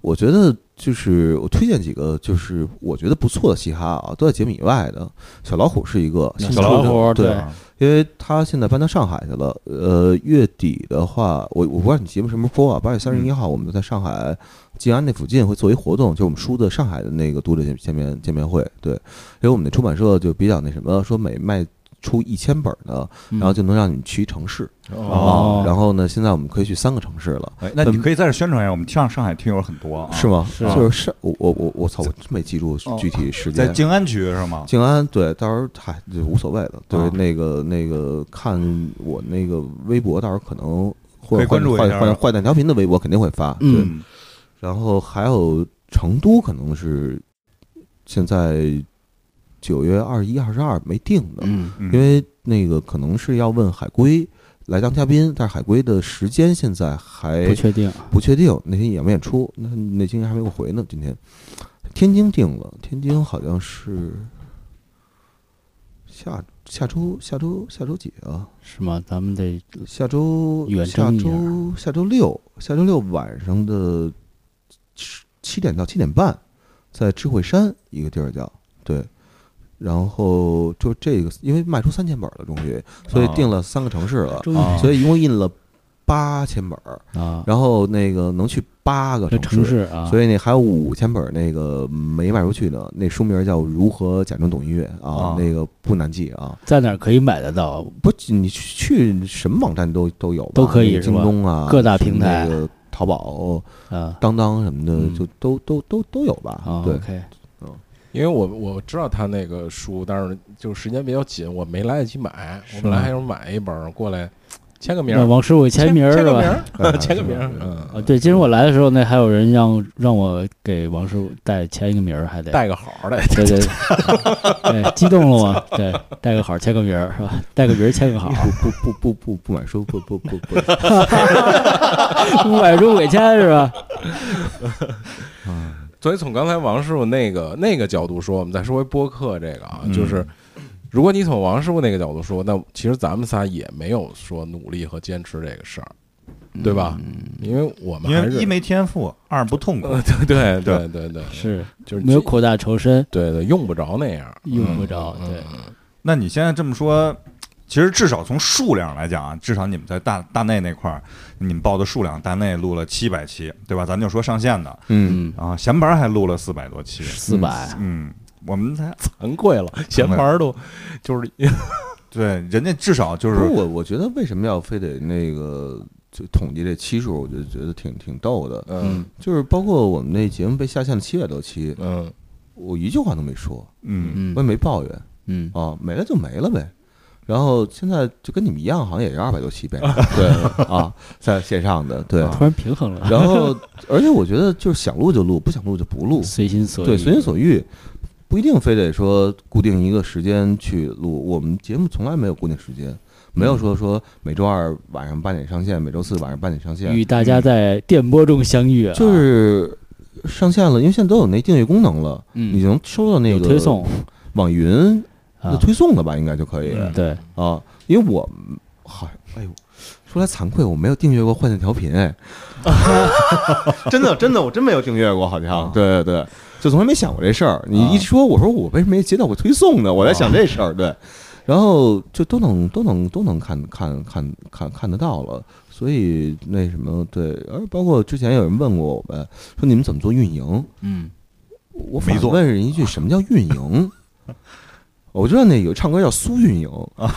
我觉得就是我推荐几个，就是我觉得不错的嘻哈啊，都在节目以外的。小老虎是一个，
那
新
小
出
老
的
虎
对，
对嗯
哎
因为他现在搬到上海去了。呃，月底的话，我我不知道你节目什么时候播啊，八月三十
嗯
一号我们在上海静安那附近会做一活动，就是我们书的上海的那个读者见见面见面会。对，因为我们的出版社就比较那什么，说每卖出一千本呢。然后就能让你去一城市
哦
啊。然后呢，现在我们可以去三个城市了，
哎，那你可以在这宣传一下，我们上上海听友很多啊，
是吗？
是
就是是，我我我我操，我真没记住
哦
具体时
在
间。
静安区是吗？
静安对，到时候嗨，这无所谓的。对
啊，
那个那个，看我那个微博，到时候可能或
可
者
以关注一
坏
下啊
坏坏蛋调频的微博肯定会发。对，
嗯，
然后还有成都，可能是现在九月二十一、二十二没定的。
嗯
嗯
因为那个可能是要问海龟来当嘉宾，但是海龟的时间现在还
不确定，
不确定，那天演没演出？那那今天还没给我回呢。今天天津定了，天津好像是下下周下周下周几啊？
是吗？咱们得
下周
远
下
征一下
周下周六下周六晚上的七七点到七点半，在智慧山一个地儿叫对，然后就这个，因为卖出三千本了，终于，所以
啊
定了三个城市了，
终于
啊
所以一共印了八千本儿，
啊，
然后那个能去八个
这城
市。
市啊，
所以那还有五千本儿那个没卖出去呢，那书名叫《如何假装懂音乐》啊
啊，
那个不难记啊。
在哪儿可以买得到？
不，你去去什么网站都都有吧，
都可以
那个
是
京
吧
东啊，
各大
什么
平台
那个淘宝、
啊，
当当什么的，
嗯
就都都都都有吧
啊。
对，
，OK，
因为我我知道他那个书，但是就是时间比较紧，我没来得及买。
是
我
吗
本来还想买一本儿过来签个名儿
那，王师傅签名儿
签
是
个名
吧？
儿，
哎
<laughs>
签个名儿。
是
嗯，
啊，对，今儿我来的时候，那还有人让让我给王师傅带签一个名儿，还得
带个好儿的，
对
<laughs>
对对，哎激动了嘛？对，带个好签个名儿是吧？带个名儿签
<laughs>
个好，
不不不不不不买书，不不不不，
<laughs> 不买书给签是吧？
最
所以从刚才王师傅那个那个角度说，我们再说回播客这个啊，
嗯
就是如果你从王师傅那个角度说，那其实咱们仨也没有说努力和坚持这个事儿，对吧？因为我们
因
还
为
是
一没天赋，二不痛苦
呃， <laughs> 对对对对对，
是
就是
没有扩大仇深，
对对，用不着那样，
用不着。
嗯
对，
那你现在这么说，其实至少从数量来讲啊，至少你们在大大内那块儿，你们报的数量，大内录了七百期，对吧？咱就说上线的，
嗯，
嗯，
然后闲班还录了四百多期，
四百，
嗯，我们才
嗯惭愧了，闲玩儿都就是
<laughs> 对人家至少就
不
是
是我，我觉得为什么要非得那个就统计这期数，我就觉得挺挺逗的。
嗯
就是包括我们那节目被下线了七百多期，
嗯
我一句话都没说，
嗯，
我也
嗯
没抱怨
嗯，
啊，没了就没了呗。然后现在就跟你们一样，好像也是二百多期
<laughs>
呗，对啊，在线上的对。
突然平衡 <laughs> 了，
然后，而且我觉得就是想录就录，不想录就不录，
随心所
哦
欲，
对，随心所欲，不一定非得说固定一个时间去录。我们节目从来没有固定时间，没有说说每周二晚上八点上线，每周四晚上八点上线，
与大家在电波中相遇啊，
啊就是上线了，因为现在都有那订阅功能了，你
嗯，
就能收到那
有
个
推送
网云
啊
的，推送了吧，应该就可以
嗯
对，
啊。因为我好，哎呦。说来惭愧，我没有订阅过《幻象调频》哎， <laughs> 真的真的，我真没有订阅过，好像啊对对对，就从来没想过这事儿。你一说，我说我为什么没接到过推送呢？我在想这事儿，对，然后就都能都能都能看看看看看得到了，所以那什么对，而包括之前有人问过我们说你们怎么做运营，
嗯，
我
没
反
做
问人一句：什么叫运 <laughs> 营？我知道那有唱歌叫苏运营啊，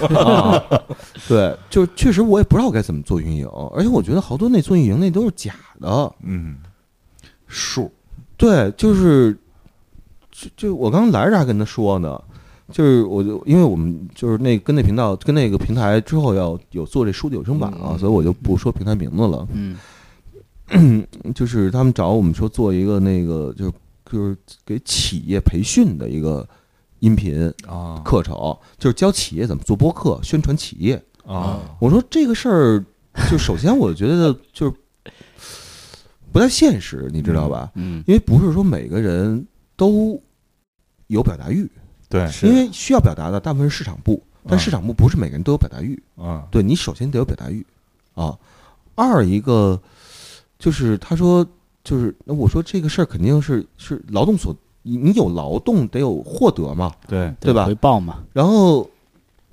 <laughs> 对，就确实我也不知道该怎么做运营，而且我觉得好多那做运营那都是假的，
嗯，数
对，就是就就我刚来这还跟他说呢，就是我就因为我们就是那跟那频道跟那个平台之后要有做这书的有声版
嗯
啊，所以我就不说平台名字了，
嗯，
就是他们找我们说做一个那个就是就是给企业培训的一个音频，
啊
课程，就是教企业怎么做播客，宣传企业。
啊，
我说这个事儿，就首先我觉得就是不太现实，你知道吧？
嗯，
因为不是说每个人都有表达欲，
对，
因为需要表达的大部分是市场部，但
啊
市场部不是每个人都有表达欲。
啊，
对你首先得有表达欲啊。二一个就是他说就是那我说这个事儿肯定是是劳动所，你你有劳动得有获得嘛，
对，
对吧
回报嘛，
然后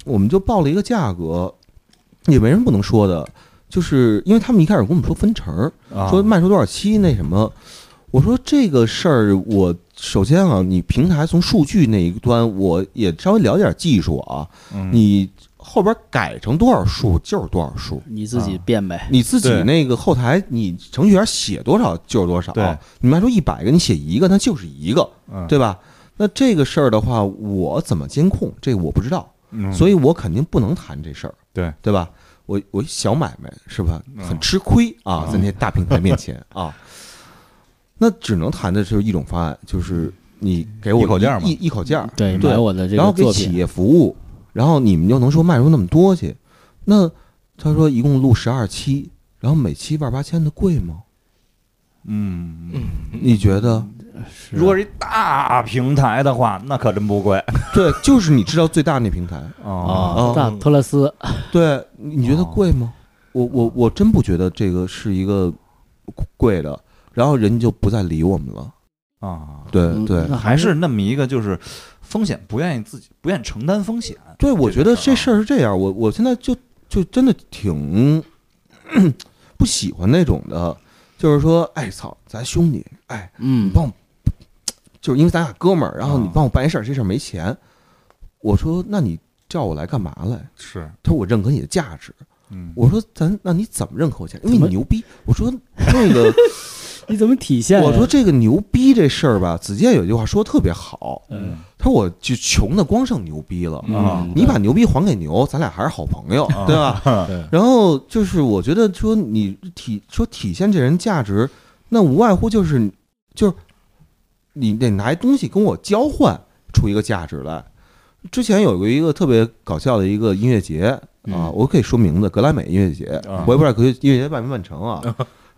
我们就报了一个价格，也没什么不能说的，就是因为他们一开始跟我们说分成儿，
啊
说卖出多少期那什么，我说这个事儿我首先啊，你平台从数据那一端我也稍微了解点技术啊，
嗯
你后边改成多少数就是多少数。
你自己
啊
变呗，
你自己
对
那个后台，你程序员写多少就是多少。
对
你卖出一百个，你写一个，那就是一个，
嗯
对吧？那这个事儿的话，我怎么监控？这个我不知道。
嗯
所以我肯定不能谈这事儿，
对
对吧？我我一小买卖是吧，
嗯
很吃亏啊，在那些大平台面前
<laughs>
啊，那只能谈的就是一种方案，就是你给我
一口价嘛
一一口价儿，
对，
对
买我的这
然后
个
给
作
企
品，
业服务，然后你们又能说卖出那么多去，那他说一共录十二期，然后每期万八千的贵吗？
嗯，
你觉
<laughs>
得？
是啊
如果是一大平台的话，那可真不贵
对，就是你知道最大那平台，
啊
啊，
啊
大托勒斯，
对，你你觉得
哦
贵吗？我我我真不觉得这个是一个贵的，然后人就不再理我们了。
啊，
对
嗯
对
那
还是那么一个就是风险不愿意自己不愿意承担风险，
对，我觉得
这
这事
个事
儿是这样，我我现在就就真的挺 <clears throat> 不喜欢那种的，就是说，哎操，咱兄弟，哎，你
嗯，
帮我，就是因为咱俩哥们儿，然后你
啊
帮我办一事儿，这事儿没钱，我说那你叫我来干嘛来？
是，
他说我认可你的价值，
嗯，
我说咱那你怎么认可我价值？因为
怎
你
么
牛逼。我说那个。
你怎么体现呀？
我说这个牛逼这事儿吧，子健有一句话说的特别好，
嗯，
他说我就穷的光剩牛逼了，
啊
嗯啊
你把牛逼还给牛，咱俩还是好朋友，对吧？
对
然后就是我觉得说你体说体现这人价值，那无外乎就是就是你得拿一东西跟我交换出一个价值来。之前有过一个特别搞笑的一个音乐节啊，
嗯
我可以说名字，格莱美音乐节，
啊
<laughs>
我也不知道可以音乐节办没办成啊。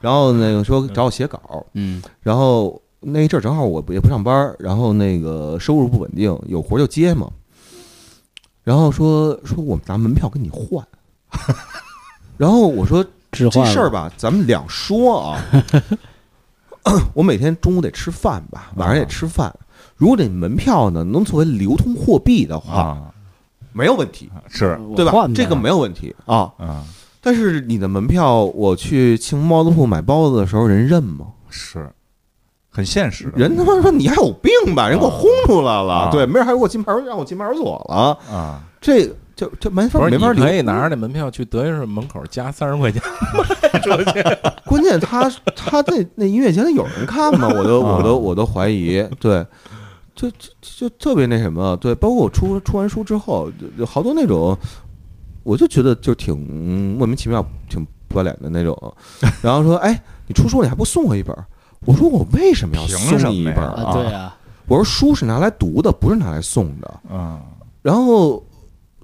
然后那个说找我写稿，
嗯
然后那一阵儿正好我也不上班儿，然后那个收入不稳定，有活儿就接嘛。然后说说我们拿门票跟你换， <laughs> 然后我说
置
这
换
事儿吧，咱们两说啊。我每天中午得吃饭吧，晚上也吃饭。如果这门票呢能作为流通货币的话，
啊，
没有问题，
是
对吧？这个没有问题啊。
啊
但是你的门票，我去庆丰包子铺买包子的时候，人认吗？
是，很现实的
人他妈说你还有病吧？人给我轰出来了，
啊
对，没人还给我进派出让我进派出所了，
啊，
这这这没法
不是
没
你
法理。
可以拿着那门票去德云社门口加三十块钱，
关键他 <laughs> 他那那音乐节那有人看吗？我都
啊
我都我都怀疑，对，就就就特别那什么，对，包括我出出完书之后，就就好多那种，我就觉得就挺莫名其妙、挺不要脸的那种，然后说，哎，你出书你还不送我一本儿？我说我为什么要
凭什
送
么
你一
呀
本儿
啊，对啊，
我说书是拿来读的，不是拿来送的。
嗯
然后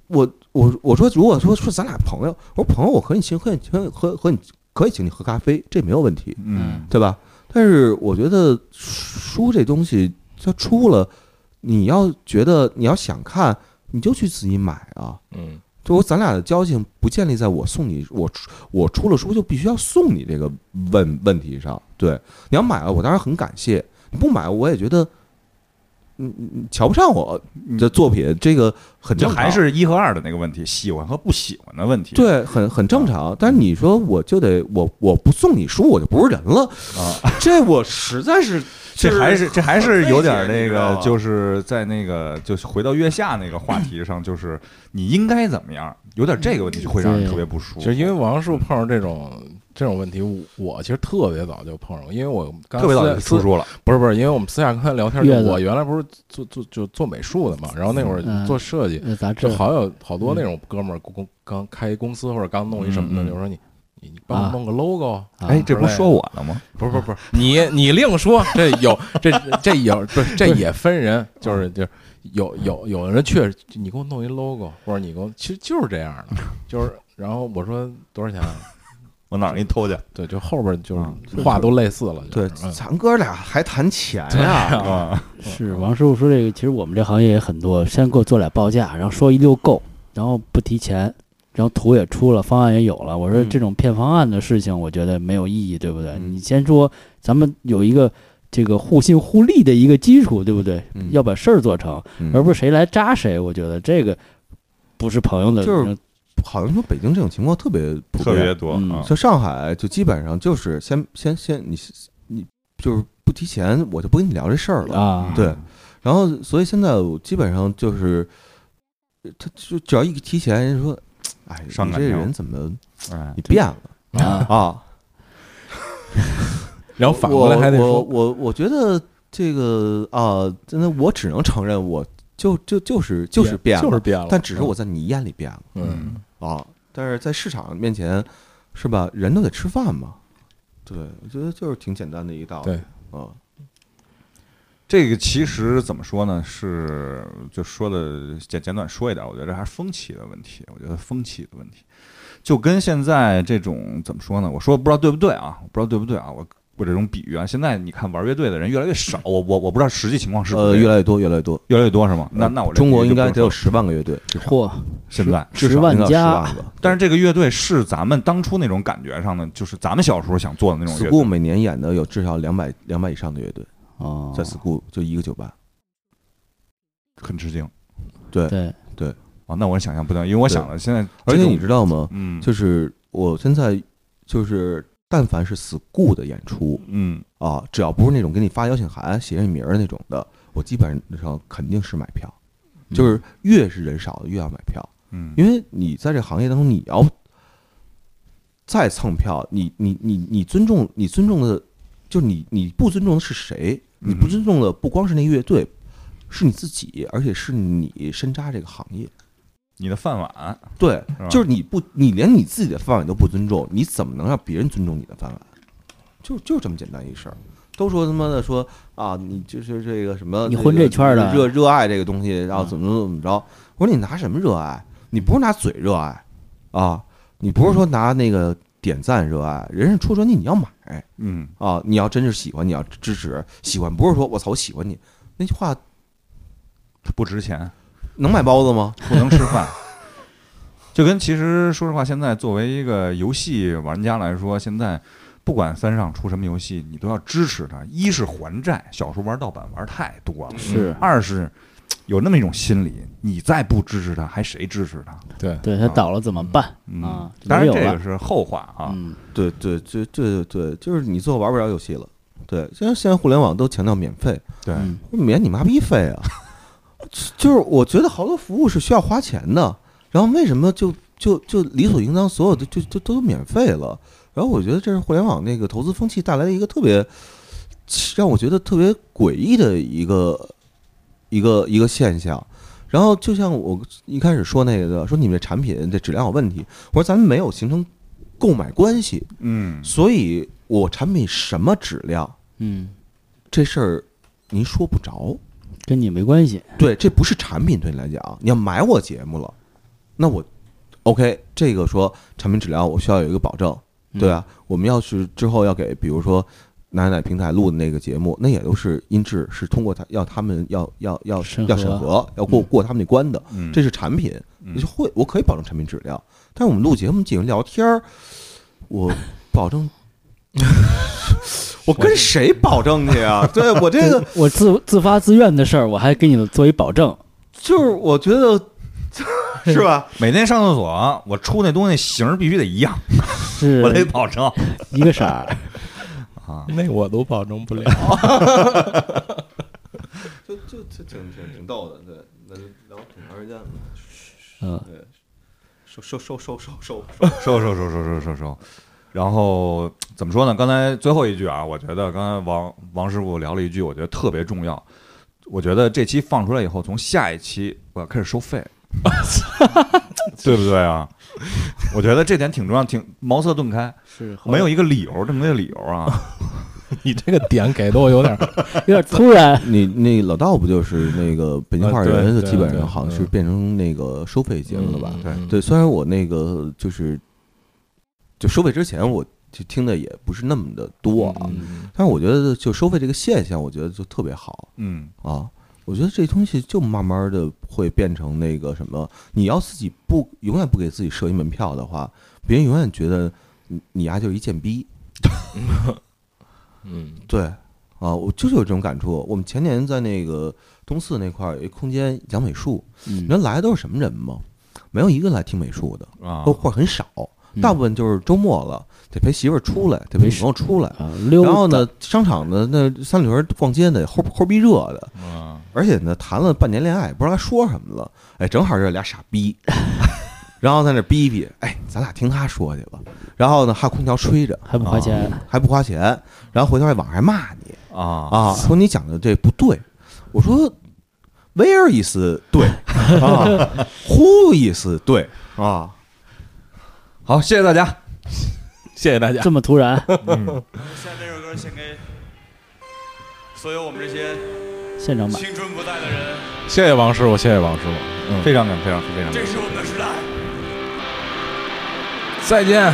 我我我说，如果说说咱俩朋友，我说朋友，我和你请和你和和和你可以请你喝咖啡，这没有问题，
嗯
对吧？但是我觉得书这东西，它出了，你要觉得你要想看，你就去自己买啊。
嗯，
就我咱俩的交情不建立在我送你我出我出了书就必须要送你这个问问题上。对，你要买了，我当然很感谢；你不买，我也觉得。嗯，你瞧不上我的作品，这个很
嗯这
正常。
还是一和二的那个问题，喜欢和不喜欢的问题。
对，很很正常。
啊
但是你说我就得我我不送你书，我就不是人了，
啊，
这我实在是
<laughs> 这还是这还是有点儿
很费解
那
你知道
个
吗，
就是在那个就是回到月下那个话题上，就是你应该怎么样，有点这个问题就会让人
对
特别不舒服。
就是因为王树碰上这种这种问题，我我其实特别早就碰上，因为我刚
特别早就
私
出书了，
不是不是，因为我们私下跟他聊天，就
月子
我原来不是做做就做美术的嘛，然后那会儿
嗯
做设计，
呃杂志
就好有好多那种哥们儿公刚开公司或者刚弄一什么
嗯嗯
的，就说你你你帮我
啊
弄个 logo，啊
啊
哎，这不是说我呢吗？
不是不是不是，你你另说， <laughs> 这有这这有不是这也分人，就是就是有有有人确实你给我弄一 logo，或者你给我其实就是这样的，就是然后我说多少钱啊？
我哪儿给你偷去？
对，就后边就
嗯
是话都类似了，
对
就是，嗯
咱哥俩还谈钱
对
呀、
啊
啊，
是王师傅说这个，其实我们这行业也很多，先给我做俩报价，然后说一溜够，然后不提钱，然后图也出了，方案也有了。我说
嗯
这种骗方案的事情，我觉得没有意义，对不对？
嗯
你先说，咱们有一个这个互信互利的一个基础，对不对？
嗯
要把事儿做成，
嗯
而不是谁来扎谁。我觉得这个不是朋友的，
就是好像说北京这种情况特别普遍，
特别多
嗯
啊
像上海就基本上就是先先先你你就是不提钱，我就不跟你聊这事儿了。
啊，
对然后所以现在我基本上就是，呃他就只要一提钱，人家说，哎，你
上
这
赶着
人怎么
哎，
你变了
啊，
啊？
嗯然后反过来还得
我我
说，
我我觉得这个啊，真的我只能承认，我就就就是就是变了，
就是变了，
但只是我在你眼里变了
嗯，
啊。但是在市场面前，是吧？人都得吃饭嘛。对，我觉得就是挺简单的一个道理。
对，
啊，
这个其实怎么说呢？是就说的简简短说一点，我觉得这还是风气的问题。我觉得风气的问题，就跟现在这种怎么说呢？我说不知道对不对啊？我不知道对不对啊？我我这种比喻啊，现在你看玩乐队的人越来越少，我我我不知道实际情况是不是
呃，越来越多，越来越多。
越来越多是吗？那那我这
中国
比喻
应
就
该
不
得
能
有
说
十万个乐队，至少
嚯，
现在。
至
十
少
万
应该有十
加
万个。
但是这个乐队是咱们当初那种感觉上呢，就是咱们小时候想做的那种乐
school
队。
每年演的有至少两百两百以上的乐队，
哦，
在 school 就一个酒吧。
很吃惊
对，
啊！那我想象不到，因为我
对
想了现在这
而
种，
且你知道吗？
嗯，
就是我现在就是，但凡是 school 的演出
嗯
啊，只要不是那种给你发邀请函、写上名儿那种的，我基本上肯定是买票。就是越是人少的越要买票，
嗯，
因为你在这行业当中，你要再蹭票，你你你你尊重你尊重的，就你你不尊重的是谁？你不
嗯
尊重的不光是那乐队，是你自己，而且是你深扎这个行业。
你的饭碗
对，
吧
就是你不，你连你自己的饭碗都不尊重，你怎么能让别人尊重你的饭碗？就就这么简单一事儿。都说他妈的说啊，你就是这个什么，
你混
个
这圈儿的
热热爱这个东西，然后
嗯
怎么怎么着？我说你拿什么热爱？你不是拿嘴热爱啊？你不是说拿那个点赞、热爱，人家出专辑你要买
嗯，
啊，你要真是喜欢，你要支持，喜欢不是说我操我喜欢你，那句话
不值钱，
能买包子吗？
不能吃
<laughs>
饭。就跟其实说实话，现在作为一个游戏玩家来说，现在不管三上出什么游戏，你都要支持它。一是还债，小时候玩盗版玩太多了；
是
二是有那么一种心理，你再不支持它，还谁支持它？
对，
对他倒了怎么办
嗯
啊？
当
没
然
有
这
了
个是后话啊。
嗯，
对对对对对对，就是你最后玩不了游戏了。对，现在现在互联网都强调免费，
对，
嗯
免你妈逼费啊！ <laughs> 就是我觉得好多服务是需要花钱的，然后为什么就就就理所应当所有的就就都免费了？然后我觉得这是互联网那个投资风气带来的一个特别让我觉得特别诡异的一个一个一个现象。然后就像我一开始说那个，说你们这产品这质量有问题，我说咱们没有形成购买关系，
嗯，
所以我产品什么质量
嗯，
这事儿您说不着。
跟你没关系，
对，这不是产品对你来讲，你要买我节目了，那我 OK，这个说产品质量我需要有一个保证，
嗯
对啊，我们要是之后要给，比如说。哪哪平台录的那个节目，那也都是音质是通过他要他们要要要
审
要
核
审核，要过
嗯
过他们那关的，
嗯
这是产品，
嗯
就会我可以保证产品质量，但是我们录节目几个人聊天儿，我保 <laughs> 证，我跟谁保证去啊？对我这 <laughs> 个
我自自发自愿的事儿，我还给你做一保证，
就是我觉 <laughs> 得是吧？
每天上厕所，我出那东西型儿必须得一样，
是
我得保证
一个色儿。
<laughs> 啊。
那我都保证不了。
就就就挺挺挺逗的，对，那就聊挺长时间了，
嗯，
对，收收收收收收
收收收收收收收。然后怎么说呢？刚才最后一句啊，我觉得刚才王王师傅聊了一句，我觉得特别重要。我觉得这期放出来以后，从下一期我要开始收费，对不对啊？我觉得这点挺重要，挺茅塞顿开，
是
没有一个理由，正规的理由啊。
<laughs> 你这个点给的我有点
<laughs>
儿，
有点突然，
你那老道不就是那个北京话
啊
人，
对
就基本
对对
上好像是
嗯
变成那个收费节目了吧？
对
对，虽然我那个就是就收费之前，我就听的也不是那么的多啊，
嗯
但是我觉得就收费这个现象，我觉得就特别好
嗯，
啊。我觉得这东西就慢慢的会变成那个什么，你要自己不永远不给自己设一门票的话，别人永远觉得你你丫就是一贱逼。
嗯
对，啊，我就是有这种感触。我们前年在那个东四那块儿有一空间讲美术，你知
嗯
道来的都是什么人吗？没有一个来听美术的，
啊
或，或者很少，
嗯
大部分就是周末了，得陪媳妇儿出来，得陪
没
女
事
朋友出来。
啊，溜达
然后呢，商场的那三里屯逛街的齁齁逼热的，
嗯
而且呢，谈了半年恋爱，不知道该说什么了。哎，正好这俩傻
<laughs>
逼，然后在那逼逼，哎，咱俩听他说去吧。然后呢，还有空调吹着，
还不花钱，
还不花钱，然后回头还网上还骂你
啊
啊，说你讲的这不对。我说，where is 对 <laughs> 啊，who is 对啊。
好，谢谢大家。
谢谢大家。
这么突
<laughs>
然，
现在这首歌献给所有我们这些
现场买。
青春不在的人，
谢谢王师傅，谢谢王师傅，
非常感，非常非常
这
感。
是我们的时代。
再见。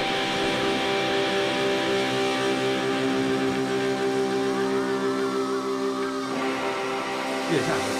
月下。
啊